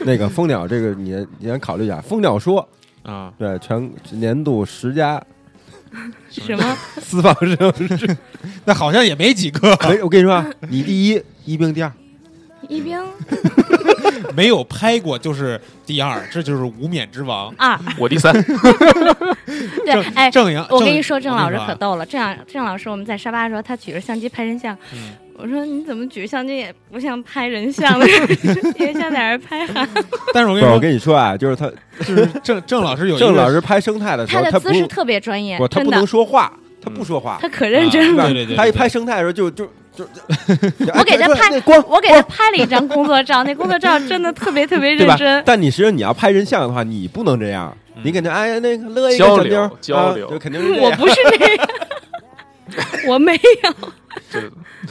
Speaker 5: 那个蜂鸟，这个你你先考虑一下。蜂鸟说，
Speaker 4: [laughs] 啊，
Speaker 5: 对，全年度十佳
Speaker 7: 什
Speaker 5: [laughs]
Speaker 7: 么？
Speaker 5: 私房摄
Speaker 4: [laughs]
Speaker 5: 影师，
Speaker 4: 那好像也没几个， [laughs]
Speaker 5: 没，我跟你说啊，你第一，一冰第二，
Speaker 7: 一冰
Speaker 4: 没有拍过就是第二，这就是无冕之王。
Speaker 7: 二？
Speaker 5: 嗯
Speaker 6: 我第三，
Speaker 7: 对，哎，
Speaker 4: 正阳，
Speaker 7: 我跟你说，郑老师
Speaker 4: 我跟你
Speaker 7: 可
Speaker 4: 说啊
Speaker 7: 逗了。郑老郑老师，我们在沙发的时候，他举着相机拍人像。
Speaker 4: 嗯
Speaker 7: 我说你怎么举着相机也不像拍人像的， [laughs] 也像在那儿拍啊哈。
Speaker 4: 但是我
Speaker 5: 不
Speaker 4: 跟
Speaker 5: 是，我
Speaker 4: 你
Speaker 5: 跟你说啊，就是他
Speaker 4: 说，就是郑郑老师有一个
Speaker 5: 郑老师拍生态的时
Speaker 7: 他
Speaker 5: 候，
Speaker 7: 的
Speaker 5: 他
Speaker 7: 姿势
Speaker 5: 不，
Speaker 7: 特别专业
Speaker 5: 不，，他
Speaker 7: 真
Speaker 5: 不能
Speaker 7: 的，
Speaker 5: 说话，他不说话
Speaker 7: 他，可认真
Speaker 5: 是
Speaker 7: 了。
Speaker 5: 吧
Speaker 4: 啊对对对对
Speaker 5: 他一拍生态的时候就就就，就
Speaker 7: [laughs] 我给他
Speaker 5: 哎
Speaker 7: 拍
Speaker 5: 那光，
Speaker 7: 我给他拍了一张工作照，那工作照真的特别特别
Speaker 5: 对
Speaker 7: 认
Speaker 5: 吧
Speaker 7: 真？。
Speaker 5: 但你实际上你要拍人像的话，你不能这样，你肯定哎那个乐一个
Speaker 6: 交
Speaker 5: 小
Speaker 6: 流
Speaker 5: 妞儿，
Speaker 6: 交流
Speaker 5: 啊就肯定是这
Speaker 7: [laughs] 我
Speaker 5: 样。
Speaker 7: 不是那样， [laughs] 我没有。
Speaker 6: 对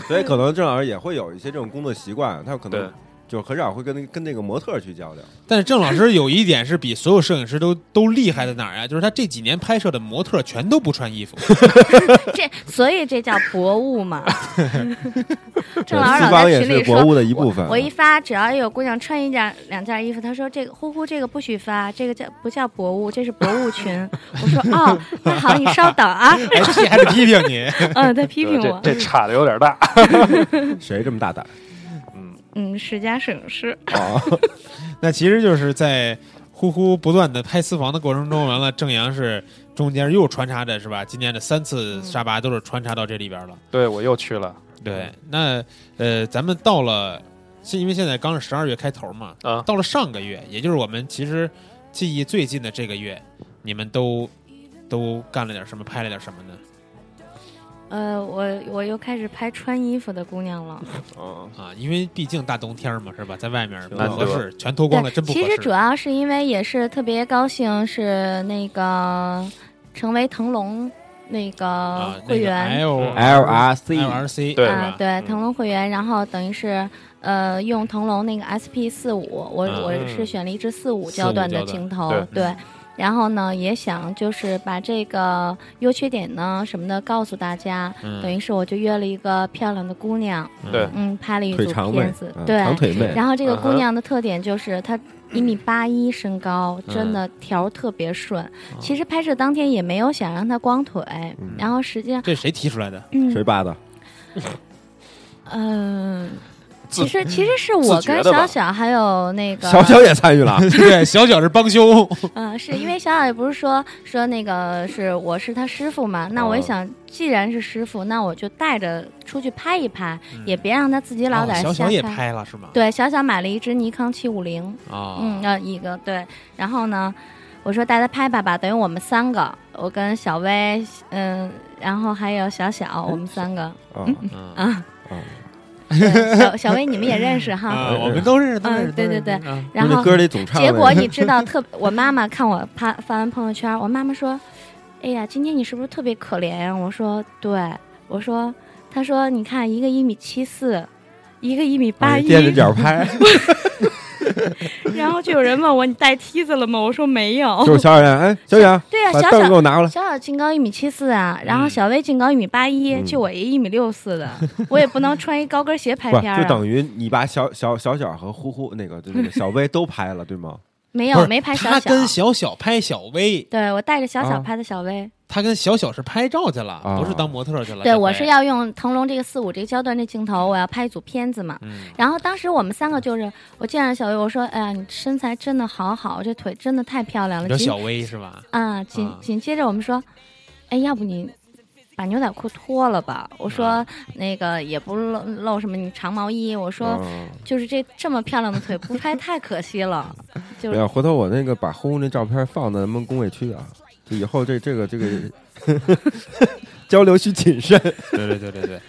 Speaker 5: 所以可能郑老师也会有一些这种工作习惯，他可 [laughs]
Speaker 6: 对
Speaker 5: 能就很少会跟那跟那个模特儿去交流。
Speaker 4: 但是郑老师有一点是比所有摄影师都都厉害在哪儿呀、就是他这几年拍摄的模特全都不穿衣 [laughs] 服，
Speaker 7: [laughs] 这所以这叫博物嘛。郑老师
Speaker 5: 私
Speaker 7: 老在
Speaker 5: 房也
Speaker 7: 群
Speaker 5: 是
Speaker 7: 里
Speaker 5: 博
Speaker 7: 说。
Speaker 5: 物的一部分。
Speaker 7: 我一发，只要有姑娘穿一件两件衣服，她说这个呼呼这个不许发，这个叫不叫博物，这是博物群。我说哦，那好，你稍等啊。
Speaker 4: 哎，这还得批评你。
Speaker 7: 嗯，她批评
Speaker 6: 这
Speaker 7: 我。
Speaker 6: 这差的有点大。
Speaker 5: 啊谁这么大胆
Speaker 6: 嗯，
Speaker 7: 嗯，十佳摄影师。
Speaker 5: 啊？
Speaker 4: 那其实就是在呼呼不断的拍私房的过程中，完了正阳是中间又穿插着是吧？今年的三次沙巴都是穿插到这里边了。
Speaker 6: 对我又去了
Speaker 4: 对，那呃，咱们到了，是因为现在刚是十二月开头嘛，
Speaker 6: 啊，
Speaker 4: 到了上个月，也就是我们其实记忆最近的这个月，你们都都干了点什么，拍了点什么呢？
Speaker 7: 呃，我我又开始拍穿衣服的姑娘了。
Speaker 5: 哦，
Speaker 4: 啊，因为毕竟大冬天嘛，是吧？在外面不
Speaker 5: 难
Speaker 4: 合
Speaker 6: 得
Speaker 4: 适，全脱
Speaker 7: 对，
Speaker 4: 光了真不合
Speaker 7: 其
Speaker 4: 适。
Speaker 7: 实主要是因为也是特别高兴，是那个成为腾龙那个
Speaker 4: 啊，
Speaker 7: 会员。
Speaker 4: L
Speaker 5: L R C
Speaker 4: L R C
Speaker 6: 对
Speaker 7: 啊
Speaker 4: 吧？，
Speaker 7: 对
Speaker 6: 嗯，
Speaker 7: 腾龙会员，然后等于是呃用腾龙那个 SP 四五，我
Speaker 4: 嗯
Speaker 7: 我是选了一支四五焦段的镜
Speaker 6: 四
Speaker 7: 头
Speaker 6: 五焦段，
Speaker 4: 对
Speaker 7: 对。然后呢，也想就是把这个优缺点呢什么的告诉大家，
Speaker 4: 嗯
Speaker 7: 等于是我就约了一个漂亮的姑娘，
Speaker 6: 对
Speaker 7: 嗯，拍了一
Speaker 5: 腿
Speaker 7: 组
Speaker 5: 长妹
Speaker 7: 片子，，
Speaker 5: 嗯
Speaker 7: 对，
Speaker 5: 长腿妹，
Speaker 7: 然后这个
Speaker 6: 嗯
Speaker 7: 姑
Speaker 6: 哼
Speaker 7: 娘的特点就是她一米八一身高，
Speaker 4: 嗯
Speaker 7: 真的条儿特别顺。其实拍摄当天也没有想让她光腿，
Speaker 5: 嗯
Speaker 7: 然后实际上，
Speaker 4: 这谁提出来的？
Speaker 5: 谁
Speaker 7: 嗯
Speaker 5: 爸的？
Speaker 7: 嗯、
Speaker 6: 自
Speaker 7: 其实其实是我
Speaker 6: 自觉
Speaker 7: 跟
Speaker 6: 的吧
Speaker 7: 小小还有那个
Speaker 5: 小小也
Speaker 10: [laughs]
Speaker 5: 参与了，
Speaker 4: 对，小小是帮凶。
Speaker 7: 嗯，是因为小小也不是说说那个是我是他师傅嘛，那我一
Speaker 5: 哦
Speaker 7: 想，既然是师傅，那我就带着出去拍一拍， [laughs] 也别让他自己老
Speaker 4: 哦
Speaker 7: 在这
Speaker 4: 嗯小
Speaker 7: 瞎
Speaker 4: 小也
Speaker 7: 拍
Speaker 4: 拍了是吗？
Speaker 7: 对，小小买了一支尼康七五零，
Speaker 4: 啊，
Speaker 7: 嗯，呃，一个对，然后呢，我说带他拍拍吧，等于我们三个，我跟小薇，嗯，然后还有小小，我们三个
Speaker 5: 啊
Speaker 4: 嗯
Speaker 7: 啊，
Speaker 5: 啊！
Speaker 7: 对小小薇你们也认识哈，
Speaker 4: 啊，我们都认识，都
Speaker 7: 嗯
Speaker 4: 认识，
Speaker 7: 对
Speaker 4: 都认识
Speaker 7: 对
Speaker 4: 啊
Speaker 7: 然
Speaker 5: 那
Speaker 7: 后
Speaker 5: 歌里总唱那
Speaker 7: 结
Speaker 5: 个。
Speaker 7: 果你知
Speaker 5: [laughs]
Speaker 7: 道特，我妈妈看我发发完朋友圈，我妈妈说，哎呀，今天你是不是特别可怜呀？我说对，我说，她说你看一个一米七四，一个一米八
Speaker 5: 哎
Speaker 7: [laughs] 一，
Speaker 5: 垫着脚拍，
Speaker 7: 然后就有人问我你带梯子了吗？我说没有。
Speaker 5: 就是小远，哎，小远，
Speaker 7: 对啊，
Speaker 5: 把
Speaker 7: 小
Speaker 5: 凳给
Speaker 7: 小
Speaker 5: 我拿过来。
Speaker 7: 小小净高一米七四啊，然后
Speaker 4: 嗯
Speaker 7: 小薇净高一米八一、
Speaker 5: 嗯
Speaker 7: 就我一一米六四的，我也不能穿一高跟鞋拍
Speaker 5: 不是，
Speaker 7: 片
Speaker 5: 就
Speaker 7: 儿啊。
Speaker 5: 等于你把小小小小和呼呼那个就那个小薇都拍了，对吗？
Speaker 7: 没
Speaker 10: 不
Speaker 7: 有，
Speaker 10: 是
Speaker 7: 没拍小
Speaker 10: 他
Speaker 7: 小。
Speaker 10: 跟小小拍小薇，
Speaker 7: 对我带着小
Speaker 5: 啊
Speaker 7: 小拍的小薇，
Speaker 10: 他跟小小是拍照去了，
Speaker 5: 啊
Speaker 10: 不是当模特去了。这
Speaker 7: 对
Speaker 10: 回
Speaker 7: 我是要用腾龙这个四五这个焦段这镜头，我要拍一组片子嘛。
Speaker 10: 嗯
Speaker 7: 然后当时我们三个就是，我见着小薇，我说：“哎呀，你身材真的好好，这腿真的太漂亮
Speaker 10: 你说
Speaker 7: 了。紧”
Speaker 10: 小薇是吧？ [laughs]
Speaker 7: 啊，紧
Speaker 10: 啊
Speaker 7: 紧接着我们说，哎，要不你把牛仔裤脱了吧？我说、
Speaker 10: 啊
Speaker 7: 那个也不露露什么，你长毛衣。我说、
Speaker 10: 啊
Speaker 5: 嗯，
Speaker 7: 就是这这么漂亮的腿不拍太可惜了，就
Speaker 5: 没有，回头我那个把呼呼那照片放在咱们工委区啊，就以后这这个这个
Speaker 7: [laughs]
Speaker 5: 交流需谨慎。
Speaker 10: 对对对对对，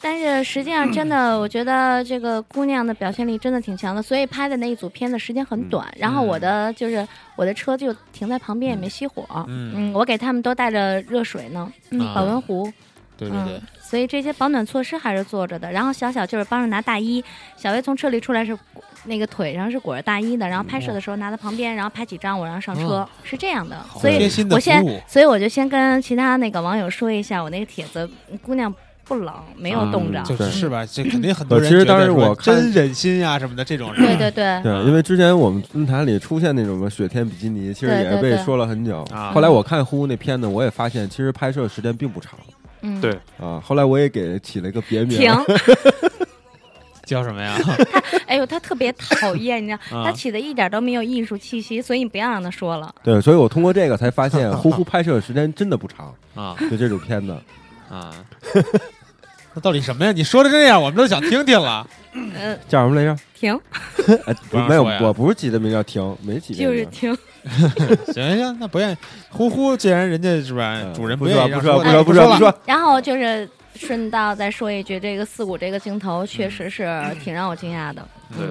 Speaker 7: 但是实际上，真的，
Speaker 10: 嗯
Speaker 7: 我觉得这个姑娘的表现力真的挺强的，所以拍的那一组片子时间
Speaker 10: 嗯
Speaker 7: 很短。然后我的就是我的车就停在旁边，也没熄火。
Speaker 10: 嗯
Speaker 7: 我给他们都带着热水呢，嗯，
Speaker 10: 啊
Speaker 7: 保温壶。
Speaker 10: 对对对
Speaker 7: 嗯，，所以这些保暖措施还是做着的。然后小小就是帮着拿大衣，小薇从车里出来是裹那个腿上是裹着大衣的，然后拍摄的时候拿在旁边，然后拍几张我然后上车
Speaker 10: 哦，
Speaker 7: 是这样的。
Speaker 10: 好
Speaker 7: 所以
Speaker 10: 贴心的
Speaker 7: 我
Speaker 10: 服
Speaker 7: 先
Speaker 10: 务，，
Speaker 7: 所以我就先跟其他那个网友说一下，我那个帖子嗯姑娘不冷，没有冻着。
Speaker 5: 嗯
Speaker 10: 就
Speaker 5: 对
Speaker 10: 是是吧？这肯定很多
Speaker 5: 我
Speaker 10: 人
Speaker 5: 其实
Speaker 10: 觉得
Speaker 5: 当时
Speaker 10: 说
Speaker 5: 我看
Speaker 10: 真忍心啊什么的这种，
Speaker 7: 对对对，
Speaker 5: 对，因为之前我们论坛里出现那种什么雪天比基尼，其实
Speaker 7: 对
Speaker 5: 也
Speaker 7: 对
Speaker 5: 被
Speaker 7: 对
Speaker 5: 说了很久。
Speaker 10: 啊
Speaker 5: 后来我看呼呼那片子，我也发现其实拍摄时间并不长
Speaker 7: 嗯，
Speaker 6: 对
Speaker 5: 啊。后来我也给起了一个别名，
Speaker 7: 停。 [laughs]
Speaker 10: 叫什么呀？ [laughs]
Speaker 7: 哎呦，他特别讨厌，你知道， [laughs]
Speaker 10: 啊
Speaker 7: 他起的一点都没有艺术气息，所以你不要让他说了。
Speaker 5: 对，所以我通过这个才发现呼呼拍摄时间真的不长，
Speaker 10: 啊
Speaker 5: 就这种片子。
Speaker 10: 啊， [laughs] 那到底什么呀？你说的这样，我们都想听听了。
Speaker 7: 呃，
Speaker 5: 叫什么来着？
Speaker 7: [laughs] 停，
Speaker 5: [laughs] 哎，
Speaker 10: 不让
Speaker 5: 没有
Speaker 10: 说呀，
Speaker 5: 我不是起的名叫停，没起这
Speaker 7: 就是
Speaker 5: 名。
Speaker 7: 停。
Speaker 10: 行行，那不愿意呼呼，既然人家是吧
Speaker 5: 嗯，
Speaker 10: 主人
Speaker 5: 不
Speaker 10: 愿
Speaker 5: 说
Speaker 10: 意
Speaker 5: 不
Speaker 10: 让
Speaker 5: 说不
Speaker 10: 那
Speaker 5: 说
Speaker 10: 就
Speaker 5: 不
Speaker 10: 不
Speaker 5: 说不
Speaker 10: 了，
Speaker 5: 说，
Speaker 7: 然后就是顺道再说一句，这个四股这个镜头确实是挺让我惊讶的。
Speaker 6: 对，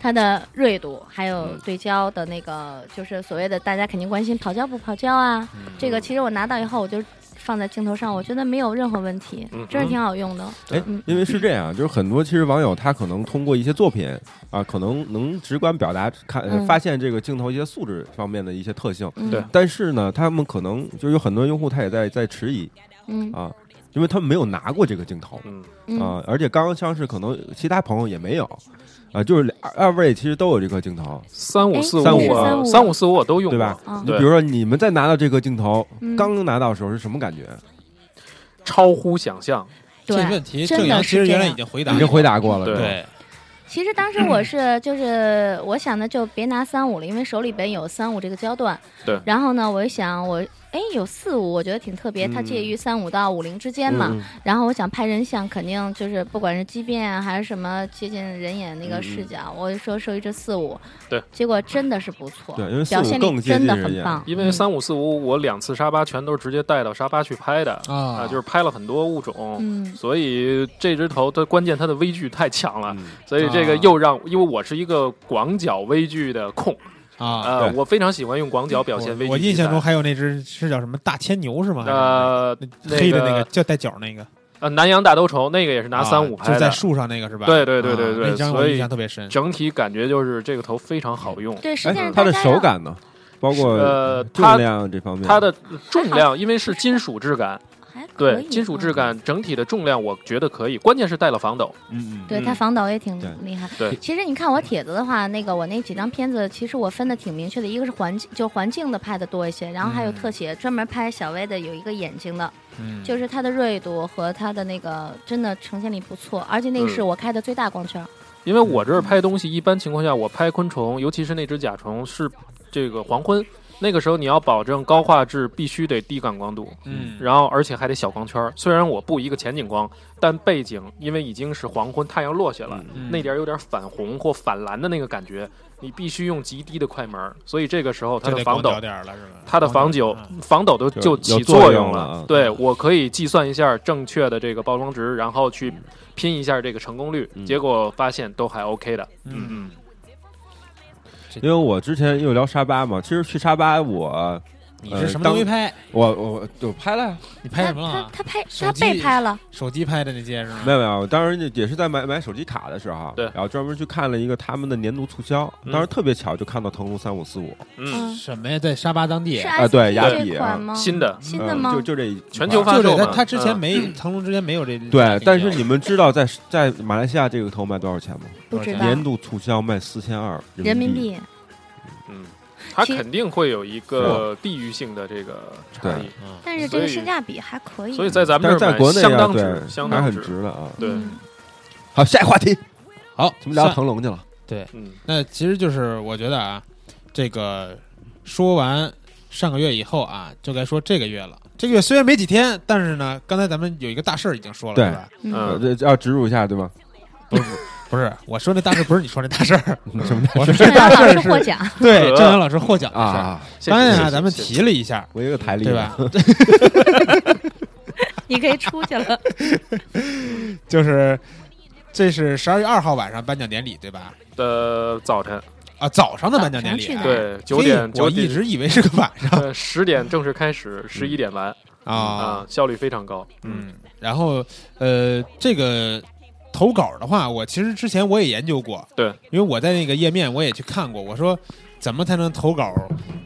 Speaker 7: 它的锐度，还有对焦的那个，就是所谓的大家肯定关心跑焦不跑焦啊。这个其实我拿到以后，我就放在镜头上，我觉得没有任何问题，
Speaker 6: 嗯
Speaker 7: 真是挺好用的。
Speaker 5: 哎
Speaker 7: 嗯，
Speaker 5: 因为是这样，就是很多其实网友他可能通过一些作品啊，可能能直观表达看呃
Speaker 7: 嗯
Speaker 5: 发现这个镜头一些素质方面的一些特性，
Speaker 7: 嗯
Speaker 6: 对
Speaker 5: 但是呢，他们可能就有很多用户他也在在迟疑
Speaker 7: 嗯
Speaker 5: 啊，因为他们没有拿过这个镜头
Speaker 6: 嗯，
Speaker 7: 嗯，
Speaker 5: 啊，而且刚刚上市可能其他朋友也没有啊，就是两二二位其实都有这个镜头，
Speaker 6: 三五
Speaker 7: 哎
Speaker 6: 四五
Speaker 5: 三五
Speaker 6: 我
Speaker 7: 四
Speaker 6: 三五四五我都用
Speaker 5: 对吧
Speaker 6: 过，
Speaker 7: 啊
Speaker 5: 你
Speaker 6: 对
Speaker 5: 比如说你们在拿到这个镜头
Speaker 7: 嗯
Speaker 5: 刚拿到的时候是什么感觉？
Speaker 6: 超乎想象。
Speaker 10: 这
Speaker 7: 对，
Speaker 10: 问题，
Speaker 7: 真的
Speaker 10: 郑阳
Speaker 7: 是
Speaker 10: 其实
Speaker 7: 这
Speaker 10: 原来
Speaker 7: 样
Speaker 10: 已经回答，
Speaker 5: 已经回，答过了，
Speaker 6: 对
Speaker 5: 是吧
Speaker 10: 对，
Speaker 7: 其实当时我是 [clears throat] 就是我想的就别拿三五了，因为手里边有三五这个焦段。
Speaker 6: 对
Speaker 7: 然后呢，我一想我哎有四五，我觉得挺特别，它
Speaker 5: 嗯
Speaker 7: 介于三五到五零之间嘛。
Speaker 5: 嗯
Speaker 7: 然后我想拍人像，肯定就是不管是畸变啊，还是什么接近人眼那
Speaker 5: 嗯
Speaker 7: 个
Speaker 5: 嗯
Speaker 7: 视角，我就说收一支四五。
Speaker 6: 对，
Speaker 7: 结果真的是不错，
Speaker 5: 对因为
Speaker 7: 表
Speaker 5: 45
Speaker 7: 现
Speaker 5: 更
Speaker 7: 力
Speaker 5: 接
Speaker 7: 真的
Speaker 5: 近人
Speaker 7: 很
Speaker 5: 眼
Speaker 7: 棒。
Speaker 6: 因为三五四五我两次沙巴全都是直接带到沙巴去拍的
Speaker 10: 啊
Speaker 6: 嗯就是拍了很多物种。
Speaker 7: 嗯，
Speaker 6: 所以这只头它关键它的微距太强了，
Speaker 5: 嗯
Speaker 6: 所以这个
Speaker 10: 啊
Speaker 6: 又让，因为我是一个广角微距的控，
Speaker 10: 啊。
Speaker 6: 呃，
Speaker 5: 对
Speaker 6: 我非常喜欢用广角表
Speaker 10: 嗯我
Speaker 6: 现微距。
Speaker 10: 我印象中，还有那只是叫什么大牵牛是吗？还是
Speaker 6: 呃，
Speaker 10: 那黑的那
Speaker 6: 那
Speaker 10: 个
Speaker 6: 个
Speaker 10: 叫带角那个，
Speaker 6: 呃，南洋大兜虫那个也是拿
Speaker 10: 啊
Speaker 6: 三五拍
Speaker 10: 就
Speaker 6: 的，
Speaker 10: 在树上那个是吧？
Speaker 6: 对对对对
Speaker 10: 啊
Speaker 6: 对
Speaker 10: 那张我
Speaker 6: 所以
Speaker 10: 印象特别深。
Speaker 6: 整体感觉就是这个头非常好用。
Speaker 7: 对，实际
Speaker 5: 哎
Speaker 7: 上，
Speaker 5: 它的
Speaker 7: 大家
Speaker 5: 手
Speaker 7: 要
Speaker 5: 感呢，包括
Speaker 6: 呃，
Speaker 5: 重
Speaker 6: 它
Speaker 5: 量这方
Speaker 10: 嗯
Speaker 5: 面，
Speaker 6: 它的重量，因为是金属质感，
Speaker 7: 还可
Speaker 6: 对
Speaker 7: 以
Speaker 6: 金属质
Speaker 7: 嗯。
Speaker 6: 感整体的重量，我觉得可以。关键是带了防抖，
Speaker 5: 嗯嗯
Speaker 7: 对他
Speaker 6: 嗯
Speaker 7: 防抖也挺
Speaker 5: 对
Speaker 7: 厉害。
Speaker 6: 对
Speaker 7: 其实你看我帖子的话，那个我那几张片子，其实我分的挺明确的，一个是环境，就环境的拍的多一些，然后还有
Speaker 10: 嗯
Speaker 7: 特写，专门拍小薇的有一个眼睛的，
Speaker 10: 嗯，
Speaker 7: 就是它的锐度和它的那个真的呈现力不错，而且那个是
Speaker 6: 嗯
Speaker 7: 我开的最大光圈。
Speaker 6: 因为我这
Speaker 10: 嗯
Speaker 6: 儿拍东西，一般情况下我拍昆虫，尤其是那只甲虫是这个黄昏，那个时候你要保证高画质，必须得低感光度，
Speaker 10: 嗯，
Speaker 6: 然后而且还得小光圈儿。虽然我布一个前景光，但背景因为已经是黄昏，太阳落下了，
Speaker 10: 嗯
Speaker 6: 那点儿有点反红或反蓝的那个感觉，你必须用极低的快门儿，所以这个时候它
Speaker 10: 就
Speaker 6: 的
Speaker 10: 得
Speaker 6: 防
Speaker 10: 光
Speaker 6: 抖
Speaker 10: 脚点儿了是吧？
Speaker 6: 它的防
Speaker 10: 脚
Speaker 6: 抖
Speaker 10: 啊
Speaker 6: 防抖都
Speaker 5: 就
Speaker 6: 就
Speaker 5: 有
Speaker 6: 起
Speaker 5: 作
Speaker 6: 作
Speaker 5: 用
Speaker 6: 用
Speaker 5: 了
Speaker 6: 了
Speaker 5: 啊。
Speaker 6: 对我可以计算一下正确的这个曝光值，然后去拼一下这个成功率，
Speaker 5: 嗯
Speaker 6: 结果发现都还 OK 的。
Speaker 10: 嗯，
Speaker 5: 因为我之前又聊沙巴嘛，其实去沙巴我
Speaker 4: 你是什么都没拍，
Speaker 5: 我我我拍了呀，
Speaker 4: 你拍
Speaker 7: 他
Speaker 4: 什么
Speaker 7: 他
Speaker 10: 啊
Speaker 4: 了？
Speaker 7: 他拍
Speaker 4: 手
Speaker 7: 他
Speaker 4: 机
Speaker 7: 被拍了，
Speaker 4: 手机拍的那些是吗？
Speaker 5: 没有没有，当时也是在买买手机卡的时候，啊
Speaker 6: 对
Speaker 5: 然后专门去看了一个他们的年度促销，
Speaker 6: 嗯
Speaker 5: 当时特别巧就看到腾龙三五四五，
Speaker 6: 嗯，
Speaker 4: 什么呀？在沙巴当地
Speaker 7: 是
Speaker 5: 啊
Speaker 7: S
Speaker 5: 对
Speaker 7: P
Speaker 5: 雅
Speaker 7: 这
Speaker 5: 比啊
Speaker 7: 款吗？
Speaker 6: 新的
Speaker 7: 新的
Speaker 5: 嗯
Speaker 7: 吗
Speaker 5: 就？就这一
Speaker 6: 全球
Speaker 5: 款
Speaker 6: 发
Speaker 4: 就是
Speaker 6: 售
Speaker 4: 他
Speaker 6: 嘛
Speaker 4: 他之前 [clears throat]
Speaker 6: 嗯
Speaker 4: 没腾龙之前没有这
Speaker 5: 对，但是你们知道在在马来西亚这个头卖多少钱吗？
Speaker 7: 不
Speaker 6: 啊
Speaker 7: 知道
Speaker 5: 年度促销卖四千二
Speaker 7: 人民
Speaker 5: 币，
Speaker 7: 币，
Speaker 6: 嗯，它
Speaker 7: 其实
Speaker 6: 肯定会有一个地域性的这个差
Speaker 5: 对
Speaker 6: 异，
Speaker 7: 但是这个
Speaker 6: 所以
Speaker 7: 性价比还可以。
Speaker 6: 所以在咱们
Speaker 5: 但
Speaker 6: 这
Speaker 5: 是
Speaker 6: 儿
Speaker 5: 在
Speaker 6: 买
Speaker 5: 国内
Speaker 6: 相
Speaker 5: 啊，
Speaker 6: 当
Speaker 5: 对，
Speaker 6: 值，相
Speaker 5: 还
Speaker 6: 当
Speaker 5: 很值的啊。
Speaker 6: 对，
Speaker 7: 嗯
Speaker 5: 好，下一个话题，
Speaker 4: 好
Speaker 5: 咱们聊
Speaker 4: 算
Speaker 5: 腾龙去了。
Speaker 4: 对，
Speaker 6: 嗯
Speaker 4: 那其实就是我觉得啊，这个说完上个月以后啊，就该说这个月了。这个月虽然没几天，但是呢，刚才咱们有一个大事儿已经说了，
Speaker 5: 对
Speaker 4: 是吧？
Speaker 5: 呃
Speaker 6: 嗯，
Speaker 5: 这要植入一下对吗？
Speaker 4: 不是，我说那大事儿不是你说那大事儿，
Speaker 6: 嗯
Speaker 5: 什么
Speaker 4: 我说
Speaker 7: 郑
Speaker 4: 这
Speaker 7: 阳
Speaker 4: 大事
Speaker 7: 老
Speaker 4: 儿
Speaker 7: [laughs] 师获
Speaker 4: 是
Speaker 7: 奖，
Speaker 4: 对郑阳老师获奖的事儿。
Speaker 5: 啊？
Speaker 6: 谢谢
Speaker 4: 当然
Speaker 6: 谢
Speaker 4: 啊，
Speaker 6: 谢
Speaker 4: 咱们
Speaker 6: 谢谢
Speaker 4: 提了一下，
Speaker 5: 我一个台历，啊
Speaker 4: 对吧？
Speaker 7: 你可以出去了。
Speaker 4: [laughs] 就是这是十二月二号晚上颁奖典礼，对吧？
Speaker 6: 的呃早晨，
Speaker 4: 啊，早上的颁奖典礼
Speaker 7: 早上
Speaker 4: 啊，
Speaker 7: 去的
Speaker 6: 对，九点
Speaker 4: 所以我
Speaker 6: 九
Speaker 4: 一
Speaker 6: 点
Speaker 4: 直以为是个晚 [laughs] 上
Speaker 6: 呃十点正式开始，十一点完
Speaker 4: 啊。
Speaker 6: 啊，效率非常高。
Speaker 4: 嗯，然后呃，这个投稿的话，我其实之前我也研究过，
Speaker 6: 对，
Speaker 4: 因为我在那个页面我也去看过，我说怎么才能投稿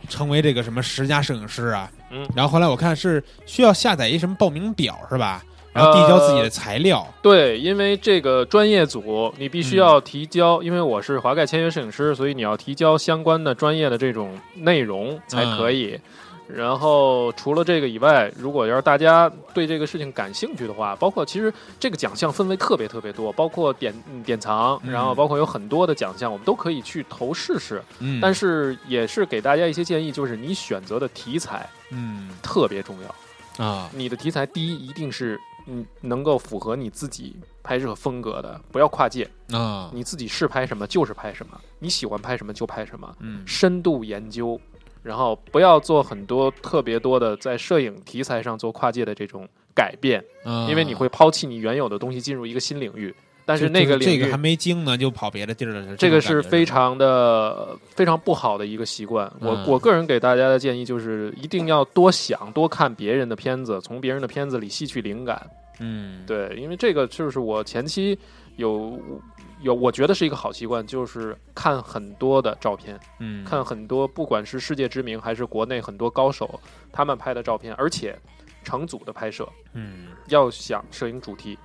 Speaker 4: 成为这个什么十佳摄影师啊？
Speaker 6: 嗯
Speaker 4: 然后后来我看是需要下载一什么报名表是吧？
Speaker 6: 呃
Speaker 4: 然后递交自己的材料，
Speaker 6: 对，因为这个专业组你必须要
Speaker 4: 嗯
Speaker 6: 提交，因为我是华盖签约摄影师，所以你要提交相关的专业的这种内容才
Speaker 4: 嗯
Speaker 6: 可以。然后除了这个以外，如果要是大家对这个事情感兴趣的话，包括其实这个奖项分为特别特别多，包括典嗯典藏，
Speaker 4: 嗯
Speaker 6: 然后包括有很多的奖项，我们都可以去投试试。
Speaker 4: 嗯，
Speaker 6: 但
Speaker 4: 是
Speaker 6: 是也是给大家一些建议，就是你选择的题材
Speaker 4: 嗯
Speaker 6: 特别重要。
Speaker 4: 啊，
Speaker 6: 你的题材第一一定是你能够符合你自己拍摄风格的，不要跨界，
Speaker 4: 啊，
Speaker 6: 你自己是拍什么就是拍什么，你喜欢拍什么就拍什么，
Speaker 4: 嗯
Speaker 6: 深度研究，然后不要做很多特别多的在摄影题材上做跨界的这种改变，
Speaker 4: 啊，
Speaker 6: 因为你会抛弃你原有的东西，进入一个新领域。但是那
Speaker 4: 就
Speaker 6: 个
Speaker 4: 这
Speaker 6: 领
Speaker 4: 个还
Speaker 6: 域，
Speaker 4: 没精呢，就跑别的地儿了。
Speaker 6: 这
Speaker 4: 种
Speaker 6: 个
Speaker 4: 感觉
Speaker 6: 是
Speaker 4: 是
Speaker 6: 非常的非常不好的一个习惯。我
Speaker 4: 嗯
Speaker 6: 我个人给大家的建议就是，一定要多想多看别人的片子，从别人的片子里吸取灵感。
Speaker 4: 嗯
Speaker 6: 对，因为这个就是我前期有有，我觉得是一个好习惯，就是看很多的照片，
Speaker 4: 嗯
Speaker 6: 看很多不管是世界知名还是国内很多高手他们拍的照片，而且成组的拍摄，
Speaker 4: 嗯
Speaker 6: 要想摄影主题，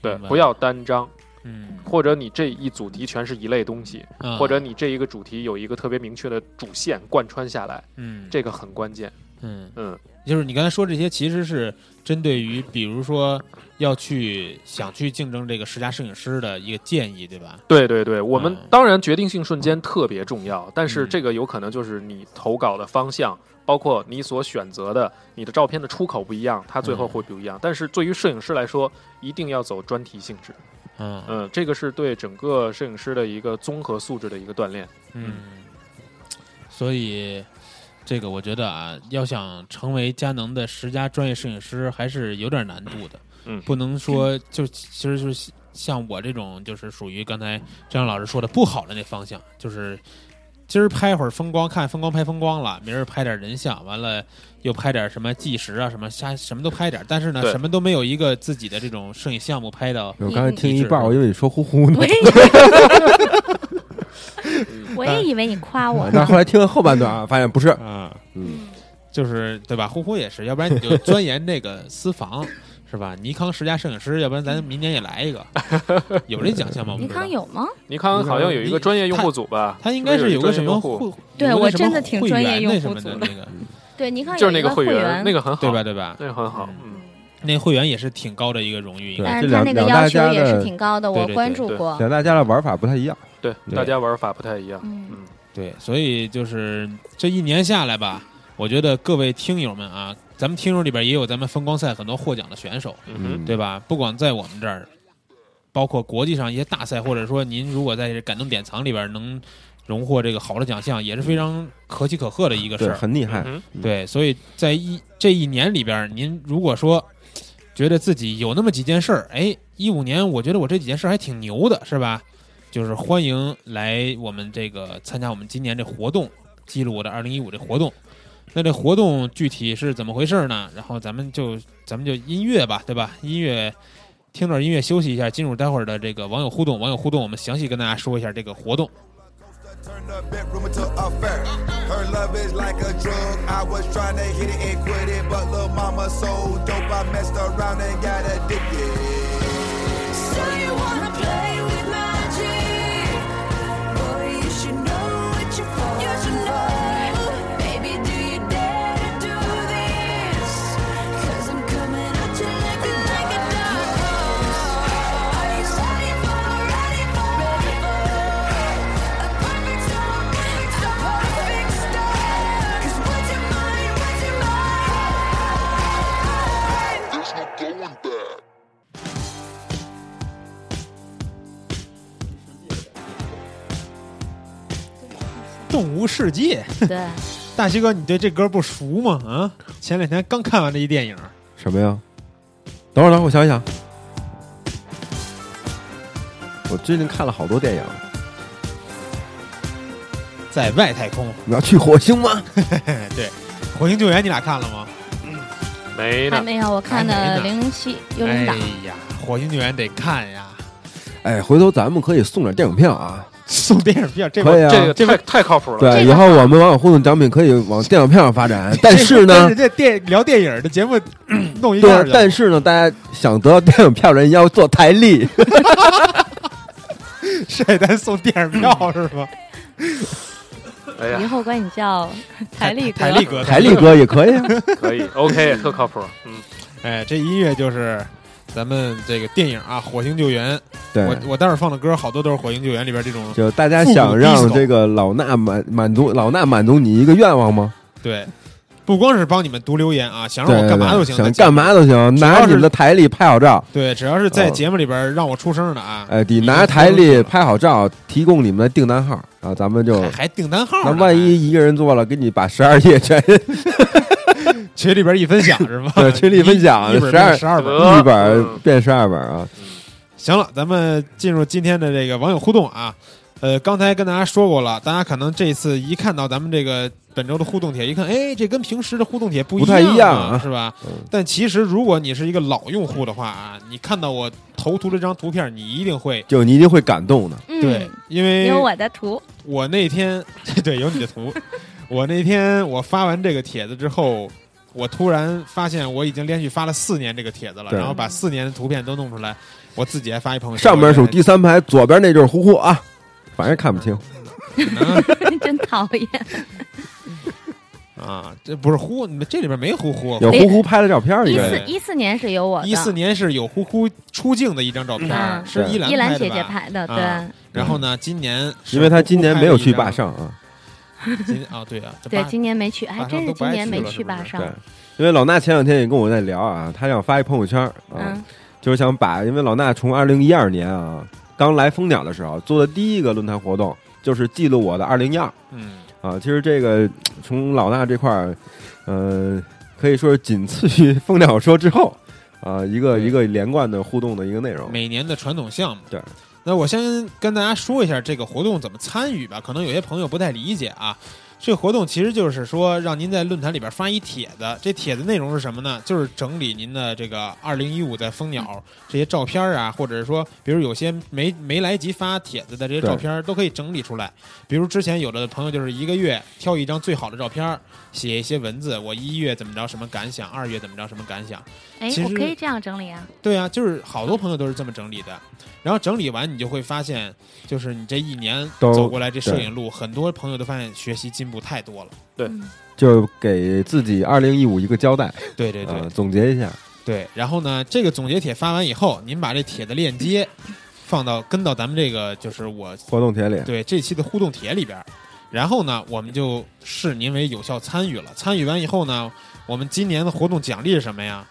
Speaker 6: 对，
Speaker 4: 明白
Speaker 6: 不要单张，
Speaker 4: 嗯
Speaker 6: 或者你这一主题全是一类东西，
Speaker 4: 啊
Speaker 6: 或者你这一个主题有一个特别明确的主线贯穿下来，
Speaker 4: 嗯
Speaker 6: 这个很关键。
Speaker 4: 嗯
Speaker 6: 嗯，
Speaker 4: 就是你刚才说这些，其实是针对于比如说要去想去竞争这个十佳摄影师的一个建议，对吧？
Speaker 6: 对对对，我们
Speaker 4: 嗯
Speaker 6: 当然决定性瞬间特别重要，但是
Speaker 4: 嗯
Speaker 6: 这个有可能就是你投稿的方向，包括你所选择的你的照片的出口不一样，它最
Speaker 4: 嗯
Speaker 6: 后会不一样。但是对于摄影师来说，一定要走专题性质，
Speaker 4: 嗯
Speaker 6: 嗯，这个是对整个摄影师的一个综合素质的一个锻炼。
Speaker 4: 嗯，所以这个我觉得啊，要想成为佳能的十佳专业摄影师，还是有点难度的。
Speaker 6: 嗯
Speaker 4: 不能说就其实就是像我这种，就是属于刚才张老师说的不好的那方向，就是。今儿拍会儿风光，看风光拍风光了；明儿拍点人像，完了又拍点什么纪实啊，什么瞎什么都拍点。但是呢，
Speaker 6: 对
Speaker 4: 什么都没有一个自己的这种摄影项目拍到。
Speaker 5: 我刚才听一半，我以为你说呼呼
Speaker 6: [laughs]
Speaker 5: 呢
Speaker 7: [laughs] 我，也
Speaker 5: [laughs]
Speaker 7: 以
Speaker 5: 嗯
Speaker 7: 为 [laughs] 我也以为你夸我
Speaker 5: 但
Speaker 7: 呢
Speaker 4: 嗯
Speaker 5: 是。后来听了后半段啊，发现不是，
Speaker 4: [laughs] 啊，
Speaker 5: 嗯，
Speaker 4: 就是对吧？呼呼也是，要不然你 [laughs] 就钻研这个私房，是吧？尼康十佳摄影师，要不然咱明年也来一 [laughs] 个，有这奖项吗？我不
Speaker 7: 尼
Speaker 4: 知道
Speaker 7: 康，有吗？
Speaker 6: 尼康好像有一个专业用户组吧？
Speaker 4: 他应该
Speaker 6: 是不是
Speaker 4: 有
Speaker 6: 一个
Speaker 4: 个
Speaker 6: 专
Speaker 4: 什
Speaker 6: 业
Speaker 4: 么
Speaker 6: 用户，
Speaker 4: 户，
Speaker 7: 对
Speaker 4: 有个
Speaker 7: 我
Speaker 4: 什么
Speaker 7: 真的挺
Speaker 4: 会
Speaker 7: 专业
Speaker 4: 员
Speaker 7: 用
Speaker 4: 那
Speaker 7: 户
Speaker 4: 什么
Speaker 7: 组
Speaker 4: 的
Speaker 7: 的
Speaker 4: 那个，
Speaker 7: 对，尼康
Speaker 6: 就是
Speaker 7: 有
Speaker 6: 那
Speaker 7: 一个
Speaker 6: 会
Speaker 7: 员，
Speaker 6: 那个很好，
Speaker 4: 对吧？？对吧？
Speaker 6: 那个很好，嗯，
Speaker 4: 那会员也是挺高的一个荣誉，应该
Speaker 7: 但
Speaker 5: 这
Speaker 7: 是他
Speaker 5: 两
Speaker 7: 那个
Speaker 5: 两
Speaker 7: 要
Speaker 5: 大
Speaker 4: 家
Speaker 7: 求也
Speaker 4: 的
Speaker 7: 是挺高的，
Speaker 4: 对
Speaker 7: 我
Speaker 4: 对
Speaker 7: 关
Speaker 4: 对
Speaker 7: 注
Speaker 6: 对
Speaker 7: 过。
Speaker 5: 两大家的玩法不太一样，
Speaker 6: 对，
Speaker 5: 对
Speaker 6: 大家玩法不太一样。
Speaker 4: [laughs]
Speaker 7: 嗯，
Speaker 4: 对，所以就是这一年下来吧，我觉得各位听友们啊，咱们听友里边也有咱们风光赛很多获奖的选手，
Speaker 6: 嗯哼，
Speaker 4: 对吧？不光在我们这儿，包括国际上一些大赛，或者说您如果在感动典藏里边能荣获这个好的奖项，也是非常可喜可贺的一个事
Speaker 5: 对，
Speaker 4: 儿。
Speaker 5: 很厉
Speaker 6: 嗯
Speaker 5: 害，
Speaker 6: 哼，
Speaker 4: 对，所以在一这一年里边，您如果说觉得自己有那么几件事儿，哎，一五年我觉得我这几件事儿还挺牛的，是吧？就是欢迎来我们这个参加我们今年这活动，记录我的二零一五这活动。那这活动具体是怎么回事呢？然后咱们就咱们就音乐吧，对吧？音乐，听段音乐休息一下，进入待会儿的这个网友互动。网友互动，我们详细跟大家说一下这个活动。
Speaker 11: Turn the bedroom into a fair. Her love is like a drug. I was trying to hit it and quit it, but little mama so dope. I messed around and got addicted.
Speaker 9: So you wanna play with magic? Boy, you should know what you're for. You should know. Baby, do you dare to do this? Cause I'm coming at you like a like a dog. Are you ready for, ready for, ready for a perfect storm, perfect storm, a perfect storm? 'Cause what's your mind, what's your mind?
Speaker 11: There's no going back.
Speaker 4: 动物世界，
Speaker 7: 对，
Speaker 4: 大西哥，你对这歌不熟吗？啊，前两天刚看完这一电影，
Speaker 5: 什么呀？等会儿，等会儿，我想一想。我最近看了好多电影。
Speaker 4: 在外太空，
Speaker 5: 你要去火星吗？
Speaker 4: 对，《火星救援》你俩看了吗？
Speaker 6: 没
Speaker 7: 还
Speaker 6: 呢，
Speaker 7: 没有，我
Speaker 4: 还
Speaker 7: 看的
Speaker 4: 没
Speaker 7: 零零七幽灵党
Speaker 4: 哎，呀，《火星救援》得看呀，
Speaker 5: 哎，回头咱们可以送点电影票啊，
Speaker 4: 送电影票，这
Speaker 5: 可以啊。
Speaker 6: 这个
Speaker 4: 这
Speaker 6: 太
Speaker 4: 位
Speaker 6: 太靠谱了。
Speaker 5: 对，
Speaker 7: 这个
Speaker 5: 以后我们网友互动奖品可以往电影票上发展，但是呢
Speaker 4: 但是，这电聊电影的节
Speaker 5: [clears throat]
Speaker 4: 目弄一下
Speaker 5: 对，，啊但是呢，大家想得到电影票的人要做台历，
Speaker 4: 晒单送电影票
Speaker 5: 嗯
Speaker 4: 是吧？
Speaker 6: 哎
Speaker 7: 以
Speaker 6: 呀，
Speaker 7: 后管
Speaker 4: [laughs]
Speaker 7: 你叫台历哥。
Speaker 4: 台历哥，
Speaker 5: 台历哥也可以啊。
Speaker 6: 可 [laughs] 以，OK，特靠谱。嗯，
Speaker 4: 哎，这音乐就是咱们这个电影啊，《火星救援》。
Speaker 5: 对
Speaker 4: 我，我待会儿放的歌好多都是《火星救援》里边这种，
Speaker 5: 就大家想让这个老衲满满足老衲满足你一个愿望吗？
Speaker 4: 对，不光是帮你们读留言啊，想
Speaker 5: 对
Speaker 4: 让我
Speaker 5: 对对，
Speaker 4: 干嘛都行，
Speaker 5: 想
Speaker 4: 在节目
Speaker 5: 干嘛都行，
Speaker 4: 只要
Speaker 5: 拿
Speaker 4: 是
Speaker 5: 你们的台历拍好照，
Speaker 4: 对，只要是在
Speaker 5: 嗯
Speaker 4: 节目里边让我出声的啊，
Speaker 5: 哎，得拿台历拍好照，提供你们的订单号，然后咱们就
Speaker 4: 还，还订单号
Speaker 5: 嗯那
Speaker 4: 呢，
Speaker 5: 万一一个人做了，给你把十二
Speaker 4: [laughs]
Speaker 5: 页全
Speaker 4: 群里边一分享是吧？ [laughs]
Speaker 5: 对群里分享
Speaker 4: 一一本
Speaker 5: 12
Speaker 4: 十二本。嗯
Speaker 5: 一本变十二本啊，
Speaker 4: 行了，咱们进入今天的这个网友互动啊。呃，刚才跟大家说过了，大家可能这次一看到咱们这个本周的互动帖，一看，哎，这跟平时的互动帖不一
Speaker 5: 不太一样
Speaker 4: 啊
Speaker 5: 啊
Speaker 4: 是吧
Speaker 5: 嗯？
Speaker 4: 但其实如果你是一个老用户的话啊，你看到我头图这张图片，你一定会
Speaker 5: 就你一定会感动的。
Speaker 7: 嗯，
Speaker 4: 对，因为
Speaker 7: 有我的
Speaker 4: [laughs]
Speaker 7: 图，
Speaker 4: 我那天 [laughs] 对有你的图，我那天我发完这个帖子之后，我突然发现我已经连续发了四年这个帖子了，
Speaker 5: 对
Speaker 4: 然后把四年的图片都弄出来，我自己还发一朋友圈。
Speaker 5: 上面
Speaker 4: 我觉
Speaker 5: 数
Speaker 4: 得 [laughs]
Speaker 5: 第三排，左边那就是呼呼啊，反正看不清。
Speaker 4: 哦嗯
Speaker 7: 真讨厌。
Speaker 4: 啊，这不是呼，你们这里边没呼呼。
Speaker 5: 有呼呼拍的照片儿应
Speaker 7: 一
Speaker 5: 该
Speaker 7: 四
Speaker 4: 对
Speaker 7: 一四年是有我的，
Speaker 4: 一四年是有呼呼出镜的一张照片，
Speaker 7: 嗯
Speaker 4: 是
Speaker 5: 对
Speaker 4: 依兰
Speaker 7: 依兰
Speaker 4: 拍的
Speaker 7: 姐姐
Speaker 4: 吧。
Speaker 7: 拍的，对，
Speaker 4: 啊然后呢，今年是
Speaker 5: 因为他今年没有去
Speaker 4: 呼呼拍
Speaker 5: 坝
Speaker 4: 了一张，
Speaker 5: 上啊，
Speaker 4: 今啊对啊，这
Speaker 7: 对，
Speaker 4: 坝
Speaker 7: 今年没去，还
Speaker 4: 上
Speaker 7: 真
Speaker 4: 都不
Speaker 7: 是今
Speaker 4: 爱
Speaker 7: 年
Speaker 4: 去
Speaker 7: 没
Speaker 4: 了是
Speaker 7: 去
Speaker 4: 不
Speaker 7: 坝
Speaker 4: 是
Speaker 7: 上
Speaker 5: 对，，因为老衲前两天也跟我在聊啊，他想发一朋友圈啊
Speaker 7: 嗯，
Speaker 5: 就是想把，因为老衲从二零一二年啊刚来蜂鸟的时候做的第一个论坛活动，就是记录我的二零一二
Speaker 4: 嗯，
Speaker 5: 啊。其实这个从老衲这块儿，呃，可以说是仅次于蜂鸟说之后啊，一个
Speaker 4: 对
Speaker 5: 一个连贯的互动的一个内容。
Speaker 4: 每年的传统项目。
Speaker 5: 对，
Speaker 4: 那我先跟大家说一下这个活动怎么参与吧，可能有些朋友不太理解啊。这个活动其实就是说，让您在论坛里边发一帖子，这帖子内容是什么呢？就是整理您的这个二零一五在蜂
Speaker 5: 嗯
Speaker 4: 鸟这些照片啊，或者是说，比如有些没没来及发帖子的这些
Speaker 5: 对
Speaker 4: 照片，都可以整理出来。比如之前有的朋友就是一个月挑一张最好的照片，写一些文字，我一月怎么着什么感想，二月怎么着什么感想，
Speaker 7: 哎
Speaker 4: 其，
Speaker 7: 我
Speaker 4: 实
Speaker 7: 可以这样整理啊，
Speaker 4: 对啊，就是好多朋友都是这么整理的，然后整理完你就会发现，就是你这一年
Speaker 5: 都
Speaker 4: 走过来这摄影路，很多朋友都发现学习进步太多了。
Speaker 7: 嗯
Speaker 5: 就给自己二零一五一个交代，
Speaker 4: 对对对、
Speaker 5: 啊，总结一下。
Speaker 4: 对。然后呢，这个总结帖发完以后，您把这帖的链接放到跟到咱们这个就是我
Speaker 5: 活动
Speaker 4: [laughs]
Speaker 5: 帖里，
Speaker 4: 对这期的互动帖里边儿，然后呢，我们就视您为有效参与了。参与完以后呢，我们今年的活动奖励是什么呀？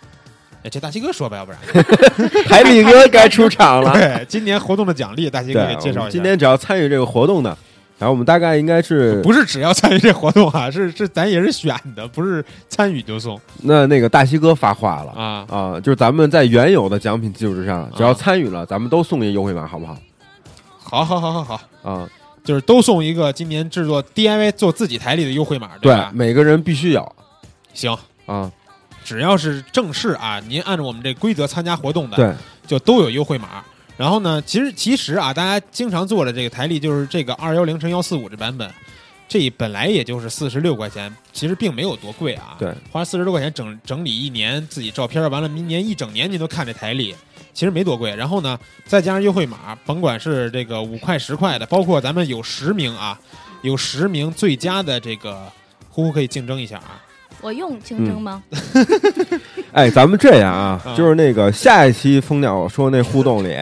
Speaker 4: 哎，这大西哥说吧，要不
Speaker 5: 啊
Speaker 4: 然
Speaker 5: 海里哥该出场 [laughs] 了。
Speaker 4: 对今年活动的奖励，大西
Speaker 5: 对，
Speaker 4: 哥给介
Speaker 5: 我
Speaker 4: 绍
Speaker 5: 们
Speaker 4: 一下
Speaker 5: 今。天只要参与这个活动的，然后我们大概应该是
Speaker 4: 不是只要参与这活动啊，是是咱也是选的，不是参与就送
Speaker 5: 那那个大西哥发话了
Speaker 4: 啊。
Speaker 5: 啊，就是咱们在原有的奖品基础之上，只要参与了，咱们都送一优惠码，好不好？
Speaker 4: 好好好好好，
Speaker 5: 啊，
Speaker 4: 就是都送一个今年制作 DIY 做自己台历的优惠码，
Speaker 5: 对
Speaker 4: 吧？
Speaker 5: 每个人必须有
Speaker 4: 行，
Speaker 5: 啊，
Speaker 4: 只要是正式啊，您按照我们这规则参加活动的，
Speaker 5: 对，
Speaker 4: 就都有优惠码。然后呢，其实其实啊，大家经常做的这个台历就是这个二幺零乘幺四五这版本，这本来也就是四十六块钱，其实并没有多贵啊。
Speaker 5: 对，
Speaker 4: 花四十多块钱整整理一年自己照片，完了明年一整年您都看这台历，其实没多贵。然后呢，再加上优惠码，甭管是这个五块十块的，包括咱们有十名啊，有十名最佳的这个，呼呼可以竞争一下啊。
Speaker 7: 我用
Speaker 4: 嗯
Speaker 7: 竞争吗？
Speaker 5: 哎，咱们这样啊
Speaker 4: 啊，
Speaker 5: 就是那个下一期蜂鸟说那互动里，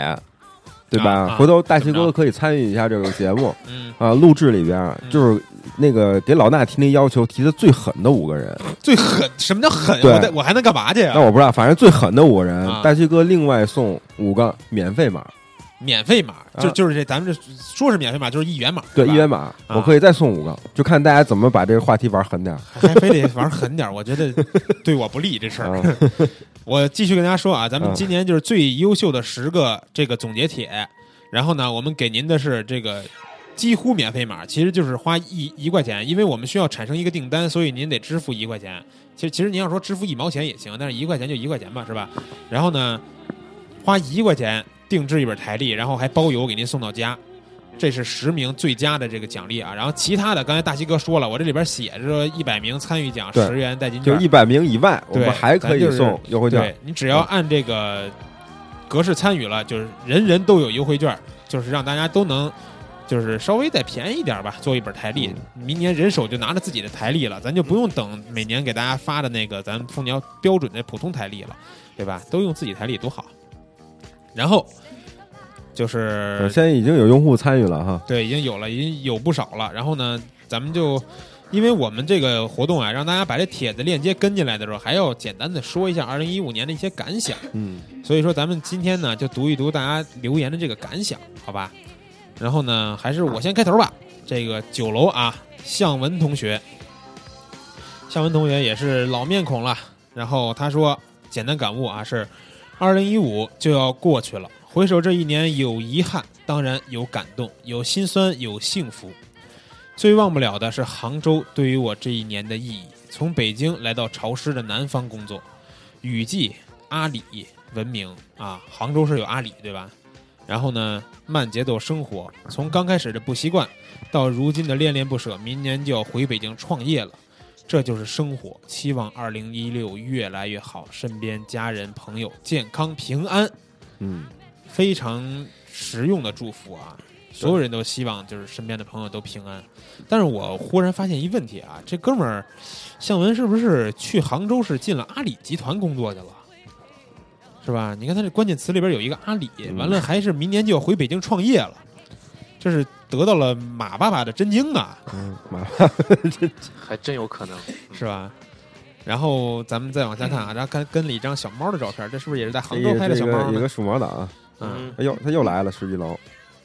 Speaker 5: 对
Speaker 4: 啊
Speaker 5: 吧？
Speaker 4: 啊
Speaker 5: 回头大齐
Speaker 4: 怎么
Speaker 5: 哥
Speaker 4: 着
Speaker 5: 可以参与一下这个节目
Speaker 4: 嗯，
Speaker 5: 啊，录制里边儿
Speaker 4: 嗯
Speaker 5: 就是那个给老衲提那要求，提的最狠的五个人。
Speaker 4: 最狠，什么叫狠？啊
Speaker 5: 对
Speaker 4: 我在我还能干嘛去
Speaker 5: 那
Speaker 4: 啊？
Speaker 5: 我不知道，反正最狠的五个人
Speaker 4: 啊，
Speaker 5: 大齐哥另外送五个免费码，
Speaker 4: 免费码，就
Speaker 5: 啊
Speaker 4: 就是这，咱们这说是免费码，就是一元码，
Speaker 5: 对，
Speaker 4: 是吧
Speaker 5: 一元码，
Speaker 4: 啊
Speaker 5: 我可以再送五个，就看大家怎么把这个话题玩狠点儿。
Speaker 4: 还非得玩狠点儿，我觉得对我不利这事儿。
Speaker 5: 啊
Speaker 4: 我继续跟大家说啊，咱们
Speaker 5: 啊
Speaker 4: 今年就是最优秀的十个这个总结帖，然后呢，我们给您的是这个几乎免费码，其实就是花一一块钱，因为我们需要产生一个订单，所以您得支付一块钱。其实其实您要说支付一毛钱也行，但是一块钱就一块钱吧，是吧？然后呢，花一块钱定制一本台历，然后还包邮给您送到家。这是十名最佳的这个奖励啊，然后其他的刚才大西哥说了，我这里边写着说一百名参与奖
Speaker 5: 对
Speaker 4: 十元代金
Speaker 5: 就
Speaker 4: 券，
Speaker 5: 一百名以外，我
Speaker 4: [laughs] 对
Speaker 5: 们还可以
Speaker 4: 咱就是
Speaker 5: 送优惠券
Speaker 4: 对。你只要按这个格式参与了，就是人人都有优惠券，就是让大家都能。就是稍微再便宜一点吧，做一本台历，明年人手就拿着自己的台历了，咱就不用等每年给大家发的那个咱们蜂鸟标准的普通台历了，对吧？都用自己台历多好。然后就是
Speaker 5: 呃现在已经有用户参与了哈，
Speaker 4: 对，已经有了，已经有不少了。然后呢，咱们就因为我们这个活动啊，让大家把这帖子链接跟进来的时候，还要简单的说一下二零一五年的一些感想。
Speaker 5: 嗯，
Speaker 4: 所以说，咱们今天呢，就读一读大家留言的这个感想，好吧？然后呢，还是我先开头吧。这个九楼啊，向文同学，向文同学也是老面孔了。然后他说，简单感悟啊，是二零一五就要过去了，回首这一年，有遗憾，当然有感动，有心酸，有幸福。最忘不了的是杭州对于我这一年的意义。从北京来到潮湿的南方工作，雨季阿里文明啊，杭州是有阿里对吧？然后呢，慢节奏生活，从刚开始的不习惯，到如今的恋恋不舍，明年就要回北京创业了，这就是生活。希望二零一六越来越好，身边家人朋友健康平安，
Speaker 5: 嗯，
Speaker 4: 非常实用的祝福啊！所有人都希望就是身边的朋友都平安。但是我忽然发现一问题啊，这哥们儿向文是不是去杭州市进了阿里集团工作去了？是吧？你看他这关键词里边有一个阿里，
Speaker 5: 嗯
Speaker 4: 完了还是明年就要回北京创业了，这是得到了马爸爸的真经啊，
Speaker 5: 嗯马
Speaker 6: 还真有可能。
Speaker 5: 嗯
Speaker 4: 是吧？然后咱们再往下看
Speaker 5: [clears throat]
Speaker 4: 啊，然后看跟了一张小猫的照片，这是不是也是在杭州拍的小
Speaker 5: 这个
Speaker 4: 猫
Speaker 5: 有
Speaker 4: 呢？
Speaker 5: 个鼠毛党啊，
Speaker 4: 嗯，
Speaker 5: 哎呦，他又来了，十一楼，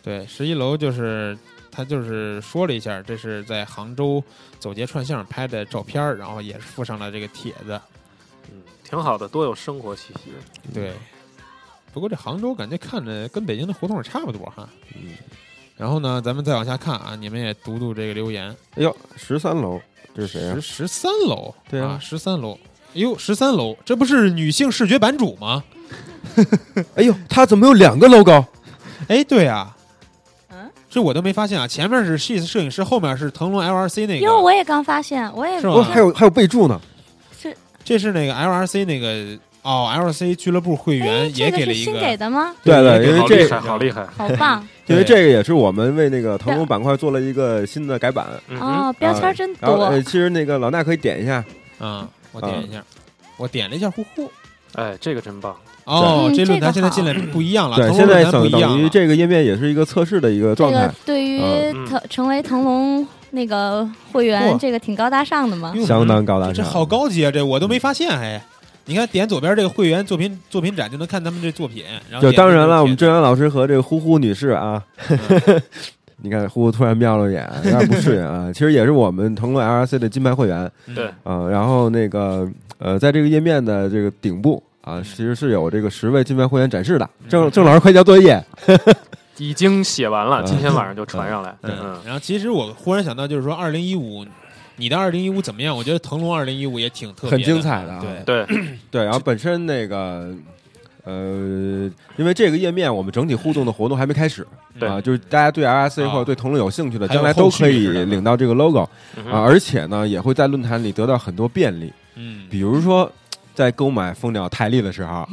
Speaker 4: 对，十一楼就是他就是说了一下，这是在杭州走街串巷拍的照片儿，然后也是附上了这个帖子。
Speaker 6: 嗯，挺好的，多有生活气息。
Speaker 5: 嗯
Speaker 4: 对，不过这杭州感觉看着跟北京的胡同儿差不多哈。
Speaker 5: 嗯。
Speaker 4: 然后呢，咱们再往下看啊，你们也读读这个留言。
Speaker 5: 哎呦，十三楼，这是谁啊呀
Speaker 4: 十？十三楼，
Speaker 5: 对啊
Speaker 4: 十三楼。哎呦，十三楼，这不是女性视觉版主吗？
Speaker 5: 哎呦，他怎么有两个 logo？
Speaker 4: 哎，对啊，
Speaker 7: 嗯，
Speaker 4: 这我都没发现啊。前面是 she 摄影师，后面是腾龙 LRC 那
Speaker 7: 因为
Speaker 4: 个，
Speaker 7: 我也刚发现，我也
Speaker 4: 是
Speaker 5: 哦，
Speaker 4: 吗
Speaker 5: 还有还有备注呢，
Speaker 4: 这是那个 LRC 那个哦，LRC 俱乐部会员也
Speaker 7: 哎这
Speaker 4: 给了
Speaker 7: 是
Speaker 4: 一
Speaker 7: 新
Speaker 4: 个，
Speaker 7: 给的吗？
Speaker 5: 对对
Speaker 4: 也给
Speaker 5: 因为
Speaker 4: 了
Speaker 6: 好
Speaker 4: 一个
Speaker 6: 厉
Speaker 5: 哎这
Speaker 6: 害，好厉害。
Speaker 7: 好棒
Speaker 5: 因为
Speaker 4: 对
Speaker 5: 这个也是我们为那个腾龙板块做了一个新的改版。
Speaker 6: 嗯哼，
Speaker 7: 哦！标签真
Speaker 5: 然后，呃
Speaker 7: 多，
Speaker 5: 其实那个老衲可以点一下，
Speaker 4: 啊！我
Speaker 5: 嗯
Speaker 4: 点一下，我点了一下呼呼。
Speaker 6: 哎，这个真棒。
Speaker 4: 哦，
Speaker 7: 嗯
Speaker 4: 这论坛现在
Speaker 7: 这个
Speaker 5: [clears throat]
Speaker 7: 好
Speaker 4: 进来不一样了，
Speaker 5: 对，
Speaker 4: 啊腾龙
Speaker 5: 现在
Speaker 4: 论坛不
Speaker 5: 等
Speaker 4: 一样
Speaker 5: 等于
Speaker 4: 了。
Speaker 5: 这个页面也是一个测试的一个
Speaker 7: 这
Speaker 5: 状态
Speaker 7: 个，对于
Speaker 5: 嗯
Speaker 7: 腾成为腾龙那个会员
Speaker 4: 嚯，
Speaker 7: 这个挺高大上的嘛。
Speaker 4: 哟
Speaker 5: 相当高大上。
Speaker 4: 哎这好高级啊！这我都没
Speaker 5: 嗯
Speaker 4: 发现哎。你看，点左边这个会员作品作品展就能看他们这作品，然后
Speaker 5: 就
Speaker 4: 点
Speaker 5: 当然
Speaker 4: 这
Speaker 5: 了，
Speaker 4: 个
Speaker 5: 我们
Speaker 4: 帖
Speaker 5: 郑源老师和这个呼呼女士啊， [laughs] 你看呼呼突然瞄了眼，有点不适应啊。其实也是我们腾龙 LRC 的金牌会员，
Speaker 4: 子
Speaker 6: 对，
Speaker 5: 啊，然后那个呃，在这个页面的这个
Speaker 4: 嗯
Speaker 5: 顶部啊，其实是有这个十位金牌会员展示的。郑郑老师快交作业，
Speaker 6: 已经写完了，
Speaker 5: 嗯
Speaker 6: 今天晚上就传上来。
Speaker 12: 嗯
Speaker 6: 嗯，
Speaker 4: 然后其实我忽然想到，就是说二零一五，你的二零一五怎么样？我觉得腾龙二零一五也挺特别的，
Speaker 5: 很精彩的啊
Speaker 4: 对，
Speaker 6: 对，
Speaker 5: 对，然后本身那个。呃，因为这个页面我们整体互动的活动还没开始
Speaker 6: 对
Speaker 4: 嗯
Speaker 5: 啊，就是大家对 RSC
Speaker 4: 啊
Speaker 5: 或者对同乐有兴趣的，
Speaker 4: 还有
Speaker 5: 将来都可
Speaker 4: 后续
Speaker 5: 以
Speaker 4: 是吧
Speaker 5: 领到这个 logo
Speaker 6: 嗯
Speaker 5: 啊，
Speaker 6: 哼
Speaker 5: 而且呢，也会在论坛里得到很多便利，
Speaker 4: 嗯，
Speaker 5: 比如说在购买蜂鸟台历的时候，
Speaker 4: 啊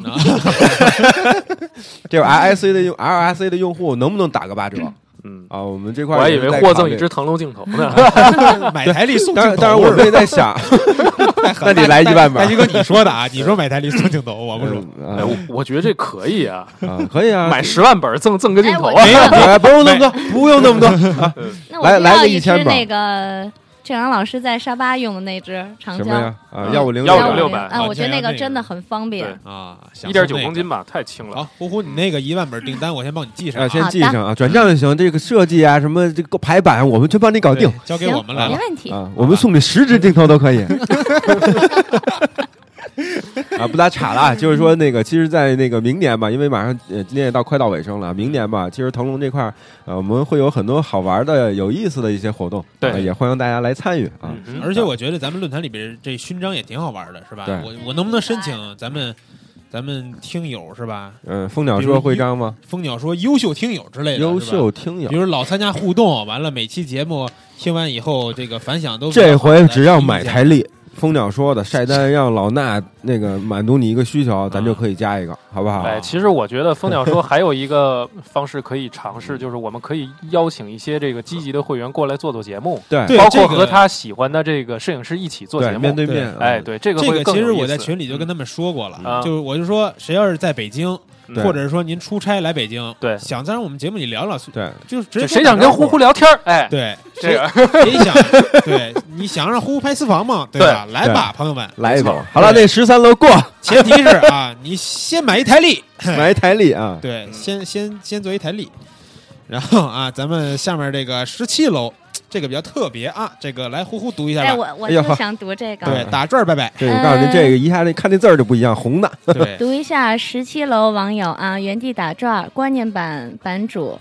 Speaker 5: 这个 RSC 的用 RSC 的用户能不能打个
Speaker 4: [laughs]
Speaker 5: 八折
Speaker 6: 嗯，
Speaker 5: 啊？我们这
Speaker 6: 我
Speaker 5: 块
Speaker 6: 还以为
Speaker 5: 在
Speaker 6: 获
Speaker 5: 考
Speaker 6: 赠
Speaker 5: 虑
Speaker 6: 一只腾龙镜头呢。
Speaker 4: [laughs] 买台历送镜
Speaker 5: 当
Speaker 4: 头
Speaker 5: 然，，当然我们也在想，那得来一万吧
Speaker 4: 大。鸡哥，你说的啊，你说买台历送镜头，我 [laughs] 不说。哎
Speaker 6: 哎，我
Speaker 5: 嗯
Speaker 6: 我觉得这可以啊，
Speaker 5: 啊，可以啊，
Speaker 6: 买十万本儿赠赠个镜头啊
Speaker 7: 哎我。
Speaker 5: 没有，哎不用那么多，不用那么多。
Speaker 7: 那
Speaker 5: 来来
Speaker 7: 我知道
Speaker 5: 个
Speaker 7: 一只
Speaker 5: 1000吧
Speaker 7: 那个郑阳老师在沙巴用的那只长
Speaker 5: 什
Speaker 7: 焦
Speaker 5: 么呀？啊，
Speaker 6: 嗯
Speaker 5: 幺五零
Speaker 6: 150
Speaker 7: 150
Speaker 6: 啊
Speaker 7: 啊，我觉得
Speaker 4: 这
Speaker 7: 那
Speaker 4: 样
Speaker 7: 个
Speaker 4: 那
Speaker 7: 真的
Speaker 4: 个
Speaker 7: 很方便
Speaker 6: 对。
Speaker 4: 啊，想
Speaker 6: 一点九
Speaker 4: 送那
Speaker 6: 公斤
Speaker 4: 个。
Speaker 6: 吧，太轻了。
Speaker 4: 好，呼呼，你那个一万本订单，我先帮你记上
Speaker 5: 啊，
Speaker 4: 啊，
Speaker 5: 先
Speaker 7: 好
Speaker 5: 记
Speaker 7: 的
Speaker 5: 上啊，转账就行。这个设计啊，什么这个排版，我们全帮你搞定
Speaker 4: 对交给我们来
Speaker 7: 没
Speaker 4: 了。
Speaker 7: 问题。哎
Speaker 5: 啊。我们送你十只镜头都可以。 [laughs] 啊，不打岔了啊，就是说那个，其实，在那个明年吧，因为马上呃，今年也到快到尾声了，明年吧，其实腾龙这块儿，呃，我们会有很多好玩的、有意思的一些活动，
Speaker 6: 对
Speaker 5: 啊也欢迎大家来参与啊。
Speaker 6: 嗯哼
Speaker 4: 而且我觉得咱们论坛里边这勋章也挺好玩的，是吧？
Speaker 5: 对
Speaker 4: 我我能不能申请咱们咱们听友是吧？
Speaker 5: 嗯，蜂鸟说徽章吗？
Speaker 4: 蜂鸟说优秀听友之类的，
Speaker 5: 优
Speaker 4: 是吧
Speaker 5: 秀听友
Speaker 4: 比，如老参加互动，完了每期节目听完以后，这个反响都比较好
Speaker 5: 这回只要
Speaker 4: 咱
Speaker 5: 买台历，蜂鸟说的晒单让老衲那个满足你一个需求，咱就可以加一个，好不好？
Speaker 6: 哎，其实我觉得蜂鸟说还有一个方式可以尝试，就是我们可以邀请一些这个积极的会员过来做做节目，
Speaker 5: 对
Speaker 4: 对
Speaker 6: 包括和
Speaker 4: 这个
Speaker 6: 他喜欢的这个摄影师一起做节
Speaker 5: 对，面
Speaker 6: 目。
Speaker 5: 对面，嗯
Speaker 6: 哎，对，这个
Speaker 4: 这
Speaker 6: 会
Speaker 4: 个
Speaker 6: 更
Speaker 4: 其实
Speaker 6: 有意
Speaker 4: 我在
Speaker 6: 思
Speaker 4: 群里就跟他们说过了，
Speaker 6: 嗯
Speaker 4: 就是我就说谁要是在北京，
Speaker 6: 嗯
Speaker 5: 对
Speaker 4: 或者是说您出差来北京，
Speaker 6: 对
Speaker 4: 想在我们节目里聊聊，
Speaker 5: 对
Speaker 4: 就是直接
Speaker 6: 就谁想跟呼呼
Speaker 4: 聊，
Speaker 6: 聊天儿，哎，
Speaker 4: 对，
Speaker 6: 这个
Speaker 4: 谁想 [laughs] 对你想让呼呼拍私房吗？对吧？来吧，朋友们，
Speaker 5: 来一个。好
Speaker 6: [laughs]
Speaker 5: 了，那十三楼过
Speaker 4: 前提是啊，你先买一台历，
Speaker 5: 买一台历啊，
Speaker 6: 嗯
Speaker 4: 对，先先先做一台历，然后啊，咱们下面这个十七楼，这个比较特别啊，这个来呼呼读一下
Speaker 7: 哎，
Speaker 4: 吧。
Speaker 7: 我我
Speaker 5: 哎呀
Speaker 7: 就想读这个。
Speaker 6: 嗯
Speaker 4: 对，打转儿拜
Speaker 7: [laughs]
Speaker 4: 拜。
Speaker 5: 这我告诉您，
Speaker 7: 嗯
Speaker 5: 这个一下那看这字儿就不一样，红的，
Speaker 4: 对，
Speaker 7: 读一下十七楼网友啊，原地打转观念版版主，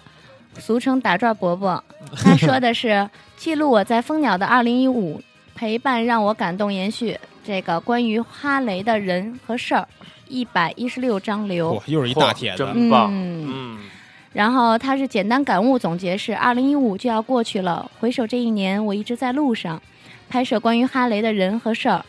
Speaker 7: 俗称打转伯伯，他说的是记录我在蜂鸟的二零一五陪伴，让我感动延续。这个关于哈雷的人和事儿，一百一十六章
Speaker 4: 哇
Speaker 7: 流。，
Speaker 4: 又是一大帖子
Speaker 6: 嚯。真棒，
Speaker 7: 嗯，
Speaker 6: 嗯，
Speaker 7: 然后他是简单感悟总结是：二零一五就要过去了，回首这一年，我一直在路上，拍摄关于哈雷的人和事儿。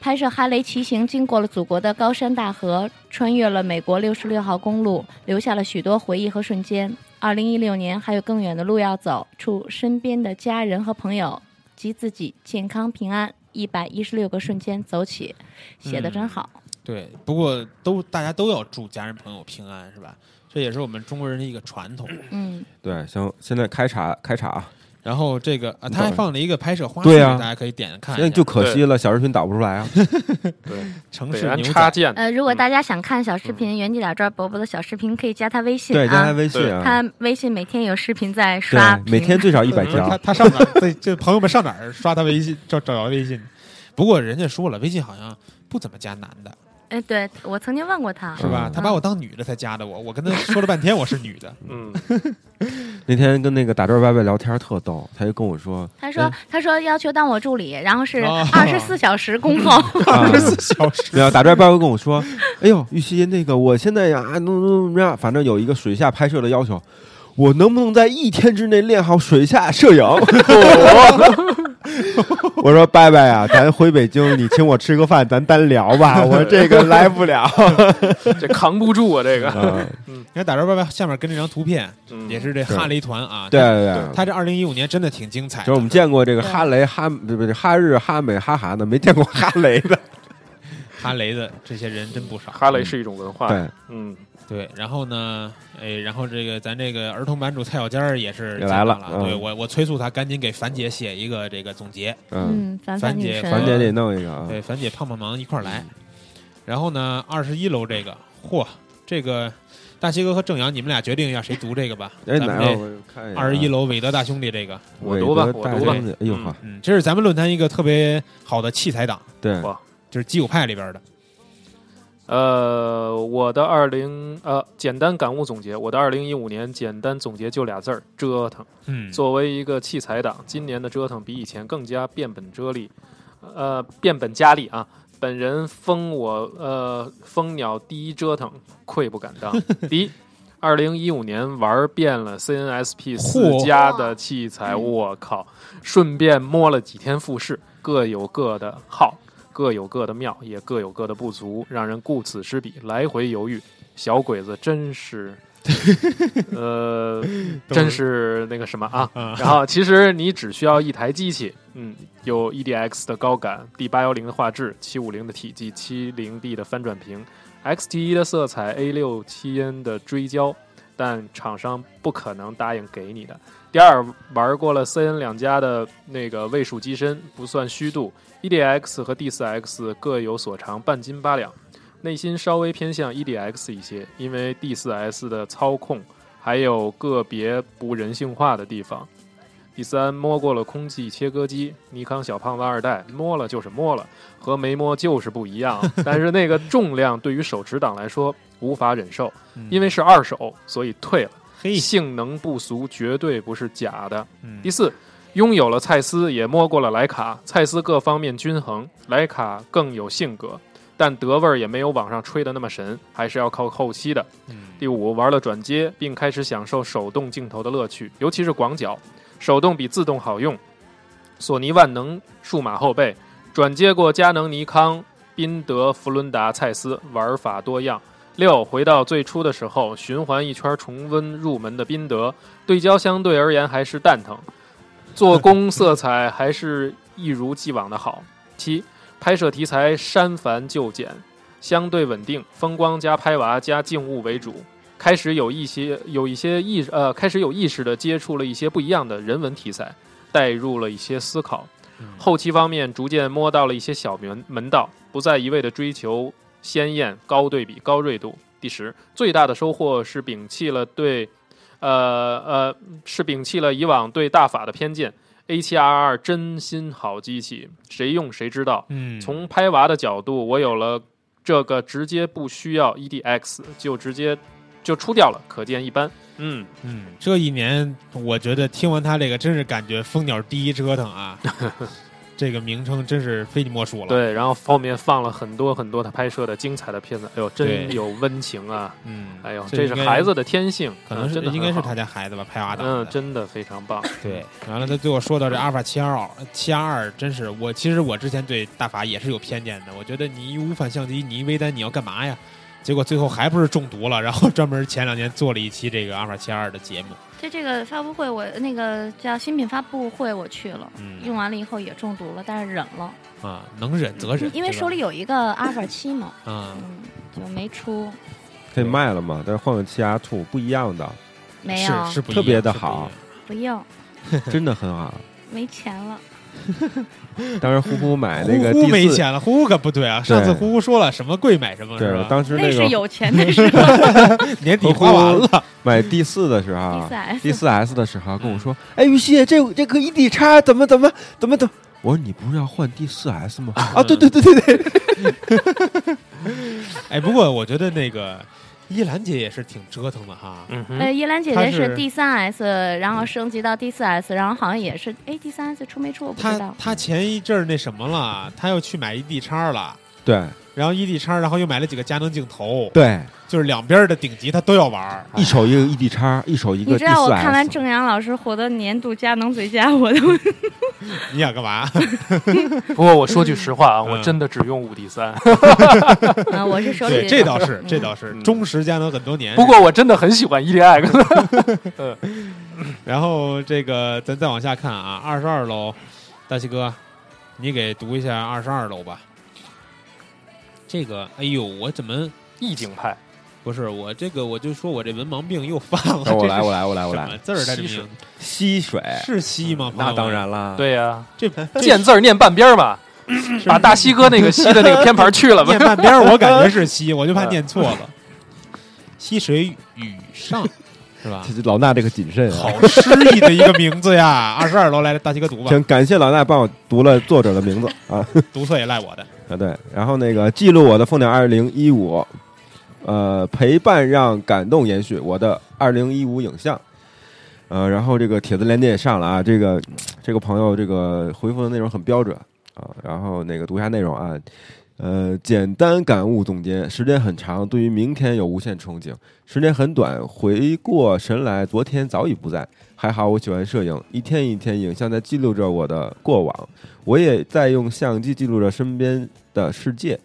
Speaker 7: 拍摄哈雷骑行，经过了祖国的高山大河，穿越了美国六十六号公路，留下了许多回忆和瞬间。二零一六年还有更远的路要走，祝身边的家人和朋友及自己健康平安。一百一十六个瞬间走起，写的真好。
Speaker 4: 对，不过都大家都要祝家人朋友平安，是吧？这也是我们中国人的一个传统。
Speaker 7: 嗯，
Speaker 5: 对，行，现在开茶开茶啊，
Speaker 4: 然后这个啊，
Speaker 5: 你
Speaker 4: 他还
Speaker 5: 懂
Speaker 4: 放了一个拍摄花絮，
Speaker 5: 对啊
Speaker 4: 大家可以点看一
Speaker 5: 那
Speaker 4: 下。
Speaker 5: 就可惜了，小视频导不出来啊，
Speaker 6: 对，
Speaker 4: 城
Speaker 6: 北
Speaker 4: 市
Speaker 6: 安
Speaker 4: 牛
Speaker 6: 插
Speaker 4: 仔，
Speaker 6: 件，
Speaker 7: 呃，如果大家想看小视频，原地打转伯伯的小视频，可以加他微信啊。
Speaker 5: 对，加他微信
Speaker 4: 嗯
Speaker 5: 啊，
Speaker 7: 他微信每天有视频在刷
Speaker 5: 对，
Speaker 7: 屏，
Speaker 5: 每天最少一
Speaker 4: [laughs]
Speaker 5: 百
Speaker 6: 嗯
Speaker 4: 不是嗯他
Speaker 5: 条，
Speaker 4: 他上哪
Speaker 6: [laughs]
Speaker 4: 儿？这这朋友们上哪儿刷他微信找找着微信？不过人家说了，微信好像不怎么加男的，
Speaker 7: 哎，对我曾经问过他，
Speaker 4: 是吧？
Speaker 5: 嗯
Speaker 4: 他把我当女的才加的我，我跟他说了半天我是女
Speaker 6: [laughs]
Speaker 4: 的，
Speaker 6: 嗯，
Speaker 5: 那天跟那个打转歪歪聊天特逗，他就跟我说，
Speaker 7: 嗯他说他说要求当我助理，然后是
Speaker 4: 哦
Speaker 7: 二十四小
Speaker 4: [laughs]
Speaker 7: 时恭候，
Speaker 5: 啊
Speaker 4: 二十四小时。
Speaker 5: 没有，打转爸爸跟我说：“哎呦，玉溪，那个我现在呀，啊，怎么怎么样，反正有一个水下拍摄的要求，我能不能在一天之内练好水下摄 [laughs] 影？”我说：“拜拜啊，咱回北京，你请我吃个饭，咱单聊吧， [laughs] 我这个来不 [laughs] 了。
Speaker 6: 这扛不住啊，这个，
Speaker 5: 啊
Speaker 4: 你看打着外边下面跟这张图片，
Speaker 6: 嗯
Speaker 4: 也是这哈雷团啊。
Speaker 5: 对对对。
Speaker 4: 他这二零一五年真的挺精彩的，
Speaker 5: 就是我们见过这个哈雷、哈不不哈日、哈美、哈韩的，没见过哈雷的。
Speaker 4: 哈雷的这些人真不少。
Speaker 6: 哈雷是一种文化，
Speaker 5: 对，
Speaker 6: 嗯，
Speaker 4: 对，然后呢，哎，然后这个咱这个儿童版主蔡小尖儿也是
Speaker 5: 也来了
Speaker 4: 讲到了，对
Speaker 5: 嗯
Speaker 4: 我我催促他赶紧给樊姐写一个这个总结，
Speaker 5: 嗯，
Speaker 7: 嗯，凡
Speaker 4: 凡
Speaker 7: 凡
Speaker 4: 姐
Speaker 7: 女
Speaker 5: 樊
Speaker 4: 凡
Speaker 7: 神，
Speaker 5: 姐得弄一个啊。
Speaker 4: 对，樊姐胖胖忙一块儿
Speaker 5: 嗯
Speaker 4: 来。然后呢，二十一楼这个，嚯，这个大西哥和正阳，你们俩决定一下谁读这个吧。
Speaker 5: [laughs] 哎，
Speaker 4: 咱
Speaker 5: 哪
Speaker 4: 们
Speaker 5: 儿？
Speaker 4: 这
Speaker 5: 我看一眼啊
Speaker 4: 二十一楼韦德大兄弟这个，
Speaker 6: 我读吧
Speaker 5: 韦德
Speaker 6: 我
Speaker 5: 大
Speaker 6: 读
Speaker 4: 吧
Speaker 5: 兄弟哎呦
Speaker 6: 嗯
Speaker 5: 呵，
Speaker 4: 嗯，这是咱们论坛一个特别好的器材党，
Speaker 5: 对，
Speaker 6: 哇
Speaker 4: 就是基友派里边的。
Speaker 6: 呃，我的二零呃，简单感悟总结，我的二零一五年简单总结就俩字儿：折腾。
Speaker 4: 嗯，
Speaker 6: 作为一个器材党，今年的折腾比以前更加变本遮厉，呃，变本加厉啊！本人封我呃蜂鸟第一折腾，愧不敢
Speaker 4: [laughs]
Speaker 6: 当。第一，二零一五年玩遍了 CNSP 四
Speaker 4: 嚯嗯
Speaker 6: 家的器材，我靠！顺便摸了几天复试，各有各的好，各有各的妙，也各有各的不足，让人顾此失彼，来回犹豫。小鬼子
Speaker 4: [laughs]
Speaker 6: 真是，呃，真是那个什么啊！ [laughs] 然后其实你只需要一台机器，嗯，有 EDX 的高感，D 八幺零的画质，七五零的体积，七零 D 的翻转屏，XT 一的色彩，A 六七 N 的追焦，但厂商不可能答应给你的。第二，玩过了 CN 两家的那个位数机身，不算虚度，EDX 和 D4X 各有所长，半斤八两。内心稍微偏向 EDX 一些，因为 D4S 的操控还有个别不人性化的地方。第三，摸过了空气切割机，尼康小胖子二代，摸了就是摸了，和没摸就是不一样。但是那个重量对于手持党来说无法忍受，因为是二手，所以退了。
Speaker 4: 嗯嘿，
Speaker 6: 性能不俗绝对不是假的。
Speaker 4: 哎嗯
Speaker 6: 第四，拥有了蔡司，也摸过了莱卡，蔡司各方面均衡，莱卡更有性格，但德味儿也没有网上吹的那么神，还是要靠后期的。
Speaker 4: 嗯
Speaker 6: 第五，玩了转接，并开始享受手动镜头的乐趣，尤其是广角，手动比自动好用。索尼万能数码后背，转接过佳能、尼康、宾得、福伦达、蔡司，玩法多样。六，回到最初的时候，循环一圈，重温入门的宾得，对焦相对而言还是蛋疼，做工色彩还是一如既往的好。七，拍摄题材删繁就简，相对稳定，风光加拍娃加静物为主。开始有一些有一些意呃，开始有意识的接触了一些不一样的人文题材，带入了一些思考。后期方面逐渐摸到了一些小门门道，不再一味的追求鲜艳、高对比、高锐度。第十，最大的收获是摒弃了对，呃呃，是摒弃了以往对大法的偏见。A 7 R 2真心好机器，谁用谁知道。
Speaker 4: 嗯，
Speaker 6: 从拍娃的角度，我有了这个直接不需要 EDX 就直接就出掉了，可见一斑。嗯，
Speaker 4: 嗯，这一年我觉得听完他这个，真是感觉蜂鸟第一折腾
Speaker 6: [laughs]
Speaker 4: 啊，这个名称真是非你莫属了。，
Speaker 6: 对。然后后面放了很多很多他拍摄的精彩的片子，哎呦，真
Speaker 4: 对
Speaker 6: 有温情啊！
Speaker 4: 嗯，
Speaker 6: 哎呦，
Speaker 4: 这
Speaker 6: 这
Speaker 4: 应
Speaker 6: 是
Speaker 4: 该
Speaker 6: 孩子的天性，
Speaker 4: 可能
Speaker 6: 嗯
Speaker 4: 是
Speaker 6: 真的
Speaker 4: 应该是
Speaker 6: 很
Speaker 4: 他
Speaker 6: 好
Speaker 4: 家孩子吧，拍娃打的。
Speaker 6: 嗯，真的非常
Speaker 4: [laughs]
Speaker 6: 棒。
Speaker 4: 对，完了，他最后说到这阿尔法七二七二二，真是我其实我之前对大法也是有偏见的，我觉得你一无反相机，你一微单你要干嘛呀？结果最后还不是中毒了，然后专门前两年做了一期这个阿尔法七二的节目，
Speaker 7: 对这个发布会我，那个叫新品发布会我去了，
Speaker 4: 嗯
Speaker 7: 用完了以后也中毒了，但是忍了，
Speaker 4: 啊，能忍则忍，
Speaker 7: 因为
Speaker 4: 对吧
Speaker 7: 手里有一个阿尔法七嘛，
Speaker 4: 啊，
Speaker 7: 嗯，就没出，
Speaker 5: 可以卖了嘛？但是换个 7R Two 不一样 [laughs] 的，
Speaker 7: 没有，
Speaker 4: 是是不一
Speaker 5: 特
Speaker 4: 样
Speaker 5: 别的
Speaker 4: 是不一样
Speaker 5: 好
Speaker 7: 不要，
Speaker 5: 真的很好。
Speaker 7: 没钱了，
Speaker 5: 当时呼呼买那个
Speaker 4: 呼呼
Speaker 5: D
Speaker 4: 没
Speaker 5: 四，
Speaker 4: 钱了，呼呼可不对啊！上次
Speaker 5: 对
Speaker 4: 呼呼说了什么贵买什么，
Speaker 5: 对
Speaker 4: 是吧？
Speaker 5: 当时
Speaker 7: 那
Speaker 5: 个
Speaker 7: 是
Speaker 4: [laughs]
Speaker 7: 有钱的时候，
Speaker 4: 年底花完了，
Speaker 5: 买 D 四的时
Speaker 4: 啊
Speaker 5: 候
Speaker 7: 第四 S，
Speaker 5: ，D 四 S 的时候跟我说：“哎，于西，这这个 ED 叉怎么怎么怎么怎么？”我说：“你不是要换 D 四 S 吗？”啊，对对对对对，
Speaker 4: 哎，不过我觉得那个依兰姐也是挺折腾的哈。
Speaker 6: 嗯哼，
Speaker 7: 呃，叶兰姐姐
Speaker 4: 她是
Speaker 7: 是 D 三 S，然后升级到 D 四 S，然后好像也是，哎，D 三 S 出没出我不知
Speaker 4: 她
Speaker 7: 道，
Speaker 4: 她前一阵儿那什么了，她又去买 ED 叉了，
Speaker 5: 对哎
Speaker 4: 然后 ED 叉，然后又买了几个佳能镜头，
Speaker 5: 对，
Speaker 4: 就是两边的顶级她都要玩儿。
Speaker 5: 一手一个 ED 叉，一手一
Speaker 7: 你
Speaker 5: 个
Speaker 7: 知
Speaker 5: D
Speaker 7: 道我
Speaker 5: 四
Speaker 7: 看完
Speaker 5: S。
Speaker 7: 郑阳老师获得年度佳能最佳，
Speaker 4: [laughs]
Speaker 7: 我都
Speaker 4: 你想干嘛？
Speaker 6: 不过我说句实话啊，
Speaker 4: 嗯
Speaker 6: 我真的只用五 D 三，
Speaker 7: 啊，我是手里
Speaker 4: 对，这倒是，这倒是
Speaker 6: 嗯
Speaker 4: 忠实佳能很多年。
Speaker 6: 不，过我真的很喜欢 E
Speaker 4: [laughs]
Speaker 6: EDX。
Speaker 4: 然后这个咱再往下看啊，二十二楼，大西哥，你给读一下二十二楼吧。这个，哎呦，我怎么？
Speaker 6: 意境派，
Speaker 4: 不是我这个，我就说我这文盲病又犯了。
Speaker 5: 我来，
Speaker 4: 这是
Speaker 5: 我来，我来，我
Speaker 4: 什么
Speaker 5: 来。
Speaker 4: 字儿在里
Speaker 6: 西
Speaker 4: 面
Speaker 6: 式
Speaker 5: 吸水，
Speaker 4: 是西吗？朋友
Speaker 5: 那
Speaker 4: 们
Speaker 5: 当，然
Speaker 4: 嗯
Speaker 5: 啦。，
Speaker 6: 对呀，
Speaker 5: [laughs]
Speaker 4: 这
Speaker 6: 见字儿念半边儿嘛，把大西哥那个西的那个偏牌去了吧
Speaker 4: [laughs] 念。半边，我感觉是
Speaker 5: [laughs]
Speaker 4: 西，我就怕念错了。溪水雨
Speaker 5: [laughs]
Speaker 4: 上是吧？
Speaker 5: 老衲这个谨慎啊
Speaker 4: 好，诗意的一个名字呀！二十二楼来，大西哥读吧，
Speaker 5: [laughs] 行，感谢老衲帮我读了作者的名字啊。
Speaker 4: 读错也赖我的。
Speaker 5: 啊，对，然后那个记录我的凤鸟二零一五，呃，陪伴让感动延续我的二零一五影像，呃，然后这个帖子链接也上了啊，这个这个朋友这个回复的内容很标准啊，然后那个读一下内容啊，呃，简单感悟总结：时间很长，对于明天有无限憧憬；时间很短，回过神来，昨天早已不在。还好我喜欢摄影，一天一天，影像在记录着我的过往，我也在用相机记录着身边的世界。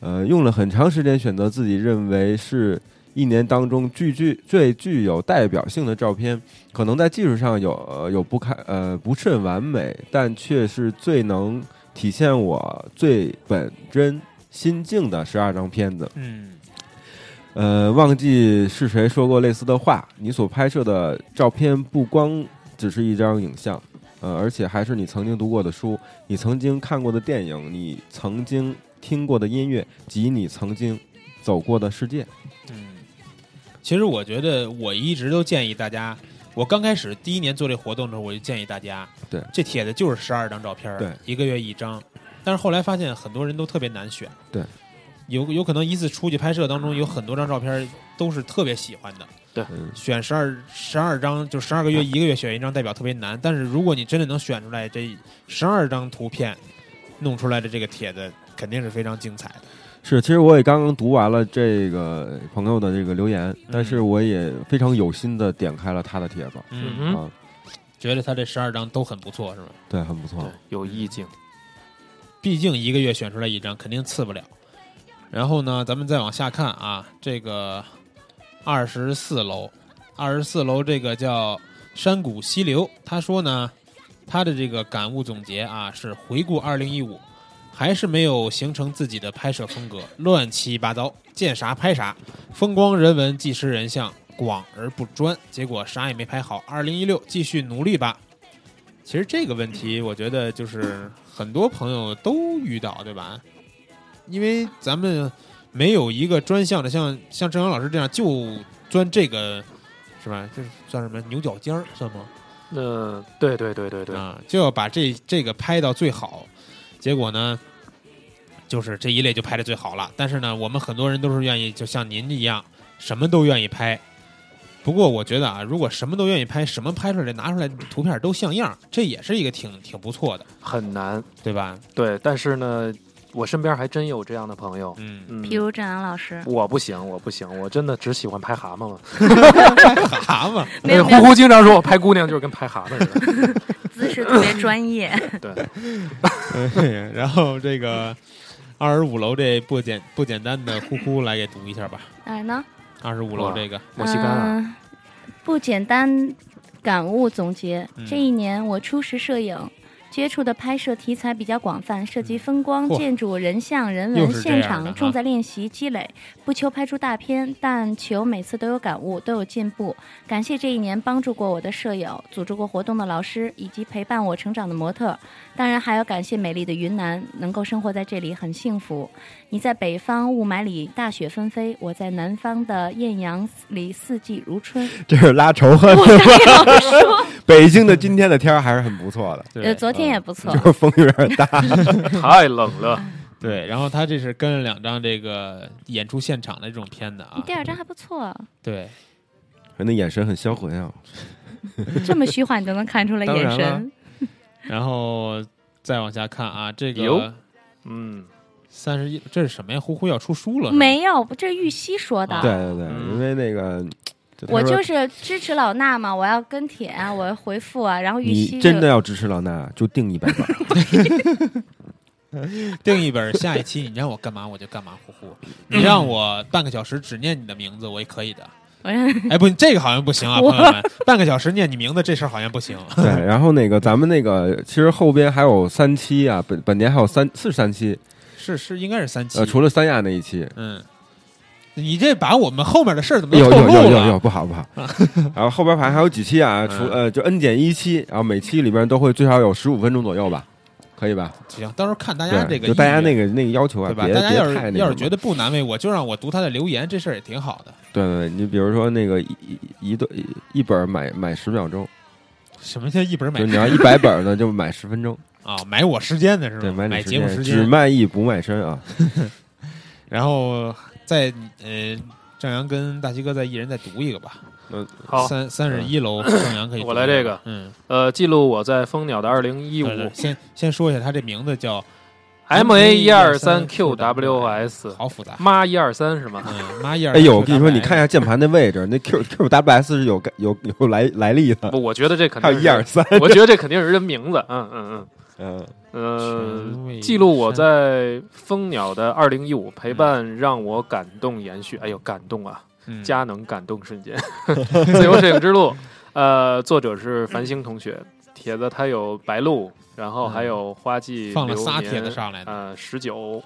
Speaker 5: 呃，用了很长时间选择自己认为是一年当中最具最具有代表性的照片，可能在技术上有、呃、有不堪呃不甚完美，但却是最能体现我最本真心境的十二张片子。
Speaker 4: 嗯，
Speaker 5: 呃，忘记是谁说过类似的话。你所拍摄的照片不光只是一张影像，呃，而且还是你曾经读过的书，你曾经看过的电影，你曾经听过的音乐及你曾经走过的世界。
Speaker 4: 嗯其实我觉得我一直都建议大家，我刚开始第一年做这活动的时候，我就建议大家，
Speaker 5: 对
Speaker 4: 这帖子就是十二张照片儿，
Speaker 5: 对
Speaker 4: 一个月一张。但是后来发现很多人都特别难选，
Speaker 5: 对，
Speaker 4: 有有可能一次出去拍摄当中有很多张照片儿都是特别喜欢的，
Speaker 5: 嗯，
Speaker 4: 选十二十二张就十二个月一个月选一张代表特别难。但是如果你真的能选出来这十二张图片，弄出来的这个帖子肯定是非常精彩的。
Speaker 5: 是，其实我也刚刚读完了这个朋友的这个留言，但是我也非常有心的点开了他的帖子、
Speaker 4: 嗯
Speaker 6: 嗯
Speaker 5: 啊，
Speaker 4: 觉得他这十二张都很不错，是吧？
Speaker 5: 对，很不错。
Speaker 6: 对，有意境。
Speaker 4: 毕竟一个月选出来一张，肯定次不了。然后呢，咱们再往下看啊，这个二十四楼，二十四楼这个叫山谷溪流，他说呢，他的这个感悟总结啊是回顾二零一五，还是没有形成自己的拍摄风格，乱七八糟，见啥拍啥，风光人文纪实人像广而不专，结果啥也没拍好。二零一六继续努力吧。其实这个问题，我觉得就是很多朋友都遇到，对吧？因为咱们没有一个专项的，像像郑阳老师这样就钻这个，是吧？这算什么牛角尖儿，算吗？
Speaker 6: 嗯，对对对对对，
Speaker 4: 啊，就要把这这个拍到最好。结果呢，就是这一类就拍的最好了。但是呢，我们很多人都是愿意，就像您一样，什么都愿意拍。不过我觉得啊，如果什么都愿意拍，什么拍出来拿出来的图片都像样儿，这也是一个挺挺不错的，
Speaker 6: 很难。
Speaker 4: 对吧？
Speaker 6: 对，但是呢，我身边还真有这样的朋友。
Speaker 4: 嗯，
Speaker 6: 嗯
Speaker 7: 比，如郑阳老师，
Speaker 6: 我不行，我不行，我真的只喜欢拍蛤蟆嘛。
Speaker 4: [laughs] 蛤蟆， [laughs]
Speaker 7: 没有
Speaker 6: 那呼呼经常说我拍姑娘就是跟拍蛤蟆
Speaker 7: [laughs]
Speaker 6: 似的。
Speaker 7: 姿势特别
Speaker 4: [laughs]
Speaker 7: 专业。
Speaker 6: 对，
Speaker 4: 然后这个二十五楼这不简不简单的呼呼来给读一下吧。
Speaker 7: 哪儿哎呢？
Speaker 4: 二十五楼这个，
Speaker 6: 墨西哥啊，
Speaker 7: 嗯不简单，感悟总结：
Speaker 4: 嗯
Speaker 7: 这一年我初识摄影，接触的拍摄题材比较广泛，涉及风光、
Speaker 4: 嚯
Speaker 7: 建筑、人像、人
Speaker 4: 又
Speaker 7: 文、
Speaker 4: 是这样
Speaker 7: 现
Speaker 4: 的啊
Speaker 7: 场，重在练习积累。不求拍出大片，但求每次都有感悟，都有进步。感谢这一年帮助过我的舍友、组织过活动的老师，以及陪伴我成长的模特。当然，还要感谢美丽的云南，能够生活在这里很幸福。你在北方雾霾里大雪纷飞，我在南方的艳阳里四季
Speaker 4: [laughs]
Speaker 7: 如春。
Speaker 5: [laughs] 这是拉仇恨的吧？ [laughs] 北京的今天的天儿还是很不错的，
Speaker 7: 呃，昨天也
Speaker 4: [laughs]
Speaker 7: 不错 [laughs]
Speaker 5: 就。是风有点大。
Speaker 7: 嗯
Speaker 6: 太冷了。
Speaker 4: 对，然后他这是跟了两张这个演出现场的这种片子啊
Speaker 7: 你，第二张还不错，
Speaker 4: 对，
Speaker 5: 那眼神很销魂啊！
Speaker 7: 这么虚幻你都能看出来眼
Speaker 5: 当然
Speaker 7: 神。
Speaker 4: 然后再往下看啊，这
Speaker 6: 哟
Speaker 4: 个
Speaker 6: 嗯，
Speaker 4: 三十一，这是什么呀？呼呼要出书了，
Speaker 7: 没有，这是玉溪说的。
Speaker 5: 对对对，
Speaker 6: 嗯
Speaker 5: 因为那个，他
Speaker 7: 啊我
Speaker 5: 说
Speaker 7: 就是支持老衲嘛，我要跟帖啊，我要回复啊，然后玉溪
Speaker 5: 你
Speaker 7: 就
Speaker 5: 真的要支持老衲，就定一百
Speaker 7: [laughs]
Speaker 5: 本。
Speaker 4: 定一本，下一期你让我干嘛我就干嘛，呼呼，你让我半个小时只念你的名字，我也可以的。
Speaker 5: [laughs]
Speaker 7: 我让
Speaker 4: 哎，不，这个好像不
Speaker 7: [laughs]
Speaker 4: 行啊，朋友们，半个小时念你名字这事儿好像不行。
Speaker 5: 对，然后那个咱们那个，其实后边还有三期啊，本本年还有三四十三期，
Speaker 4: 是是，应该是三期
Speaker 5: 呃，。除了三亚那
Speaker 4: [laughs]
Speaker 5: 一期，
Speaker 4: 嗯，你这把我们后面的事儿怎么
Speaker 5: 有
Speaker 4: 都透
Speaker 5: 有有
Speaker 4: 露
Speaker 5: 有
Speaker 4: 了？
Speaker 5: 有，不好不好。 [laughs] 然后后边反正还有几期
Speaker 4: 嗯
Speaker 5: 啊，除呃就 n 减一期，然后每期里边都会最少有十五分钟左右吧，可以吧？
Speaker 4: 行，到时候看大家这
Speaker 5: 对，
Speaker 4: 个
Speaker 5: 就大家
Speaker 4: 意愿
Speaker 5: 那个那个要求啊，
Speaker 4: 对吧？
Speaker 5: 别
Speaker 4: 大家
Speaker 5: 别
Speaker 4: 要是
Speaker 5: 太那
Speaker 4: 要是
Speaker 5: 什么
Speaker 4: 觉得不难为我，就让我读他的留言，这事儿也挺好的。
Speaker 5: 对对对，你比如说那个一一一段一一本买买十秒钟，
Speaker 4: 什么叫一本买
Speaker 5: 就你要一百本呢，就买十分钟，
Speaker 4: 啊？买我时间的是
Speaker 5: 对，
Speaker 4: 吧？买
Speaker 5: 你
Speaker 4: 节目时
Speaker 5: 只
Speaker 4: 间，
Speaker 5: 卖艺不卖身啊。
Speaker 4: 然后在呃，张扬跟大西哥再一人再读一个吧。
Speaker 6: 好，
Speaker 5: 嗯
Speaker 4: 三三十一
Speaker 5: [coughs]
Speaker 4: 楼，张扬可以。
Speaker 6: 我来这个，
Speaker 4: 嗯，
Speaker 6: 呃，记录我在蜂鸟的二零一五
Speaker 4: 对对先先说一下，他这名字叫
Speaker 6: M A 一二三 Q W
Speaker 4: QWS
Speaker 6: S，
Speaker 4: 好复杂。
Speaker 6: 妈一二三是吗？
Speaker 4: 嗯，妈耶！
Speaker 5: 哎呦，我跟你说，你看一下键盘的位置，那 [laughs] Q Q W S 是有有有来来历的，
Speaker 6: 不，我觉得这肯
Speaker 5: 还
Speaker 6: 定
Speaker 5: 有
Speaker 6: 是
Speaker 5: 一二，三，
Speaker 6: 我觉得这肯定是人名字。嗯嗯
Speaker 5: 嗯，
Speaker 6: 嗯，
Speaker 4: 全
Speaker 6: 呃，
Speaker 4: 卫
Speaker 6: 记录我在蜂鸟的二零一五陪伴，让我感动延续。哎呦，感动啊！
Speaker 4: 嗯
Speaker 6: 佳能感动瞬间， [laughs] 自由摄影之路。呃，作者是繁星同学，帖子他有白鹿，然后还有花季
Speaker 4: 嗯放了
Speaker 6: 流
Speaker 4: 仨
Speaker 6: 年
Speaker 4: 帖子上来的
Speaker 6: 呃，十九。哎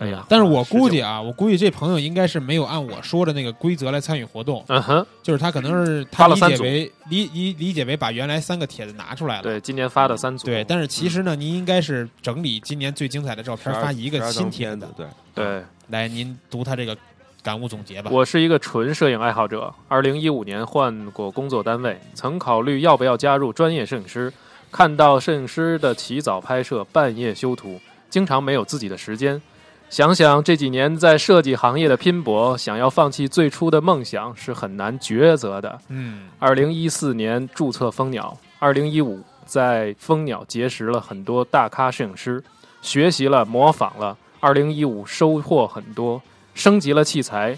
Speaker 4: 哎
Speaker 6: 呀
Speaker 4: 呀，，但是我
Speaker 6: 19
Speaker 4: 估计，啊，我估计这朋友应该是没有按我说的那个规则来参与活动，
Speaker 6: 嗯哼，
Speaker 4: 就是他可能是他
Speaker 6: 发了
Speaker 4: 理
Speaker 6: 三
Speaker 4: 解
Speaker 6: 组
Speaker 4: 为理理理解为把原来三个帖子拿出来了，
Speaker 6: 对，今嗯年发的三组，
Speaker 4: 对，但是其实呢，您应该是整理今年最精彩的照片，发一个新帖
Speaker 5: 片
Speaker 4: 子
Speaker 5: 子，。对，
Speaker 6: 对
Speaker 4: 来，您读他这个感悟总结吧。
Speaker 6: 我是一个纯摄影爱好者。二零一五年换过工作单位，曾考虑要不要加入专业摄影师。看到摄影师的起早拍摄、半夜修图，经常没有自己的时间。想想这几年在设计行业的拼搏，想要放弃最初的梦想是很难抉择的。
Speaker 4: 嗯，
Speaker 6: 二零一四年注册蜂鸟，二零一五在蜂鸟结识了很多大咖摄影师，学习了，模仿了。二零一五收获很多，升级了器材，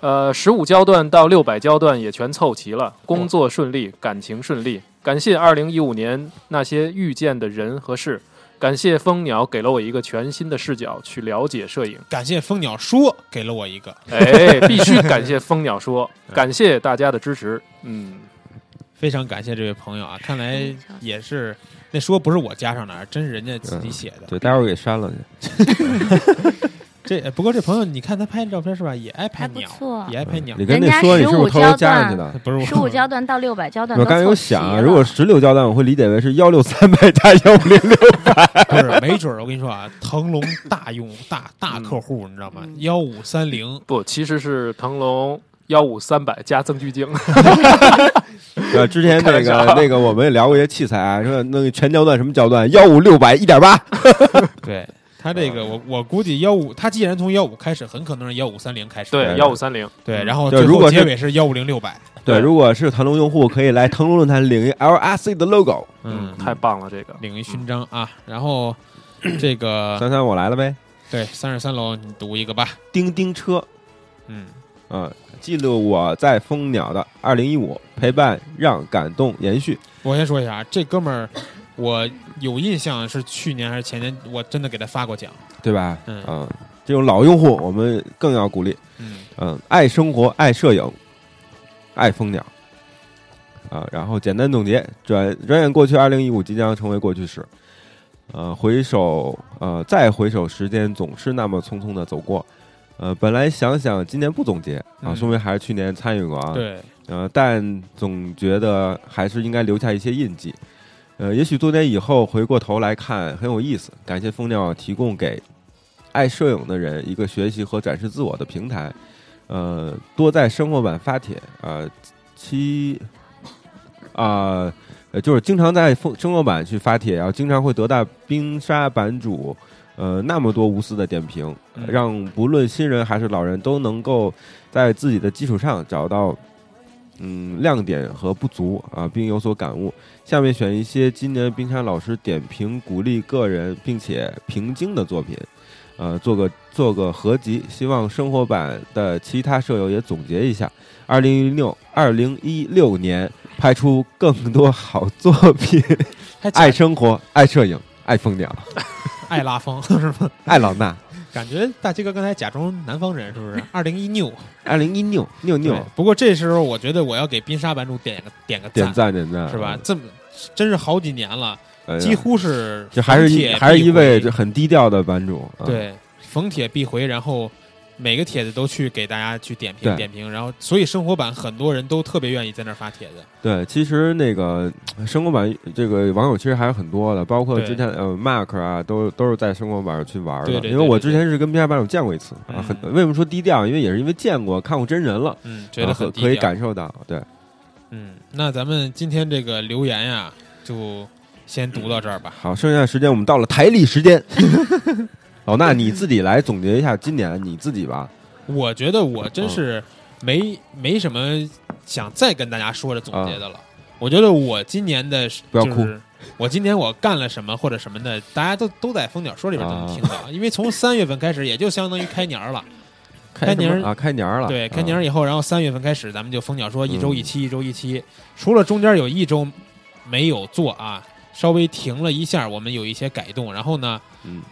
Speaker 6: 呃，十五焦段到六百焦段也全凑齐了，工作顺利，感情顺利。感谢二零一五年那些遇见的人和事，感谢蜂鸟给了我一个全新的视角去了解摄影。
Speaker 4: 感谢蜂鸟说给了我一个
Speaker 6: 哎，必须感谢蜂鸟说，感谢大家的支持。嗯，
Speaker 4: 非常感谢这位朋友啊，看来也是那说不是我加上的，而真是人家自
Speaker 6: 嗯
Speaker 4: 己写的。
Speaker 5: 对，待会儿给删了去。
Speaker 4: 这呃不过这朋友，你看他拍的照片是吧？也爱拍
Speaker 7: 还不
Speaker 4: 鸟，
Speaker 7: 错
Speaker 4: 也爱拍鸟
Speaker 5: 嗯你。跟
Speaker 7: 人
Speaker 5: 那
Speaker 7: 家
Speaker 5: 说你是不是
Speaker 7: 15
Speaker 5: 偷偷加上去的？
Speaker 4: 不是我
Speaker 7: 十五焦段到六百焦段
Speaker 5: 我
Speaker 7: 都
Speaker 5: 刚才有
Speaker 7: 凑齐
Speaker 5: 想啊，
Speaker 7: 了。
Speaker 5: 如果十六焦段，我会理解为是幺六三百加幺五零六。
Speaker 4: 不是，没准儿我跟你说啊，腾龙大用大大客户，你知道吗？
Speaker 7: 嗯
Speaker 4: 幺五三零，
Speaker 6: 不，其实是腾龙幺五三百加增距镜。
Speaker 5: [laughs] 呃，之前那
Speaker 6: 开玩笑
Speaker 5: 个那个我们也聊过一些器材啊，说那个全焦段什么焦段，幺五六百一点八，
Speaker 4: 对他这个，我我估计幺五，他既然从幺五开始，很可能是幺五三零开始。
Speaker 6: 对，幺五三零。
Speaker 4: 对，然后
Speaker 5: 对
Speaker 4: 最
Speaker 5: 如果
Speaker 4: 后
Speaker 5: 是
Speaker 4: 结尾是幺五零六百。
Speaker 5: [laughs] 对，
Speaker 6: 对
Speaker 5: 如果是腾龙用户，可以来腾龙论坛领一 LRC 的 logo。
Speaker 4: 嗯，
Speaker 6: 太棒了，这个
Speaker 4: 领一勋章啊。然后这个
Speaker 5: 三三，我来了呗。
Speaker 4: 对三十三楼，你读一个吧。
Speaker 5: 叮叮车，
Speaker 4: 嗯，
Speaker 5: 嗯、记录我在蜂鸟的二零一五陪伴，让感动延续。
Speaker 4: 我先说一下啊，这哥们儿我有印象是去年还是前年，我真的给他发过奖。
Speaker 5: 对吧？
Speaker 4: 嗯
Speaker 5: 啊这种老用户我们更要鼓励。
Speaker 4: 嗯，
Speaker 5: 嗯，爱生活，爱摄影，爱蜂鸟。啊，然后简单总结，转转眼过去，二零一五即将成为过去式。呃，回首，呃，再回首，时间总是那么匆匆的走过。呃，本来想想今年不总结啊，
Speaker 4: 嗯
Speaker 5: 说明还是去年参与过啊。
Speaker 4: 对，
Speaker 5: 呃，但总觉得还是应该留下一些印记。呃，也许多年以后回过头来看很有意思。感谢蜂鸟提供给爱摄影的人一个学习和展示自我的平台。呃，多在生活版发帖啊、呃，期啊、呃，就是经常在蜂生活版去发帖，然后经常会得到冰沙版主呃那么多无私的点评，
Speaker 4: 嗯
Speaker 5: 让不论新人还是老人都能够在自己的基础上找到嗯亮点和不足啊，并有所感悟。下面选一些今年冰山老师点评鼓励个人并且平静的作品，呃，做个做个合集，希望生活版的其他舍友也总结一下。二零一六二零一六年拍出更多好作品，
Speaker 4: 还
Speaker 5: 爱生活，爱摄影，爱蜂鸟，
Speaker 4: 爱拉风 [laughs] 是吗？
Speaker 5: 爱老衲。
Speaker 4: 感觉大鸡哥刚才假装南方人是不是？二零一六
Speaker 5: 二零一六六 [laughs] 六
Speaker 4: 对，不过这时候我觉得我要给冰沙版主点个点个
Speaker 5: 点
Speaker 4: 赞，
Speaker 5: 赞点赞
Speaker 4: 是吧？？这么真是好几年了，
Speaker 5: 哎呀
Speaker 4: 几乎
Speaker 5: [laughs]
Speaker 4: 是
Speaker 5: 这还是
Speaker 4: 逢
Speaker 5: 一
Speaker 4: 帖必
Speaker 5: 还是一位
Speaker 4: 回
Speaker 5: 这很低调的版主，啊，
Speaker 4: 对，逢帖必回，然后每个帖子都去给大家去点
Speaker 5: 对
Speaker 4: 评点评，然后所以生活版很多人都特别愿意在那儿发帖子，
Speaker 5: 对，其实那个呃生活版这个网友其实还有很多的，包括
Speaker 4: 对
Speaker 5: 之前呃 Mark 啊，都都是在生活版上去玩的。
Speaker 4: 对对对
Speaker 5: 因为我
Speaker 4: 对
Speaker 5: 之前是跟冰山版主见过一次啊，
Speaker 4: 嗯
Speaker 5: 很为什么说低调？因为也是因为见过看过真人了，
Speaker 4: 嗯，觉得
Speaker 5: 啊
Speaker 4: 很低
Speaker 5: 可以
Speaker 4: 调。
Speaker 5: 感受到。对，
Speaker 4: 嗯，那咱们今天这个留言呀、就先读到这儿吧。
Speaker 5: 好，剩下的时间我们到了台历时间。 [laughs] 老衲，你自己来总结一下今年你自己吧。
Speaker 4: 我觉得我
Speaker 5: 啊
Speaker 4: 真是没没什么想再跟大家说的总结的了。我觉得我今年的
Speaker 5: 啊不要
Speaker 4: 就是我今年我干了什么或者什么的，大家都都在蜂鸟说里边都能听到，
Speaker 5: 啊
Speaker 4: 因为从三月份开始，也就相当于开年儿
Speaker 5: [laughs]
Speaker 4: 了。开年
Speaker 5: 什
Speaker 4: 儿
Speaker 5: 么啊，开年儿了，
Speaker 4: 对，
Speaker 5: 啊
Speaker 4: 开年儿以后，然后三月份开始，咱们就蜂鸟说一周一期，
Speaker 5: 嗯
Speaker 4: 一周一期。除了中间有一周没有做啊，稍微停了一下，我们有一些改动。然后呢，
Speaker 5: 嗯，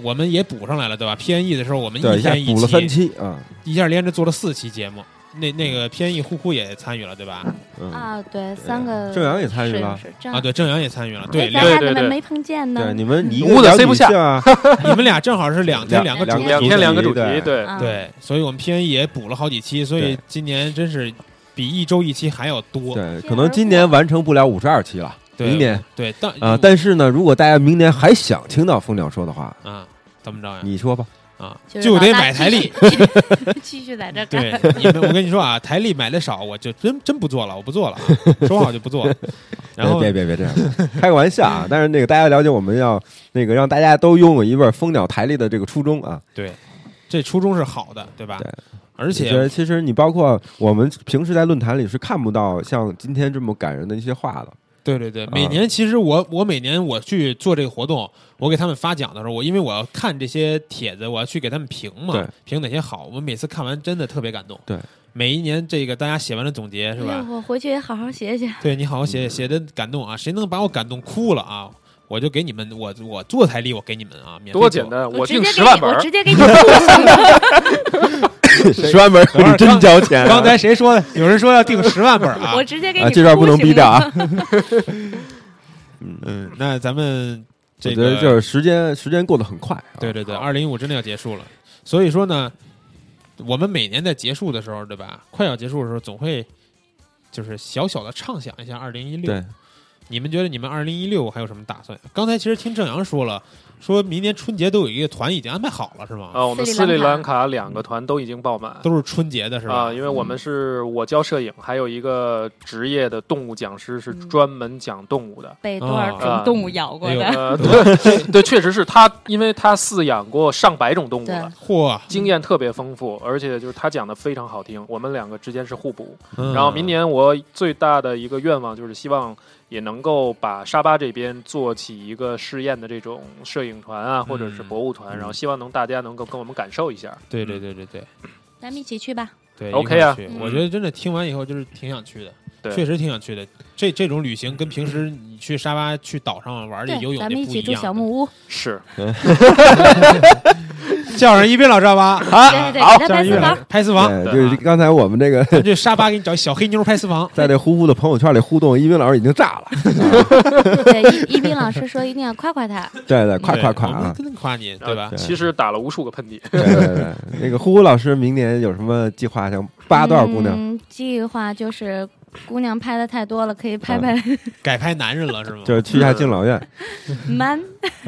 Speaker 4: 我们也补上来了，对吧？P N E 的时候，我们
Speaker 5: 对，一下
Speaker 4: 天一
Speaker 5: 补了三期啊，
Speaker 4: 一下连着做了四期节目。那那个偏逸呼呼也参与了，对吧？
Speaker 5: 嗯，
Speaker 7: 啊，对，三个
Speaker 5: 郑阳也参与
Speaker 7: 摄影
Speaker 5: 了
Speaker 7: 师，这样
Speaker 4: 啊，对，郑阳也参与了，
Speaker 7: 哎
Speaker 4: 对，
Speaker 7: 咱
Speaker 4: 两
Speaker 7: 俩
Speaker 6: 对
Speaker 7: 怎么
Speaker 6: 对
Speaker 7: 没碰见呢？
Speaker 5: 对，你们你一个
Speaker 6: 屋子
Speaker 5: 聊
Speaker 6: 塞不
Speaker 5: 几
Speaker 6: 下
Speaker 5: 期啊，
Speaker 4: 你们俩正好是两天
Speaker 5: 两
Speaker 4: 个主
Speaker 5: 两
Speaker 4: 题，
Speaker 6: 嗯两天两个主题，
Speaker 5: 对
Speaker 6: 对，
Speaker 7: 啊
Speaker 4: 对，嗯所以我们 P N E 也补了好几期，所以
Speaker 5: 对
Speaker 4: 今年真是比一周一期还要多。
Speaker 5: 对，可能今年完成不了五十二期了，
Speaker 4: 对嗯
Speaker 5: 明年
Speaker 4: 对，但
Speaker 5: 啊，但是呢，如果大家明年还想听到蜂鸟说的话，
Speaker 4: 啊，怎么着呀？
Speaker 5: 你说吧，
Speaker 4: 啊，
Speaker 7: 就是
Speaker 4: 就
Speaker 7: 老
Speaker 4: 得
Speaker 7: 大
Speaker 4: 买台
Speaker 7: 继
Speaker 4: 历
Speaker 7: 续。， [laughs] 继续在这儿干。
Speaker 4: 对，你们，我跟你说啊，台历买的少，我就真真不做了，我不做了，啊，说好就不做。
Speaker 5: [laughs]
Speaker 4: 然后
Speaker 5: 别别别这样，开个玩笑啊！但是那个大家了解，我们要那个让大家都拥有一本蜂鸟台历的这个初衷啊。
Speaker 4: 对，这初衷是好的，对吧
Speaker 5: 对？
Speaker 4: 而
Speaker 5: 我觉得
Speaker 4: 且
Speaker 5: 其实你包括我们平时在论坛里是看不到像今天这么感人的一些话的。
Speaker 4: 对对对，
Speaker 5: 啊
Speaker 4: 每年其实我我每年我去做这个活动，我给他们发奖的时候，我因为我要看这些帖子，我要去给他们评嘛
Speaker 5: 对，
Speaker 4: 评哪些好。我每次看完真的特别感动。
Speaker 5: 对，
Speaker 4: 每一年这个大家写完了总结是
Speaker 7: 哎
Speaker 4: 吧
Speaker 7: 呦？我回去也好好写写。
Speaker 4: 对你好好
Speaker 5: 嗯
Speaker 4: 写写的感动啊，谁能把我感动哭了啊？我就给你们，我我做台历，我给你们啊，免费做
Speaker 6: 多简单，
Speaker 7: 我直
Speaker 6: 定
Speaker 7: 接给
Speaker 6: 十
Speaker 7: 你，
Speaker 6: 万本
Speaker 7: 我
Speaker 6: 儿
Speaker 7: 直，接
Speaker 5: [laughs]
Speaker 7: 给你录上了。
Speaker 5: 十万本
Speaker 4: 等会儿
Speaker 5: 真
Speaker 4: 刚
Speaker 5: 交钱啊，
Speaker 4: 刚才谁说的？有人说要定十万本啊
Speaker 7: 我！直接给
Speaker 5: 啊，
Speaker 7: 你
Speaker 5: 这段不
Speaker 7: 录
Speaker 5: 能
Speaker 7: 行
Speaker 5: 逼着
Speaker 7: 吗
Speaker 5: 啊。
Speaker 4: 嗯，那咱们
Speaker 5: 我
Speaker 4: 这
Speaker 5: 觉
Speaker 4: 个
Speaker 5: 得就是时间时间过得很快啊。
Speaker 4: 对对对，二零一五真的要结束了。所以说呢，我们每年在结束的时候，对吧？快要结束的时候，总会就是小小的畅想一下二零一六。
Speaker 5: 对，
Speaker 4: 你们觉得你们二零一六还有什么打算？刚才其实听郑阳说了，说明年春节都有一个团已经安排好了，是吗？
Speaker 6: 啊，我们斯
Speaker 7: 斯
Speaker 6: 里
Speaker 7: 里
Speaker 6: 兰
Speaker 7: 兰
Speaker 6: 卡两个团都已经爆满。
Speaker 4: 都是春节的是嗯吧？
Speaker 6: 啊，因为我们是我教摄影，还有一个职业的动物讲师是
Speaker 7: 嗯
Speaker 6: 专门讲动物
Speaker 7: [laughs]
Speaker 6: 的。
Speaker 7: 被多少
Speaker 6: 啊
Speaker 7: 种动物咬过
Speaker 4: 哦哎呦
Speaker 7: 的？
Speaker 6: 呃，对对，确实是他，因为他饲养过上百种动物了
Speaker 7: 对，
Speaker 4: 嚯，
Speaker 6: 经验特别丰富，而且就是他讲的非常好听，我们两个之间是互补。
Speaker 4: 嗯
Speaker 6: 然后明年我最大的一个愿望就是希望也能够把沙巴这边做起一个试验的这种摄影团
Speaker 5: 嗯
Speaker 6: 啊，或者是博物团，然后希望能大家能够跟我们感受一下。
Speaker 4: 对对对对对
Speaker 7: 咱们一起去吧。
Speaker 4: 对
Speaker 6: OK
Speaker 4: 一块
Speaker 6: 啊
Speaker 4: 去
Speaker 7: 嗯
Speaker 4: 我觉得真的听完以后就是挺想去的。
Speaker 6: 对
Speaker 4: 确实挺想去的，这这种旅行跟平时你去沙巴、去岛上玩儿去
Speaker 7: 对
Speaker 4: 游，泳
Speaker 7: 咱
Speaker 4: 那
Speaker 7: 们一
Speaker 4: 不
Speaker 7: 起
Speaker 4: 一
Speaker 7: 住
Speaker 4: 样
Speaker 7: 小
Speaker 4: 的
Speaker 7: 木屋。
Speaker 6: 是，
Speaker 4: 叫上一斌老师好吧？
Speaker 7: 啊对对对，
Speaker 4: 叫
Speaker 7: 给他拍
Speaker 4: 上一斌
Speaker 7: 私
Speaker 4: 老
Speaker 7: 房
Speaker 4: 师。拍私房，
Speaker 5: 对，就是刚才我们这个 [laughs]
Speaker 4: 去沙巴给你找小黑妞拍私房。
Speaker 5: 在这呼呼的朋友圈里互动，一斌老师已经炸
Speaker 4: [laughs]
Speaker 5: 了。
Speaker 7: 对，一一斌老师说一定要夸夸他。
Speaker 5: 对对，夸
Speaker 4: 对
Speaker 5: 夸夸
Speaker 4: 我们
Speaker 5: 啊！
Speaker 4: 跟夸你对吧
Speaker 6: 呃？其实打了无数个喷嚏。
Speaker 5: 对对对，那个呼呼老师明年有什么计划？想扒多少姑娘？
Speaker 7: 嗯，计划就是姑娘拍的太多了，可以拍拍 [laughs]
Speaker 4: 改拍男人了是吗？
Speaker 5: 就是去一下敬老院
Speaker 7: 蛮。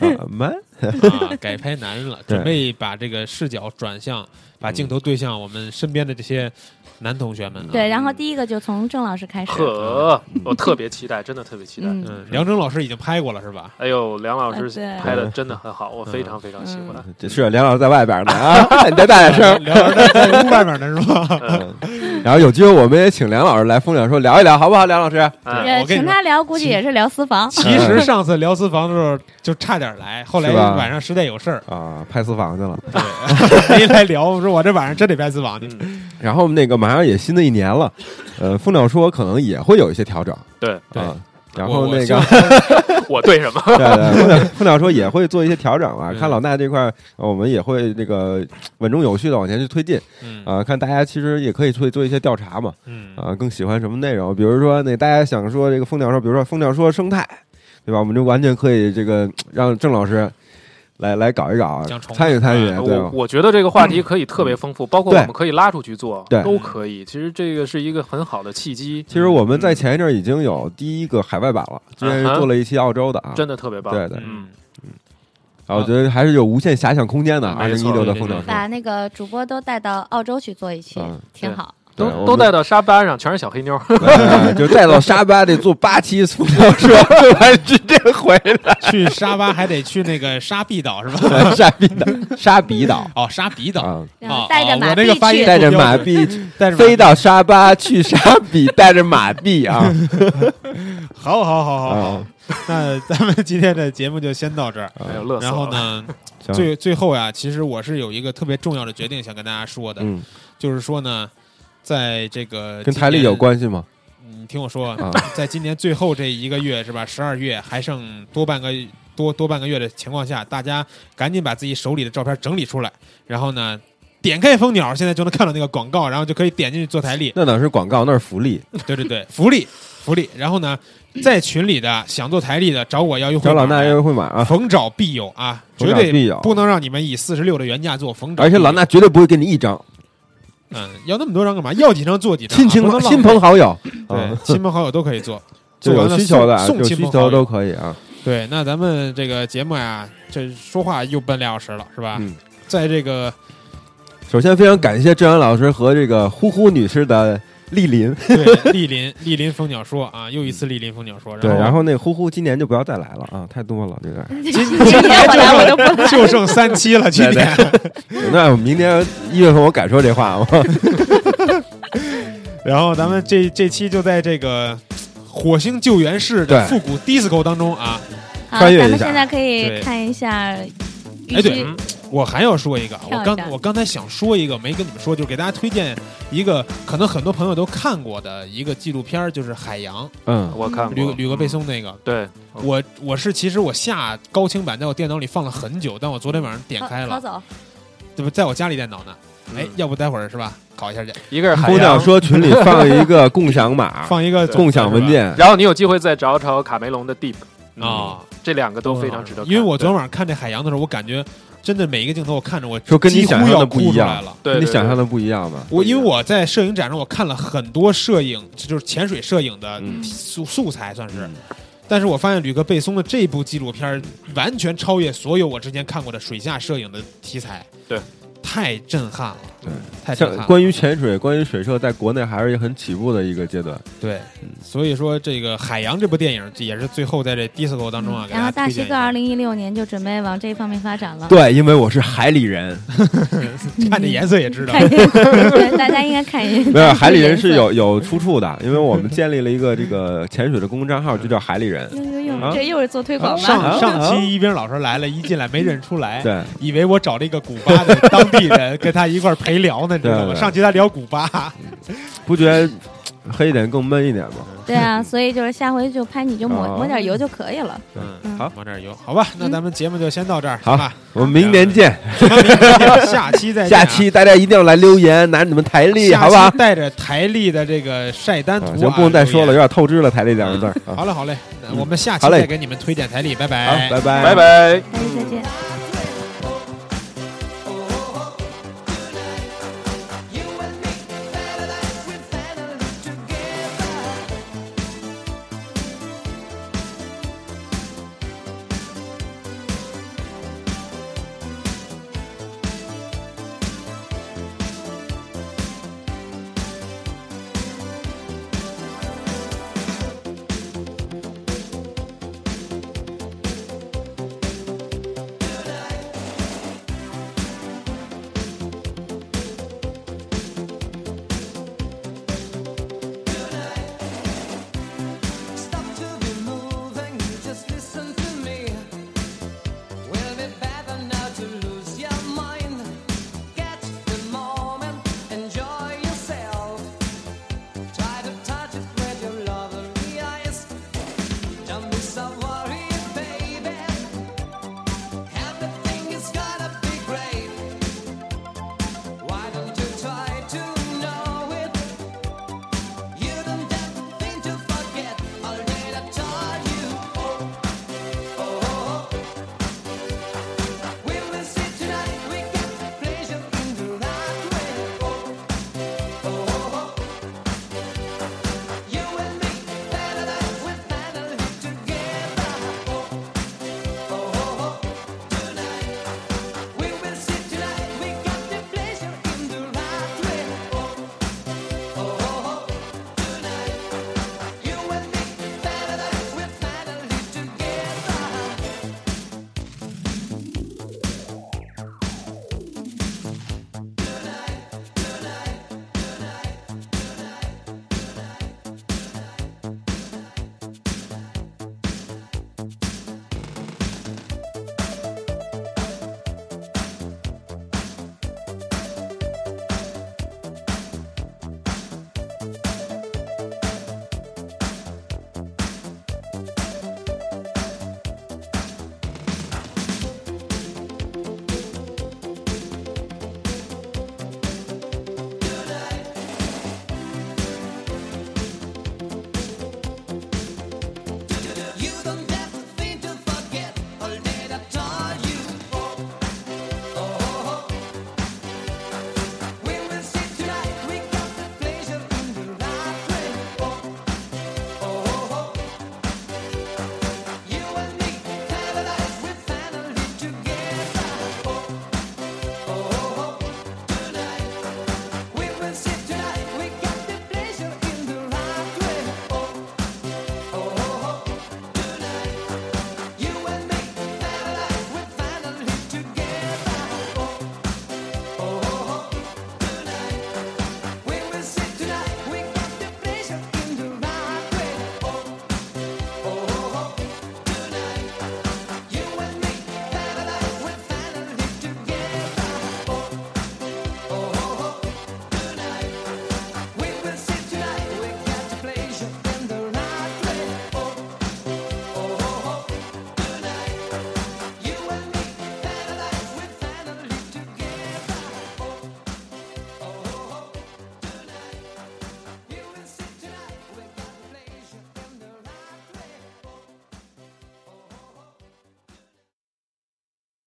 Speaker 4: 嗯
Speaker 5: 啊，蛮
Speaker 4: 啊，改拍男人了，
Speaker 5: 对
Speaker 4: 准备把这个视角转向，把镜头对向我们身边的这些男同学们啊。
Speaker 7: 对，然后第一个就从郑老师开始。
Speaker 6: 呵，呃
Speaker 5: 嗯
Speaker 6: 我特别期待，真的特别期待。
Speaker 7: 嗯
Speaker 4: 嗯，梁征老师已经拍过了是吧？
Speaker 5: [laughs]
Speaker 6: 哎呦，梁老
Speaker 7: 啊
Speaker 6: 师
Speaker 7: 对
Speaker 6: 拍的真的很好，我
Speaker 5: 嗯
Speaker 6: 非常非常喜欢。
Speaker 5: 这是梁老师在外边呢啊， [laughs] 你再大点声。
Speaker 4: 梁老师在在屋外面呢是
Speaker 5: [laughs] 嗯
Speaker 4: 吧？嗯
Speaker 5: 然后有机会我们也请梁老师来风鸟说聊一聊，好不好？梁老
Speaker 4: 嗯
Speaker 5: 师，
Speaker 6: 哎
Speaker 4: 我
Speaker 7: 呃，
Speaker 4: 跟你
Speaker 7: 请
Speaker 4: 说
Speaker 7: 他聊，估计也是聊私房。 [laughs]
Speaker 4: 其实上次聊私房的时候就差点来，后来
Speaker 5: 是吧
Speaker 4: 晚上实在有事儿 [laughs]
Speaker 5: 啊，拍私房去了。
Speaker 4: 没来聊。我说我这晚上真得拍私房去。
Speaker 5: 然后那个马上也新的一年了，呃，蜂鸟说可能也会有一些调整，
Speaker 6: 对，
Speaker 4: 对
Speaker 5: 啊。然
Speaker 4: 我
Speaker 5: 后
Speaker 4: 我
Speaker 5: 那
Speaker 4: 希
Speaker 5: 个
Speaker 4: 望，
Speaker 6: 我对什么？
Speaker 5: [laughs]
Speaker 6: [laughs]
Speaker 5: 对对，蜂鸟蜂鸟说也会做一些调整啊。
Speaker 4: 嗯
Speaker 5: 看老衲这块儿，呃我们也会那个稳中有序的往前去推进
Speaker 4: 嗯
Speaker 5: 啊。看大家其实也可以做做一些调查嘛，
Speaker 4: 嗯
Speaker 5: 啊，更喜欢什么内容？比如说那大家想说这个蜂鸟说，比如说蜂鸟说生态，对吧？我们就完全可以这个让郑老师来来搞一搞
Speaker 4: 讲，虫子
Speaker 5: 参与参与，哎对
Speaker 6: 啊我
Speaker 5: 吧？
Speaker 6: 我觉得这个话题可以特别丰富，包括我
Speaker 5: 对
Speaker 6: 们可以拉出去做，
Speaker 5: 对
Speaker 6: 都可以。其实这个是一个很好的契机，
Speaker 5: 其实我
Speaker 6: 嗯
Speaker 5: 们在前一阵儿已经有第一个海外版了，之前是做了一期澳洲的啊，
Speaker 6: 真的特别棒。
Speaker 5: 对对，
Speaker 6: 嗯，
Speaker 5: 啊，我觉得还是有无限遐想空间的。二
Speaker 6: 没
Speaker 5: 零
Speaker 6: 错
Speaker 5: 一六的
Speaker 4: 对
Speaker 5: 蜂鸟
Speaker 4: 对
Speaker 5: 说，
Speaker 7: 把那个主播都带到澳洲去做一期
Speaker 5: 嗯，
Speaker 7: 挺好。
Speaker 5: 对
Speaker 6: 都
Speaker 5: 我们
Speaker 6: 都带到沙发上，全是小黑妞儿，
Speaker 5: 哎 [laughs] 就带到沙巴得坐八期塑料车，完直接回来。 [laughs]
Speaker 4: 去沙巴还得去那个沙壁岛是吧？
Speaker 5: 沙比岛，沙比岛
Speaker 4: 哦，沙比岛，
Speaker 5: 啊，
Speaker 7: 然后
Speaker 4: 啊
Speaker 7: 带
Speaker 4: 啊
Speaker 7: 着马
Speaker 4: 我这
Speaker 7: 币
Speaker 4: 个发音
Speaker 7: 去，
Speaker 5: 带着
Speaker 4: [laughs]
Speaker 5: 马币
Speaker 4: 带着
Speaker 5: 飞到沙巴去沙比， [laughs] 带着马币啊
Speaker 4: 好好好好好，
Speaker 5: 啊！
Speaker 4: 那咱们今天的节目就先到这
Speaker 5: [laughs]
Speaker 4: 儿。
Speaker 6: 哎呦 [laughs] 乐死
Speaker 4: 然后
Speaker 6: 了。
Speaker 4: 呢，
Speaker 5: 行
Speaker 4: 最最后呀，其实我是有一个特别重要的决定想跟大家说的，
Speaker 5: 嗯，
Speaker 4: 就是说呢，在这个
Speaker 5: 跟
Speaker 4: 今
Speaker 5: 台历
Speaker 4: 年
Speaker 5: 有，关系吗？
Speaker 4: 你听我说，
Speaker 5: 啊
Speaker 4: 在今年最后这一个月是吧？十二月还剩多半个多多半个月的情况下，大家赶紧把自己手里的照片整理出来，然后呢，点开蜂鸟，现在就能看到那个广告，然后就可以点进去做台历。
Speaker 5: 那哪是广告，那是福利。
Speaker 4: [laughs] 对对对，福利福利。然后呢，在群里的想做台历的找我要优惠
Speaker 5: 找
Speaker 4: 码，
Speaker 5: 老衲优惠码啊！
Speaker 4: 逢找必有啊，
Speaker 5: 逢
Speaker 4: 绝
Speaker 5: 找必
Speaker 4: 对
Speaker 5: 有
Speaker 4: 不能让你们以四十六的原价做逢找
Speaker 5: 而
Speaker 4: 必
Speaker 5: 且
Speaker 4: 有。
Speaker 5: 老衲绝对不会给你一张，
Speaker 4: 嗯，要那么多张干嘛？要几张做几张啊，
Speaker 5: 亲情
Speaker 4: 不能浪
Speaker 5: 亲朋好友，
Speaker 4: 对、
Speaker 5: 啊， [laughs]
Speaker 4: 亲朋好友都可以做，
Speaker 5: 就
Speaker 4: 做完
Speaker 5: 有
Speaker 4: 了
Speaker 5: 需求的，啊
Speaker 4: 送
Speaker 5: 有
Speaker 4: 送亲
Speaker 5: 需
Speaker 4: 朋好
Speaker 5: 求
Speaker 4: 友
Speaker 5: 都可以啊。
Speaker 4: 对，那咱们这个节目呀，这说话又奔俩小时了，是吧？
Speaker 5: 嗯
Speaker 4: 在这
Speaker 5: [laughs]
Speaker 4: 个
Speaker 5: 首先非常感谢郑阳老师和这个呼呼女士的莅临，
Speaker 4: 对莅临莅临蜂鸟说啊，又一次莅临蜂鸟说，
Speaker 5: 对，
Speaker 4: 然
Speaker 5: 然
Speaker 4: 后。
Speaker 5: 后那个呼呼今年就不要再来了啊，太多了，这个。
Speaker 7: [laughs] 今天我来我就不来
Speaker 4: 就剩三期了，今天
Speaker 5: 那我明年一月份我敢说这话吗？
Speaker 4: 然后咱们这这期就在这个火星救援式的
Speaker 5: 对
Speaker 4: 复古 disco 当中啊，
Speaker 7: 好，
Speaker 5: 穿越一
Speaker 7: 咱们
Speaker 5: 下
Speaker 7: 现在可
Speaker 4: 对
Speaker 7: 以看一下预
Speaker 4: 哎对
Speaker 7: 计
Speaker 6: 嗯
Speaker 4: 我还要说一个啊，
Speaker 7: 跳
Speaker 4: 我
Speaker 7: 一下
Speaker 4: 刚我刚才想说一个没跟你们说，就是给大家推荐一个可能很多朋友都看过的一个纪录片儿，就是《海洋》，
Speaker 5: [laughs] 嗯，
Speaker 6: 我看过嗯
Speaker 4: 吕吕格贝松那个。
Speaker 6: 对，
Speaker 5: 哦
Speaker 4: 我我是其实我下高清版在我电脑里放了很久，但我昨天晚上点
Speaker 7: 好
Speaker 4: 开
Speaker 7: 好
Speaker 4: 了，
Speaker 7: 走，
Speaker 4: 对吧？在我家里电脑呢。
Speaker 6: 嗯
Speaker 4: 哎，要不待会儿是吧？搞一下去，
Speaker 6: 一个是海
Speaker 5: 姑娘
Speaker 6: 洋，
Speaker 5: 说群里放一个共
Speaker 4: [laughs]
Speaker 5: 享码， [laughs]
Speaker 4: 放一个
Speaker 5: 共享文件，
Speaker 6: 然后你有机会再找找卡梅隆的 Deep 嗯
Speaker 4: 啊，哦
Speaker 6: 这两个都非常值得看。
Speaker 4: 因为我昨
Speaker 6: 对
Speaker 4: 天晚上看这海洋的时候，我感觉真的每一个镜头我看着我
Speaker 5: 说跟你
Speaker 4: 几乎
Speaker 5: 想象的
Speaker 4: 要
Speaker 5: 不
Speaker 4: 哭
Speaker 5: 一
Speaker 4: 出
Speaker 5: 样
Speaker 4: 来了。
Speaker 6: 对
Speaker 5: 跟你
Speaker 6: 对
Speaker 5: 想象的
Speaker 6: 对
Speaker 5: 不一样吧？
Speaker 4: 我因为我在摄影展上，我看了很多摄影，就是潜水摄影的
Speaker 5: 嗯
Speaker 4: 素素材算
Speaker 6: 嗯
Speaker 4: 是。但是我发现吕克贝松的这部纪录片儿完全超越所有我之前看过的水下摄影的题材，
Speaker 6: 对，
Speaker 4: 太震撼了，
Speaker 5: 对，
Speaker 4: 太震
Speaker 5: 像
Speaker 4: 撼了。
Speaker 5: 关于潜水、关于水社，在国内还是一个很起步的一个阶段。
Speaker 4: 对，
Speaker 5: 嗯
Speaker 4: 所以说这个《海洋》这部电影也是最后在这 disco 当中啊，给
Speaker 7: 然后
Speaker 4: 大家
Speaker 7: 嗯大
Speaker 4: 推荐
Speaker 7: 西
Speaker 4: 一
Speaker 7: 哥
Speaker 4: 下
Speaker 7: 二零一六年就准备往这方面发展了。
Speaker 5: 对， [laughs] 因为我是海里人，
Speaker 4: 看这颜色也知道
Speaker 7: [laughs] 看，一下，对大家应该看一
Speaker 5: [laughs]
Speaker 7: 下。
Speaker 5: 没有海里人是有有出处的，因为我们建立了一个这个潜水的公众账号，就叫海里人。
Speaker 7: [laughs] 呦呦
Speaker 5: 啊
Speaker 7: 呦，这又是做推广吧？
Speaker 4: 上上期一冰老师来了，一进来没认出来，
Speaker 5: 对，
Speaker 4: 以为我找了一个古巴的当地人跟他一块儿陪聊呢，你知道
Speaker 5: 对
Speaker 4: 吗？
Speaker 5: 对
Speaker 4: 上期他聊古巴，
Speaker 5: 不觉得黑一点更闷一点吗？
Speaker 7: 对啊，所以就是下回就拍你就抹
Speaker 5: 啊
Speaker 7: 抹点油就可以了。
Speaker 4: 嗯
Speaker 7: 嗯
Speaker 4: 好，往这儿游，好吧，那咱们节目就先到这儿，
Speaker 5: 好
Speaker 4: 吧？
Speaker 5: 我们明年见， [laughs]
Speaker 4: 下期再见啊
Speaker 5: 下期大家一定要来留言，拿你们台历，
Speaker 4: 下
Speaker 5: 好不好
Speaker 4: 期？带着台历的这个晒单图
Speaker 5: 啊
Speaker 4: 啊，
Speaker 5: 行，不能再说了，有
Speaker 4: 留言
Speaker 5: 点透支了“台历”两个字
Speaker 4: 嗯
Speaker 5: 儿。啊
Speaker 4: 好嘞，好嘞，那我们下期
Speaker 5: 好嘞
Speaker 4: 再给你们推荐台历，拜
Speaker 5: 好，拜拜，
Speaker 6: 拜。拜。
Speaker 7: 大家再见。
Speaker 5: 拜拜。